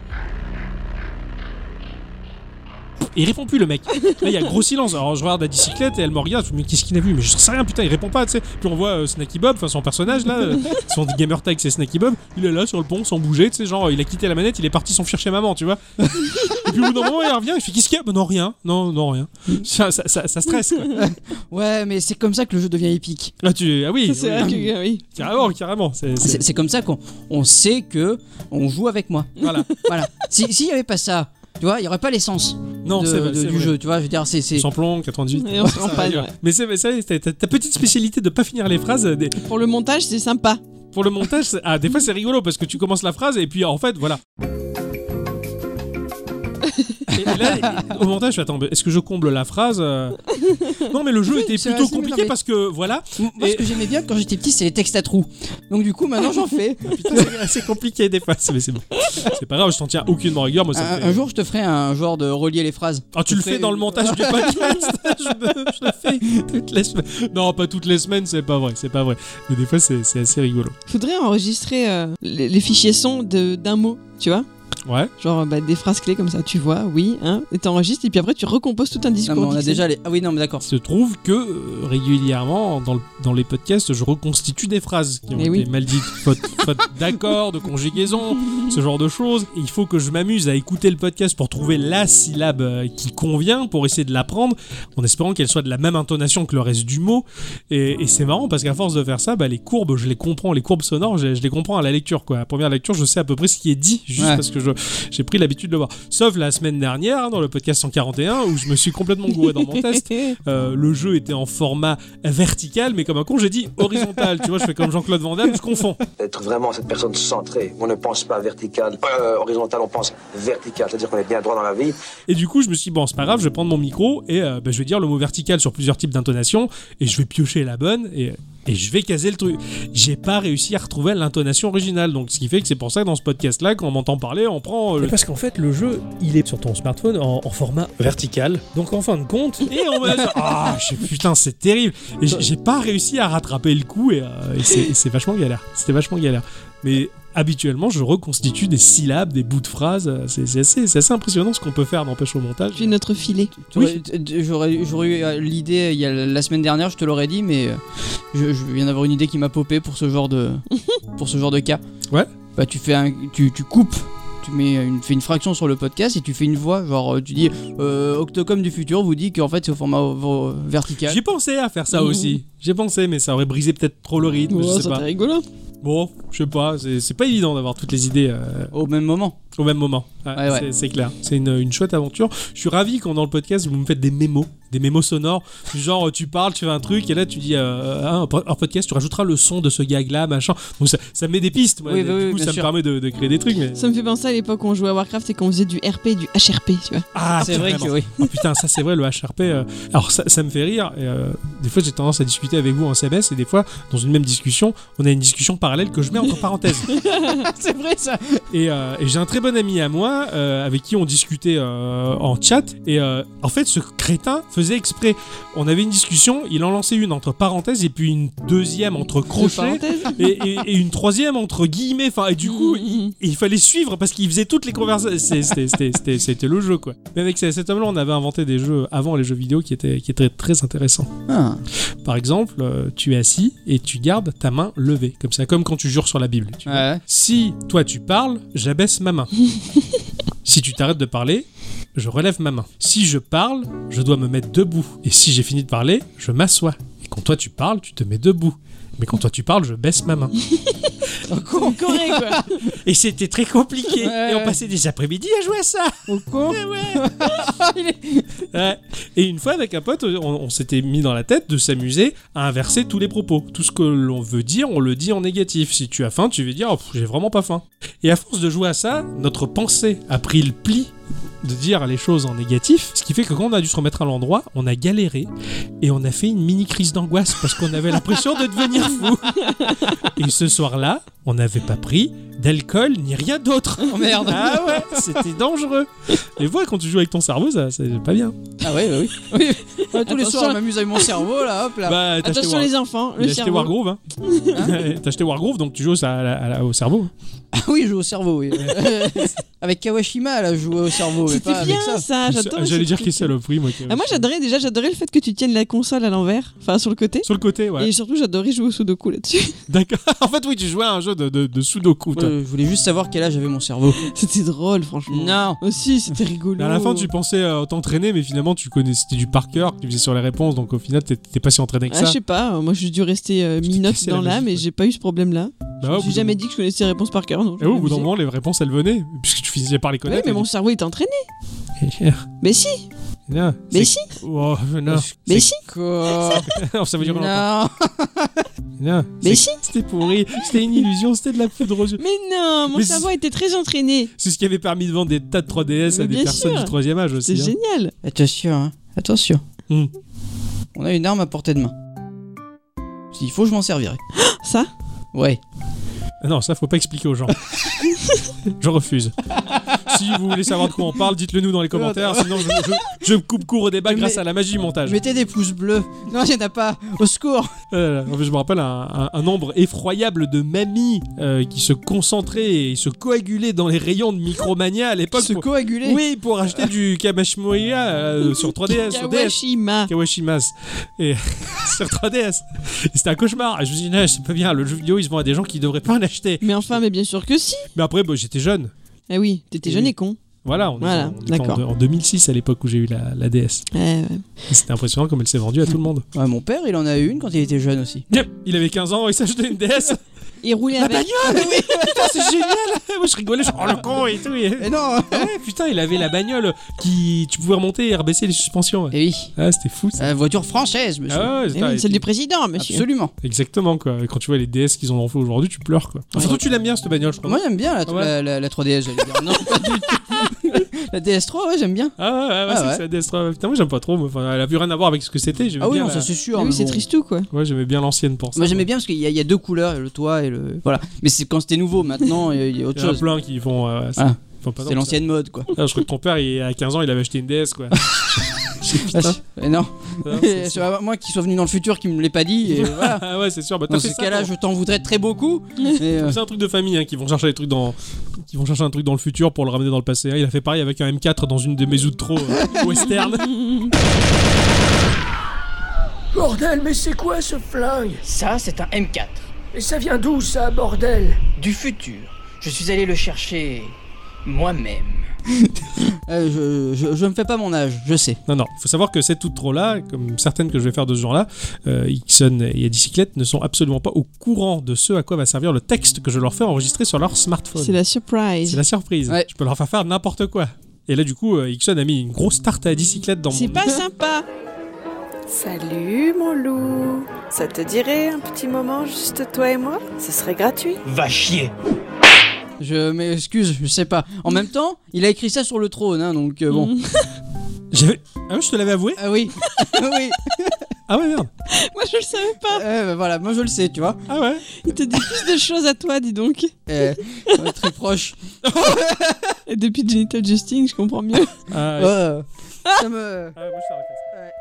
S2: et il répond plus le mec. Là il y a gros silence. Alors je regarde la bicyclette et elle me regarde, je me dis qu'est-ce qu'il a vu Mais je sais rien putain, il répond pas, tu sais. Puis on voit euh, Snacky Bob, enfin son personnage là, euh, son gamer tag c'est Snacky Bob, il est là sur le pont sans bouger, tu sais, genre il a quitté la manette, il est parti s'enfuir chez maman, tu vois. et puis au bout d'un moment il revient, il fait qu'est-ce qu'il y a Bah, Non rien, non, non rien. Ça, ça, ça- ça stresse quoi.
S1: Ouais, mais c'est comme ça que le jeu devient épique.
S2: Là tu. Ah oui,
S3: C'est
S2: oui,
S3: vrai que, oui.
S2: carrément, carrément. C'est, c'est-
S1: C'est c'est comme ça qu'on on sait que on joue avec moi.
S2: Voilà.
S1: Voilà. Si- S'il n'y avait pas ça, tu vois, il n'y aurait pas l'essence
S2: Non,
S1: de-
S2: c'est,
S1: de-
S2: c'est
S1: du
S2: vrai.
S1: jeu. Tu vois, je veux dire, c'est. c'est-
S2: Samplon, 98.
S3: Et on se rend pas. ouais.
S2: Mais c'est, mais ça, c'est ta, ta petite spécialité de pas finir les phrases, euh, des,
S3: Pour le montage, c'est sympa.
S2: pour le montage, c'est- ah, des fois c'est rigolo parce que tu commences la phrase et puis en fait, voilà. Et, et là, au montage, je fais, attends, mais est-ce que je comble la phrase euh Non, mais le jeu
S1: Oui,
S2: était
S1: c'est
S2: plutôt
S1: assez
S2: compliqué
S1: mélangé.
S2: parce que voilà,
S1: Moi, ce que j'aimais bien quand j'étais petit, c'est les textes à trous. Donc, du coup, maintenant, j'en fais.
S2: putain, c'est assez compliqué des fois. Mais c'est bon. C'est pas grave, je t'en tiens aucunement rigueur. Moi, ça me
S1: Un,
S2: fait-
S1: un jour, je te ferai un genre de relier les phrases.
S2: Ah, tu le fais dans le montage du podcast je, me- je le fais toutes les semaines. Non, pas toutes les semaines, c'est pas vrai, c'est pas vrai. Mais des fois, c'est c'est assez rigolo.
S3: Faudrait enregistrer euh, les, les fichiers sons de- d'un mot, tu vois
S2: Ouais.
S3: Genre euh, bah, des phrases clés comme ça, tu vois, oui, hein, et t'enregistres, et puis après tu recomposes tout un
S1: Non,
S3: discours.
S1: mais on a
S3: Dixon.
S1: déjà les. Ah oui, non, mais d'accord.
S2: Il se trouve que euh, régulièrement, dans, le- dans les podcasts, je reconstitue des phrases qui ont
S3: Eh
S2: été
S3: oui.
S2: mal dites, faute, faute d'accord, de conjugaison, ce genre de choses. Et il faut que je m'amuse à écouter le podcast pour trouver la syllabe euh, qui convient, pour essayer de l'apprendre, en espérant qu'elle soit de la même intonation que le reste du mot. Et, et c'est marrant parce qu'à force de faire ça, bah, les courbes, je les comprends, les courbes sonores, je, je les comprends à la lecture. Quoi. À la première lecture, je sais à peu près ce qui est dit, juste
S1: Ouais.
S2: parce que je- j'ai pris l'habitude de le voir. Sauf la semaine dernière, hein, dans le podcast 141, où je me suis complètement gouré dans mon test. Euh, le jeu était en format vertical, mais comme un con, j'ai dit horizontal. tu vois, je fais comme Jean-Claude Van Damme, je confonds.
S11: Être vraiment cette personne centrée. On ne pense pas vertical, euh, horizontal, on pense vertical. C'est-à-dire qu'on est bien droit dans la vie.
S2: Et du coup, je me suis dit, bon, c'est pas grave, je vais prendre mon micro et euh, bah, je vais dire le mot vertical sur plusieurs types d'intonations et je vais piocher la bonne et, et je vais caser le truc. J'ai pas réussi à retrouver l'intonation originale, donc ce qui fait que c'est pour ça que dans ce podcast-là, quand on m'entend parler, on prend. euh, le-
S12: Parce qu'en fait, le jeu, il est sur ton smartphone en, en format vertical.
S2: Donc en fin de compte, et on va dire, ah, je- putain, c'est terrible. Et j'ai- j'ai pas réussi à rattraper le coup et, euh, et c'est- et c'est vachement galère. C'était vachement galère. Mais habituellement, je reconstitue des syllabes, des bouts de phrases. euh, C'est c'est assez, c'est assez impressionnant ce qu'on peut faire, n'empêche, au montage.
S3: J'ai notre filet.
S2: Oui.
S1: T'aurais- t- J'aurais j'aurais eu euh, l'idée il y a la semaine dernière, je te l'aurais dit, mais euh, je, je viens d'avoir une idée qui m'a popé pour ce genre de pour ce genre de cas.
S2: Ouais.
S1: Bah tu fais un, tu, tu coupes, tu mets une, fais une fraction sur le podcast et tu fais une voix, genre euh, tu dis euh, Octocom du futur vous dit qu'en fait c'est au format o- o- vertical.
S2: J'ai pensé à faire ça
S1: Mhm.
S2: aussi. J'ai pensé, mais ça aurait brisé peut-être trop le rythme.
S1: Oh,
S2: je sais
S1: ça
S2: pas.
S1: serait
S3: rigolo.
S2: Bon, je sais pas. C'est c'est pas évident d'avoir toutes les idées euh,
S1: Au même moment.
S2: au même moment. Ouais,
S1: Ouais, ouais.
S2: c'est- C'est clair. C'est une, une chouette aventure. Je suis ravi quand dans le podcast vous me faites des mémos, des mémos sonores. Du Genre tu parles, tu fais un truc et là tu dis euh, ah, hors podcast tu rajouteras le son de ce gag là, machin. Bon, ça, ça me met des pistes. moi.
S3: Oui,
S2: du
S3: oui, oui,
S2: coup
S3: bien
S2: ça me
S3: sûr.
S2: permet de, de créer des trucs. Mais...
S3: Ça me fait penser à l'époque où on jouait à Warcraft et qu'on faisait du RP et du HRP, tu vois.
S2: Ah,
S1: C'est vrai
S2: carrément.
S1: que oui.
S2: Ah, putain, ça c'est vrai, le HRP. euh, Alors ça, ça me fait rire. et, euh, des fois, j'ai tendance à discuter avec vous en CMS et des fois, dans une même discussion, on a une discussion parallèle que je mets entre parenthèses.
S1: c'est vrai ça.
S2: Et, euh, et j'ai un très bon ami à moi euh, avec qui on discutait euh, en chat. Et euh, en fait, ce crétin faisait exprès. On avait une discussion, il en lançait une entre parenthèses et puis une deuxième entre crochets
S3: parenthèses.
S2: et, et- et une troisième entre guillemets. Enfin, et du coup, il, il fallait suivre parce qu'il faisait toutes les conversations. C'est- c'était- C'était c'était- c'était le jeu, quoi. Mais avec cet homme-là, on avait inventé des jeux avant les jeux vidéo qui étaient, qui étaient très intéressants.
S1: Ah.
S2: Par exemple, euh, tu es assis et tu gardes ta main levée, comme ça, comme quand tu jures sur la Bible. tu vois.
S1: Ouais.
S2: Si toi tu parles, j'abaisse ma main. si tu t'arrêtes de parler, je relève ma main. Si je parle, je dois me mettre debout. Et si j'ai fini de parler, je m'assois. Et quand toi tu parles, tu te mets debout. Mais quand toi tu parles, je baisse ma main.
S3: Au Corée, quoi.
S2: Et c'était très compliqué.
S1: Ouais.
S2: Et on passait des après-midi à jouer à ça.
S1: Au con.
S2: Ouais, ouais. Ouais. Et une fois avec un pote, on, on s'était mis dans la tête de s'amuser à inverser tous les propos. Tout ce que l'on veut dire, on le dit en négatif. Si tu as faim, tu veux dire Oh, pff, j'ai vraiment pas faim. Et à force de jouer à ça, notre pensée a pris le pli de dire les choses en négatif, ce qui fait que quand on a dû se remettre à l'endroit, on a galéré et on a fait une mini crise d'angoisse parce qu'on avait l'impression de devenir fou. Et ce soir-là, on n'avait pas pris d'alcool ni rien d'autre.
S1: Oh merde.
S2: Ah ouais, c'était dangereux. Et voilà, quand tu joues avec ton cerveau, ça, c'est pas bien.
S1: Ah ouais, bah oui. oui. Ouais, tous les
S3: Attention.
S1: soirs, je m'amuse avec mon cerveau là, hop là.
S2: Bah, t'as acheté,
S3: Ah, Attention
S2: War-
S3: les enfants,
S2: t'as
S3: le
S2: acheté
S3: cerveau.
S2: Wargrove, hein. T'as acheté Wargrove, donc tu joues ça à la- à la- au cerveau.
S1: Ah oui, je joue au cerveau, oui. avec Kawashima, là, je jouais au cerveau, mais pas
S3: C'était
S1: avec
S3: bien
S1: ça.
S3: ça, Ah,
S2: J'allais
S3: j'adore. ce
S2: dire
S3: truc.
S2: qu'il saloperie, moi.
S3: Ah, moi j'adorais déjà, j'adorais le fait que tu tiennes la console à l'envers, enfin sur le côté.
S2: Sur le côté, ouais.
S3: Et surtout j'adorais jouer au Sudoku là-dessus.
S2: D'accord. en fait, oui, tu jouais à un jeu de, de, de Sudoku. toi.
S1: Euh, je voulais juste savoir quel âge avait mon cerveau.
S3: C'était drôle franchement.
S1: Non.
S3: Oh, si, c'était rigolo. Ah,
S2: Mais à la fin, tu pensais euh, t'entraîner, mais finalement, tu connais, c'était du par cœur, que tu faisais sur les réponses, donc au final, t'es- t'es pas si entraîné que
S3: Ah,
S2: ça.
S3: je sais pas, euh, moi j'ai dû rester euh, mi-note
S2: cassé la
S3: dans l'âme
S2: magie,
S3: et
S2: quoi.
S3: j'ai pas eu ce problème là.
S2: Bah, au
S3: j'ai
S2: bout
S3: jamais
S2: d'un-
S3: dit que je connaissais les réponses par cœur. non, je
S2: Et au bout d'un
S3: m'amusais.
S2: moment, les réponses, elles venaient, puisque tu finissais par les
S3: Ouais,
S2: connaître.
S3: mais
S2: et
S3: mon cerveau est entraîné.
S2: tu-
S3: Mais si
S2: Non,
S3: Mais
S2: c'est-
S3: si
S2: Oh, non. C'est-
S3: Mais si
S1: Quoi
S2: Non, ça veut dire qu'on
S1: Non
S2: Non. c'est-
S3: Mais si.
S2: C'était pourri, c'était une illusion, c'était de la poudre aux yeux.
S3: Mais non, mon
S2: Mais
S3: cerveau était très entraîné.
S2: C'est ce qui avait permis de vendre des tas de 3DS à
S3: Mais
S2: des
S3: bien
S2: personnes
S3: sûr.
S2: du troisième âge aussi.
S3: C'est
S2: hein.
S3: génial.
S1: Attention, hein. Attention.
S2: Hmm.
S1: On a une arme à portée de main. S'il faut, je m'en servirai.
S3: Ça
S1: Ouais.
S2: Ah Non, ça faut pas expliquer aux gens. je refuse. si vous voulez savoir de quoi on parle, dites-le nous dans les commentaires, sinon je, je- je me coupe court au débat
S1: Mais-
S2: grâce à la magie du montage.
S1: Mettez des pouces bleus. Non, il n'y en a pas. Au secours.
S2: Ah là là, en fait, je me rappelle un, un- un nombre effroyable de mamies euh, qui se concentraient et se coagulaient dans les rayons de Micromania à l'époque.
S1: Se
S2: pour-
S1: coaguler.
S2: Oui, pour acheter du Kamashimoya euh, sur 3DS, sur DS.
S3: Kawashima.
S2: Kawashimas et sur 3DS. Et C'était un cauchemar. Et je me suis dit, non, c'est pas bien, le jeu vidéo, ils se vend à des gens qui devraient pas en acheter.
S3: Mais enfin, mais bien sûr que si.
S2: Mais après, bah, j'étais jeune.
S3: Ah oui, t'étais
S2: Eh Oui.
S3: jeune et con.
S2: Voilà, on était-
S3: Voilà,
S2: on était en-
S3: d'accord.
S2: en, 2006 à l'époque où j'ai eu la, la DS.
S3: Eh, Ouais, ouais.
S2: Et C'était impressionnant comme elle s'est vendue à tout le monde.
S1: Ouais, mon père, il en a eu une quand il était jeune aussi.
S2: Yep, il avait 15 ans, il s'achetait une DS.
S3: Et rouler
S2: La
S3: avec. Eh
S2: bagnole oui, Putain, c'est génial Moi je rigolais, je oh le con et tout. Et...
S1: Mais non
S2: Ah ouais, putain, il avait la bagnole qui. Tu pouvais remonter et rebaisser les suspensions. ouais.
S1: Eh oui.
S2: Ah, c'était fou ça.
S1: La voiture française, monsieur.
S2: Ah ouais,
S3: Eh
S2: putain,
S3: oui,
S2: et
S3: celle
S2: puis-
S3: du président, monsieur.
S1: Absolument.
S2: Exactement quoi. Quand tu vois les DS qu'ils ont fait aujourd'hui, tu pleures quoi. Enfin, toi, tu l'aimes bien cette bagnole, je crois.
S1: Moi, j'aime bien la,
S2: Ah ouais.
S1: la, la- la 3DS, j'allais dire. Non, pas du tout. La DS3, ouais, j'aime bien.
S2: Ah ouais, ouais, ouais,
S1: Ah
S2: c'est
S1: ouais.
S2: que c'est la DS3. Putain, moi j'aime pas trop. moi. Enfin, elle a plus rien à voir avec ce que c'était. j'aimais
S1: Ah oui,
S2: bien
S1: non,
S2: la-
S1: ça c'est sûr.
S3: Ah
S1: mais
S3: oui, c'est
S1: bon.
S3: tristou quoi.
S2: Ouais, j'aimais bien l'ancienne pour ça.
S1: Moi j'aimais bien parce qu'il y, a- il y a deux couleurs, le toit et le. Voilà. Mais c'est quand c'était nouveau, maintenant il y a- il y a autre
S2: Il y en a
S1: chose.
S2: plein qui vont. euh, c'est-
S1: Ah.
S2: enfin, pas
S1: C'est
S2: tant que
S1: l'ancienne mode quoi.
S2: ça. Ah, je crois que ton père, il, à 15 ans, il avait acheté une DS quoi.
S1: Ah, c'est- eh non.
S2: Ah, c'est-
S1: C'est vraiment moi qui soit venu dans le futur qui me l'ai pas dit. Et voilà.
S2: Ah ouais, c'est sûr. Bah, t'as
S1: Dans
S2: fait
S1: ce
S2: ça,
S1: cas-là,
S2: toi.
S1: je t'en voudrais très beaucoup. mais, euh,
S2: C'est un truc de famille hein, qui vont chercher des trucs dans qui vont chercher un truc dans le futur pour le ramener dans le passé. Il a fait pareil avec un M4 dans une de mes de trop euh, western.
S13: Bordel, mais c'est quoi ce flingue
S14: Ça, c'est un M4.
S13: Et ça vient d'où ça, bordel
S14: Du futur. Je suis allé le chercher moi-même.
S1: euh, je, je, je me fais pas mon âge, je sais.
S2: Non non, faut savoir que ces toutes trop là, comme certaines que je vais faire de ce genre-là, euh, Ixon et Adicyclette ne sont absolument pas au courant de ce à quoi va servir le texte que je leur fais enregistrer sur leur smartphone.
S3: C'est la
S2: C'est
S3: surprise.
S2: la surprise.
S1: Ouais.
S2: Je peux leur faire faire n'importe quoi. Et là, du coup, euh, Ixon a mis une grosse tarte à bicyclette dans
S3: C'est
S2: mon.
S3: pas sympa.
S15: Salut mon loup Ça te dirait un petit moment juste toi et moi Ce serait gratuit.
S10: Va chier
S1: Je m'excuse, je sais pas. En même temps, il a écrit ça sur le trône, hein, donc euh, bon.
S2: J'avais. Ah ouais, je te l'avais avoué
S1: Ah oui, oui.
S2: Ah ouais, merde.
S3: Moi je le savais pas.
S1: Euh, bah, voilà, moi je le sais, tu vois.
S2: Ah ouais.
S3: Il te dit plus de choses à toi, dis donc.
S1: Euh, euh, très proche.
S3: Et depuis Genital Justing, je comprends mieux.
S2: Ah,
S1: Ouais, euh, ça me.
S2: Ah, moi, je t'arrête là.
S1: Ouais.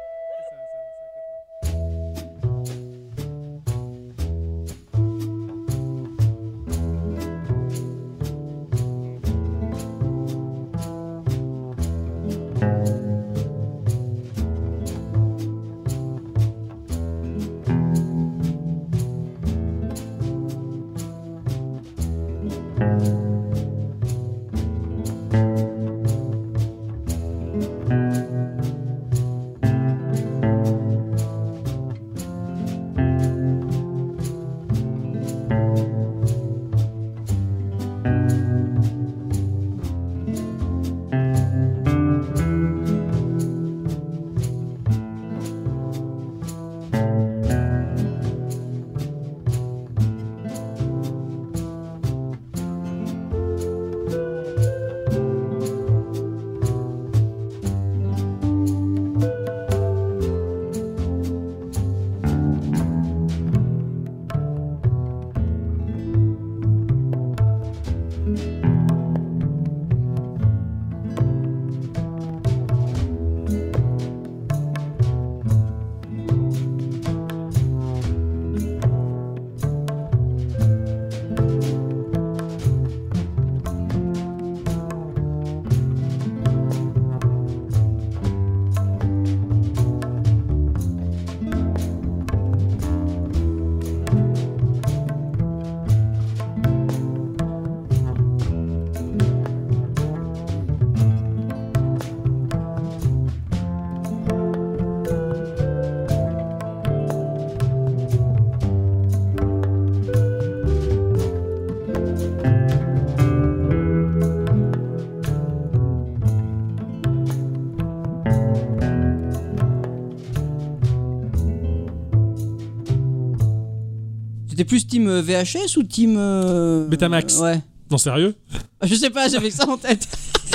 S1: T'étais plus team euh, VHS ou team. euh,
S2: Betamax.
S1: Ouais. Ah,
S2: Non, sérieux
S1: Je sais pas, j'avais ça en tête.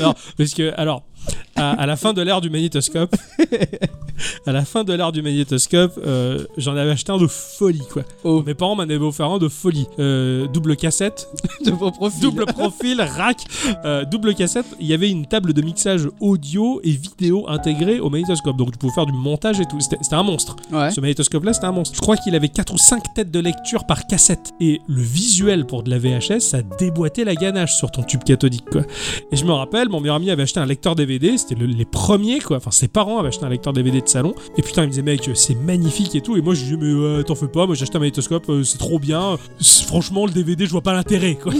S2: Non, parce que, alors, à, à la fin de l'ère du magnétoscope, à la fin de l'ère du magnétoscope, euh, j'en avais acheté un de folie, quoi. Mes parents m'en avaient offert un de folie. Euh, double cassette.
S1: double profil.
S2: Double profil, rack. euh, double cassette. Il y avait une table de mixage audio et vidéo intégrée au magnétoscope. Donc, tu pouvais faire du montage et tout. C'était c'était un monstre.
S1: Ouais.
S2: Ce magnétoscope-là, c'était un monstre. Je crois qu'il avait 4 ou 5 têtes de lecture par cassette. Et le visuel pour de la VHS, ça déboîtait la ganache sur ton tube cathodique, quoi. Et je me rappelle, mon meilleur ami avait acheté un lecteur DVD, c'était le- les premiers quoi. Enfin, ses parents avaient acheté un lecteur DVD de salon. Et putain, il me disait, mec, c'est magnifique et tout. Et moi, je lui disais, mais euh, t'en fais pas, moi j'ai acheté un magnétoscope, euh, c'est trop bien. C'est- Franchement, le DVD, je vois pas l'intérêt quoi.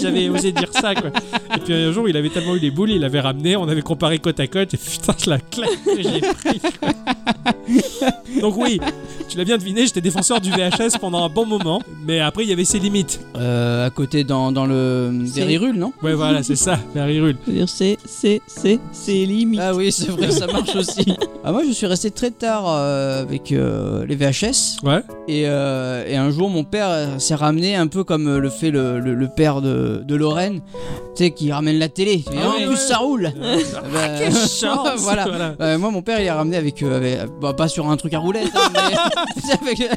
S2: J'avais osé dire ça quoi. Et puis un jour, il avait tellement eu les boules, il l'avait ramené, on avait comparé côte à côte. Et putain, je la claque que j'ai pris. quoi. Donc, oui, tu l'as bien deviné, j'étais défenseur du VHS pendant un bon moment. Mais après, il y avait ses limites.
S1: Euh, à côté dans, dans le.
S2: C'est-
S1: Derrirul, non
S2: Ouais, voilà, c'est ça, la rirule.
S3: dire c'est, c'est, c'est, c'est limite.
S1: Ah oui, c'est vrai, ça marche aussi. Ah, moi, je suis resté très tard euh, avec euh, les VHS.
S2: Ouais.
S1: Et, euh, et un jour, mon père euh, s'est ramené un peu comme euh, le fait le, le- le père de, de Lorraine, tu sais, qui ramène la télé. Et
S2: Ah
S1: en
S2: ouais,
S1: plus,
S2: ouais.
S1: ça roule.
S2: Ah,
S1: Bah,
S2: quelle chance,
S1: Voilà.
S2: voilà.
S1: Bah, moi, mon père, il a ramené avec, euh, avec- bah, pas sur un truc à roulette, hein, mais, avec-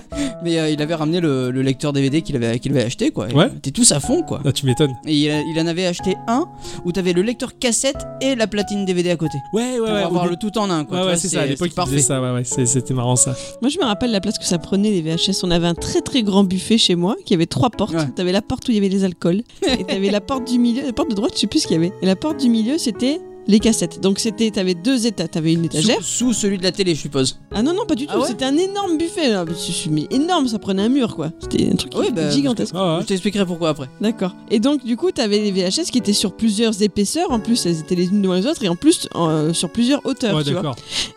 S1: mais, euh, il avait ramené le, le lecteur DVD qu'il avait, qu'il avait acheté, quoi. Et
S2: Ouais.
S1: on était tous à fond, quoi.
S2: Ah, tu m'étonnes.
S1: Et il, a- il en avait acheté un où t'avais le lecteur cassette et la platine DVD à côté.
S2: Ouais, ouais,
S1: Pour
S2: ouais,
S1: avoir
S2: au-
S1: le tout en un, quoi.
S2: Ouais,
S1: Tu
S2: ouais,
S1: vois,
S2: c'est ça, à l'époque,
S1: c'est
S2: ils
S1: parfait.
S2: faisaient ça, ouais, ouais, c'est- c'était marrant ça.
S3: Moi, je me rappelle la place que ça prenait les VHS. On avait un très très grand buffet chez moi qui avait trois portes. T'avais la porte où il y avait les alcools, et t'avais la porte du milieu, la porte de droite, je sais plus ce qu'il y avait. Et la porte du milieu, c'était les cassettes. Donc c'était, t'avais deux états. T'avais une étagère.
S1: Sous, sous celui de la télé, je suppose.
S3: Ah non, non, pas du tout.
S1: Ah ouais
S3: c'était un énorme buffet. Là. Mais c'est- c'est- mais énorme, ça prenait un mur quoi. C'était un truc
S1: Oui, bah,
S3: gigantesque.
S1: parce que- Je t'expliquerai pourquoi après.
S3: D'accord. Et donc, du coup, t'avais les VHS qui étaient sur plusieurs épaisseurs, en plus, elles étaient les unes devant les autres, et en plus, euh, sur plusieurs hauteurs.
S2: Ouais,
S3: tu vois.
S2: d'accord.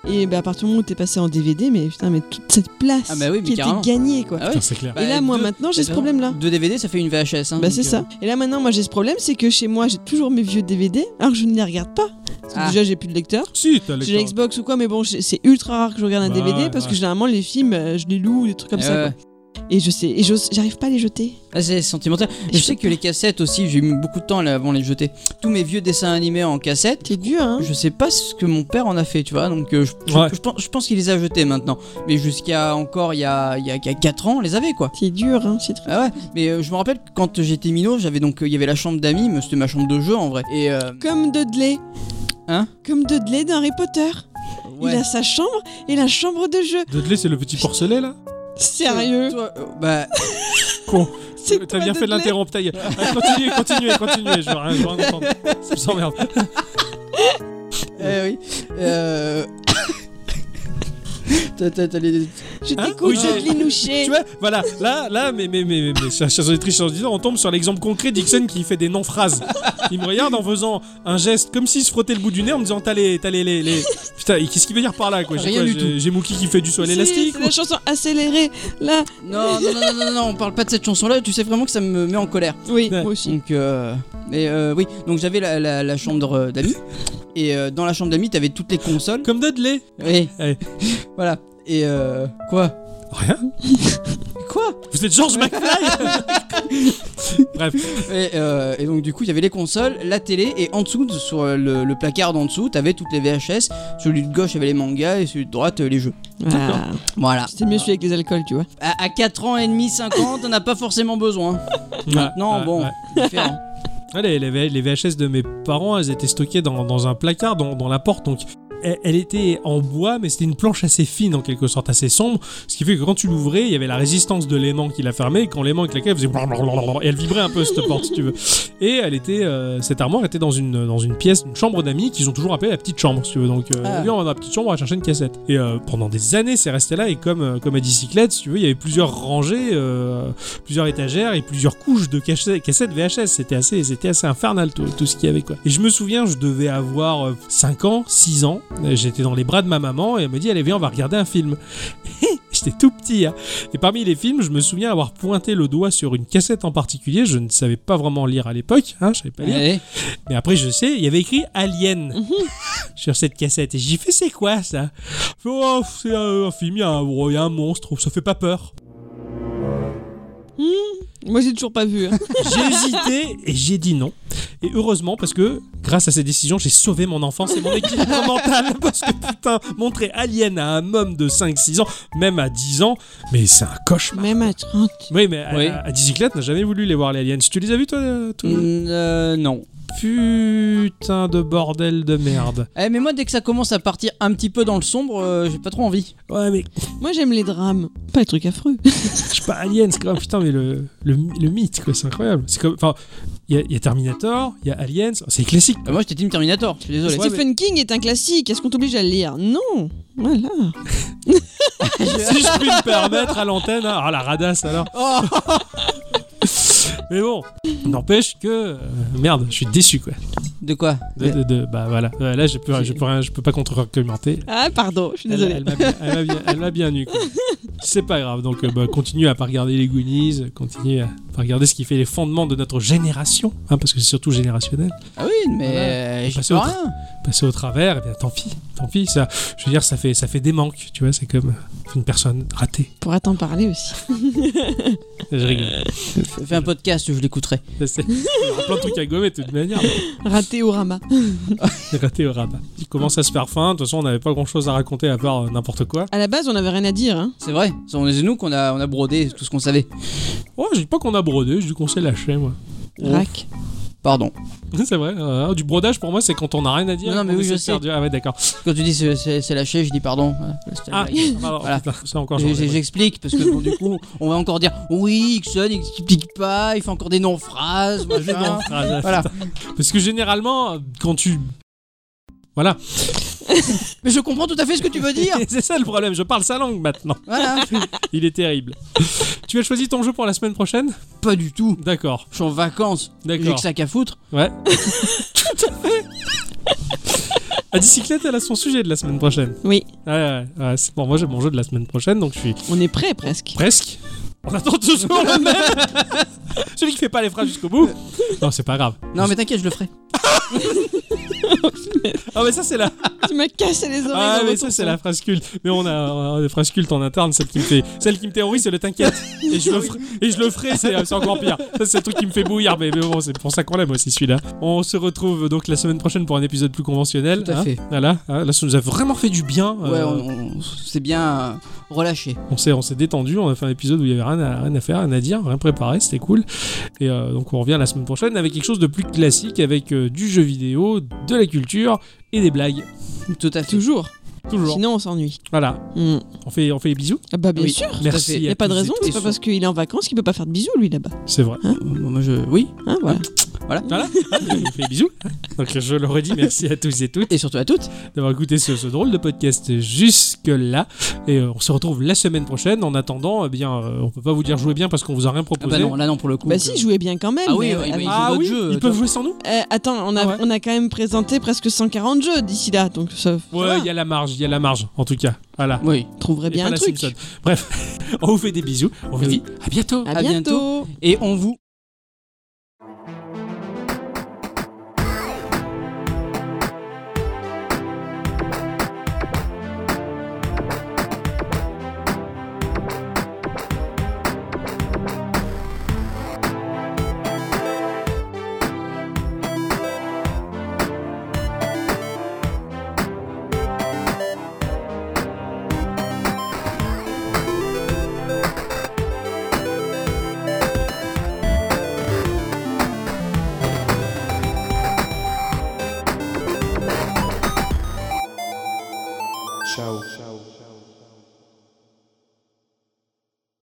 S3: Et bah, à partir du moment où t'es passé en DVD, mais putain, mais toute cette place
S1: Ah bah oui, mais
S3: qui
S1: carrément. Ah Bah,
S3: était gagnée, quoi.
S2: c'est clair.
S3: Et là, moi, maintenant, j'ai ce problème-là.
S1: Deux DVD, ça fait une VHS. Hein,
S3: Bah,
S1: donc,
S3: c'est
S1: euh,
S3: ça. Et là, maintenant, moi, j'ai ce problème, c'est que chez moi, j'ai toujours mes vieux DVD, alors que je ne les regarde pas. Parce que
S1: Ah.
S3: déjà, j'ai plus de lecteur.
S2: Si, t'as
S3: J'ai la
S2: lecteur.
S3: Xbox ou quoi, mais bon, j'ai- c'est ultra rare que je regarde un
S2: Bah
S3: DVD
S2: ouais,
S3: parce que
S2: ouais.
S3: généralement les films, euh, je les loue, des trucs comme
S1: Eh
S3: ça.
S1: ouais.
S3: quoi. Et je sais, et j'ose- j'arrive pas à les jeter.
S1: Ah, c'est sentimental. Je sais que les cassettes aussi, j'ai mis beaucoup de temps là, avant de les jeter. Tous mes vieux dessins animés en cassette.
S3: C'est dur, hein.
S1: Je sais pas ce que mon père en a fait, tu vois. Donc, euh, je, je-
S2: Ouais.
S1: je pense, je pense qu'il les a jetés maintenant. Mais jusqu'à encore il y a, il y, a, il y a 4 ans, on les avait quoi.
S3: C'est dur, hein, c'est très
S1: Ah ouais, mais euh, je me rappelle que quand j'étais minot, j'avais donc euh, il y avait la chambre d'amis, mais c'était ma chambre de jeu en vrai. Et euh,
S3: Comme Dudley.
S1: Hein
S3: Comme Dudley dans Harry Potter.
S1: Ouais.
S3: Il a sa chambre et la chambre de jeu.
S2: Dudley, c'est le petit porcelet là
S3: Sérieux
S1: toi, euh, bah
S2: Con.
S3: C'est
S2: T'as
S3: toi,
S2: bien fait de
S3: Dudley
S2: l'interrompre, ta gueule. Allez, Continuez, continuez, continuez. Je vais rien je vais rien entendre. Ça me sent merde.
S1: eh oui. Euh... T'as- t'as- t'as les-
S3: Je
S2: Hein
S3: t'écoute,
S2: Oui,
S3: je
S2: j'ai-
S3: te linouché.
S2: Tu vois, voilà, là, là, mais, mais, mais, mais, mais chers chers auditrices, chers auditeurs, on tombe sur l'exemple concret d'Ixon qui fait des non-phrases. Il me regarde en faisant un geste comme s'il se frottait le bout du nez en me disant T'as les. T'as les, les, les- Putain, et qu'est-ce qu'il veut dire par là quoi J'ai
S1: Rien
S2: quoi,
S1: du
S2: j'ai-
S1: tout.
S2: J'ai Mookie qui fait du saut à
S3: Si,
S2: l'élastique
S3: C'est la chanson accélérée. Là,
S1: Non, non, non, non, non, non, on parle pas de cette chanson-là, tu sais vraiment que ça me met en colère.
S3: oui,
S2: Ouais.
S3: moi aussi.
S1: Donc, euh, mais euh, oui, donc j'avais la, la- la chambre euh, d'amis, et euh, dans la chambre d'amis, t'avais toutes les consoles.
S2: Comme Dudley
S1: Oui,
S2: Eh,
S1: voilà. Et euh, quoi
S2: Rien
S1: Quoi
S2: Vous êtes George McFly Bref,
S1: et, euh, et donc, du coup, il y avait les consoles, la télé, et en dessous, de- sur euh, le, le placard d'en dessous, t'avais toutes les VHS. Celui de gauche, il y avait les mangas, et celui de droite, euh, les jeux.
S3: Ah,
S1: Voilà.
S3: C'était mieux celui avec les alcools, tu vois.
S1: À, à 4 ans et demi, 5 ans, t'en as pas forcément besoin. Maintenant,
S2: Ouais,
S1: bon,
S2: ouais.
S1: différent.
S2: Ouais, les, les V- les VHS de mes parents, elles étaient stockées dans, dans un placard, dans, dans la porte. Donc, elle, elle était en bois, mais c'était une planche assez fine, en quelque sorte, assez sombre. Ce qui fait que quand tu l'ouvrais, il y avait la résistance de l'aimant qui la fermait. Et quand l'aimant claquait, elle faisait. blablabla, Et elle vibrait un peu, cette porte, si tu veux. Et elle était. euh, cette armoire était dans une, dans une pièce, une chambre d'amis qu'ils ont toujours appelée la petite chambre, si tu veux. Donc, euh,
S1: Ah.
S2: lui, on va dans la petite chambre, on va chercher une cassette. Et euh, pendant des années, c'est resté là. Et comme, euh, comme à bicyclette, si tu veux, il y avait plusieurs rangées. euh, plusieurs étagères et plusieurs couches de cachets- cassettes VHS. C'était assez, c'était assez infernal tout, tout ce qu'il y avait quoi. Et je me souviens, je devais avoir euh, 5 ans, 6 ans. Euh, J'étais dans les bras de ma maman et elle me dit allez viens on va regarder un film. J'étais tout petit. hein. Et parmi les films, je me souviens avoir pointé le doigt sur une cassette en particulier. Je ne savais pas vraiment lire à l'époque. Hein, je savais pas lire.
S1: Allez.
S2: Mais après, je sais, il y avait écrit Alien sur cette cassette. Et j'ai fait, c'est quoi ça Je fais, Oh, C'est un, un film, il y, a un- il y a un monstre, ça fait pas peur.
S3: Moi, j'ai toujours pas vu. hein.
S2: J'ai hésité et j'ai dit non. Et heureusement, parce que grâce à ces décisions, j'ai sauvé mon enfance et mon équilibre mental. Parce que putain, montrer Alien à un homme de 5-6 ans, même à 10 ans, mais c'est un cauchemar.
S3: Même à 30.
S2: Oui, mais à-
S1: Oui.
S2: à, à 10 cyclettes, n'a jamais voulu les voir, les aliens. Tu les as vus, toi, euh, toi
S1: Non.
S2: Putain de bordel de merde.
S1: Eh, mais moi, dès que ça commence à partir un petit peu dans le sombre, euh, j'ai pas trop envie.
S2: Ouais, mais
S3: Moi, j'aime les drames. Pas les trucs affreux.
S2: Je sais pas, Alien, c'est quand même putain, mais le, le, le mythe, quoi, c'est incroyable. C'est comme, enfin, il y a- il y, a Terminator, il y a Aliens, c'est classique.
S1: Euh, moi, j'étais Team Terminator, je suis désolé.
S2: Ouais,
S3: Stephen King est un classique. Est-ce qu'on t'oblige à le lire Non. Voilà.
S2: si je puis me permettre à l'antenne, hein. ah la radasse alors. mais bon, n'empêche que euh, merde, je suis déçu quoi.
S1: De quoi
S2: De, de- de- bah voilà, Ouais, là je peux, je peux rien, je peux pas contre-argumenter.
S3: Ah, pardon, je suis
S2: Elle-
S3: désolée.
S2: Elle, m'a bien- elle m'a bien, elle m'a bien eu. quoi. C'est pas grave, donc euh, bah, continue à pas regarder les Goonies, continue à pas regarder ce qui fait les fondements de notre génération, hein, parce que c'est surtout générationnel.
S1: Ah oui, mais euh, j'y
S2: Passer
S1: peux
S2: au,
S1: rien.
S2: tra- passer au travers, eh bien, tant pis, tant pis. Ça, je veux dire, ça fait, ça fait des manques, tu vois. C'est comme euh, une personne ratée.
S3: Pourra t'en parler aussi.
S2: Je rigole.
S1: Fais un podcast, je l'écouterai.
S2: Ça, c'est- Il y aura plein de trucs à gommer de toute manière. mais
S3: Raté au rama.
S2: Raté au rabat. Il commence à se faire fin. De toute façon, on n'avait pas grand chose à raconter à part euh, n'importe quoi.
S3: À la base, on avait rien à dire. Hein.
S1: C'est vrai, c'est on les nous qu'on a, on a brodé tout ce qu'on savait.
S2: Oh, je dis pas qu'on a brodé, je dis qu'on s'est lâché, moi.
S3: Rac.
S1: Pardon.
S2: c'est vrai. euh, du brodage, pour moi, c'est quand on n'a rien à dire.
S1: Non, non, mais
S2: qu'on essaie
S1: oui, je
S2: de faire
S1: sais.
S2: du- Ah, ouais, d'accord.
S1: Quand tu dis c'est- c'est c'est lâché, je dis pardon. Voilà, c'était la
S2: Ah,
S1: blague.
S2: alors, putain, ça encore.
S1: J'ai-
S2: j'en ai-
S1: j'ai- J'explique parce que bon, du coup, on va encore dire oui, Ixon, il explique pas, il fait encore des non-phrases.
S2: Des
S1: machin.
S2: non-phrases, ah,
S1: Voilà.
S2: putain. Parce que généralement, quand tu. Voilà.
S1: Mais je comprends tout à fait ce que tu veux dire.
S2: c'est ça le problème, je parle sa langue maintenant.
S1: Voilà.
S2: Il est terrible. tu as choisi ton jeu pour la semaine prochaine
S1: Pas du tout.
S2: D'accord.
S1: Je suis en vacances. J'ai
S2: D'accord.
S1: que ça qu'à foutre.
S2: Ouais. Tout à fait. La bicyclette, elle a son sujet de la semaine prochaine.
S3: Oui,
S2: Ouais, ouais, ouais. C'est bon, moi j'ai mon jeu de la semaine prochaine, donc je suis
S3: on est prêt presque.
S2: presque. On attend toujours le même. Celui qui fait pas les phrases jusqu'au bout. Non, c'est pas grave.
S1: Non, mais t'inquiète, je le ferai.
S2: Ah, mais ça, c'est la.
S3: tu m'as cassé les oreilles.
S2: Ah,
S3: dans
S2: mais
S3: votre
S2: ça, c'est
S3: son.
S2: la phrase culte. Mais on a, on a des phrases cultes en interne. Celle qui me, fait... celle qui me terrorise, c'est le t'inquiète. Et je le, ferai- et je le ferai, c'est c'est encore pire. Ça, c'est le truc qui me fait bouillir. Mais, mais bon, c'est pour ça qu'on l'aime aussi, celui-là. On se retrouve donc la semaine prochaine pour un épisode plus conventionnel.
S1: Tout à
S2: hein.
S1: fait.
S2: Voilà. hein. Là, ça nous a vraiment fait du bien.
S1: Ouais,
S2: Euh,
S1: on- on- c'est bien euh, relâché.
S2: on s'est, on s'est détendu, on a fait un épisode où il y avait rien à, rien à faire, rien à dire, rien préparé, c'était cool. Et euh, donc on revient la semaine prochaine avec quelque chose de plus classique, avec euh, du jeu vidéo, de la culture et des blagues.
S1: Tout à fait.
S3: Toujours.
S2: Toujours.
S3: Sinon, on s'ennuie.
S2: Voilà.
S3: Hmm.
S2: On fait, on fait des bisous.
S3: Ah bah bien
S1: Oui,
S3: sûr.
S1: tout à
S2: Merci.
S1: fait.
S2: à
S3: Il n'y a pas de
S2: tous et
S3: raison.
S2: toutes.
S3: C'est pas parce qu'il est en vacances qu'il peut pas faire de bisous lui là-bas.
S2: C'est vrai.
S1: Euh, Moi, je... Oui.
S3: Hein, voilà.
S2: Ah, Voilà. on fait des bisous. Donc je le redis, merci à tous et toutes
S1: Et surtout à toutes.
S2: d'avoir écouté ce, ce drôle de podcast jusque-là. Et euh, on se retrouve la semaine prochaine. En attendant, eh bien, euh, on peut pas vous dire jouer bien parce qu'on vous a rien
S1: Ah
S2: proposé.
S1: bah non, là non pour le coup.
S3: Bah si, jouez bien quand même.
S1: Ah oui,
S3: mais-
S1: ouais, mais-
S3: ah oui.
S1: ils ont
S2: ah
S1: d'autres
S2: oui,
S1: jeux,
S2: ils peuvent
S1: attends.
S2: jouer sans nous
S3: Euh, attends, on a,
S2: Ah ouais.
S3: on a quand même présenté presque 140 jeux d'ici là, donc ça, ça va.
S2: Ouais, il y a la marge, il y a la marge, en tout cas. Voilà.
S1: Oui.
S3: on trouverait
S2: Et
S3: bien
S2: pas
S3: un
S2: la
S3: truc.
S2: Simpson. Bref, on vous fait des bisous. On vous
S1: Oui.
S2: dit à bientôt.
S3: À,
S1: À bientôt.
S3: bientôt.
S1: Et on vous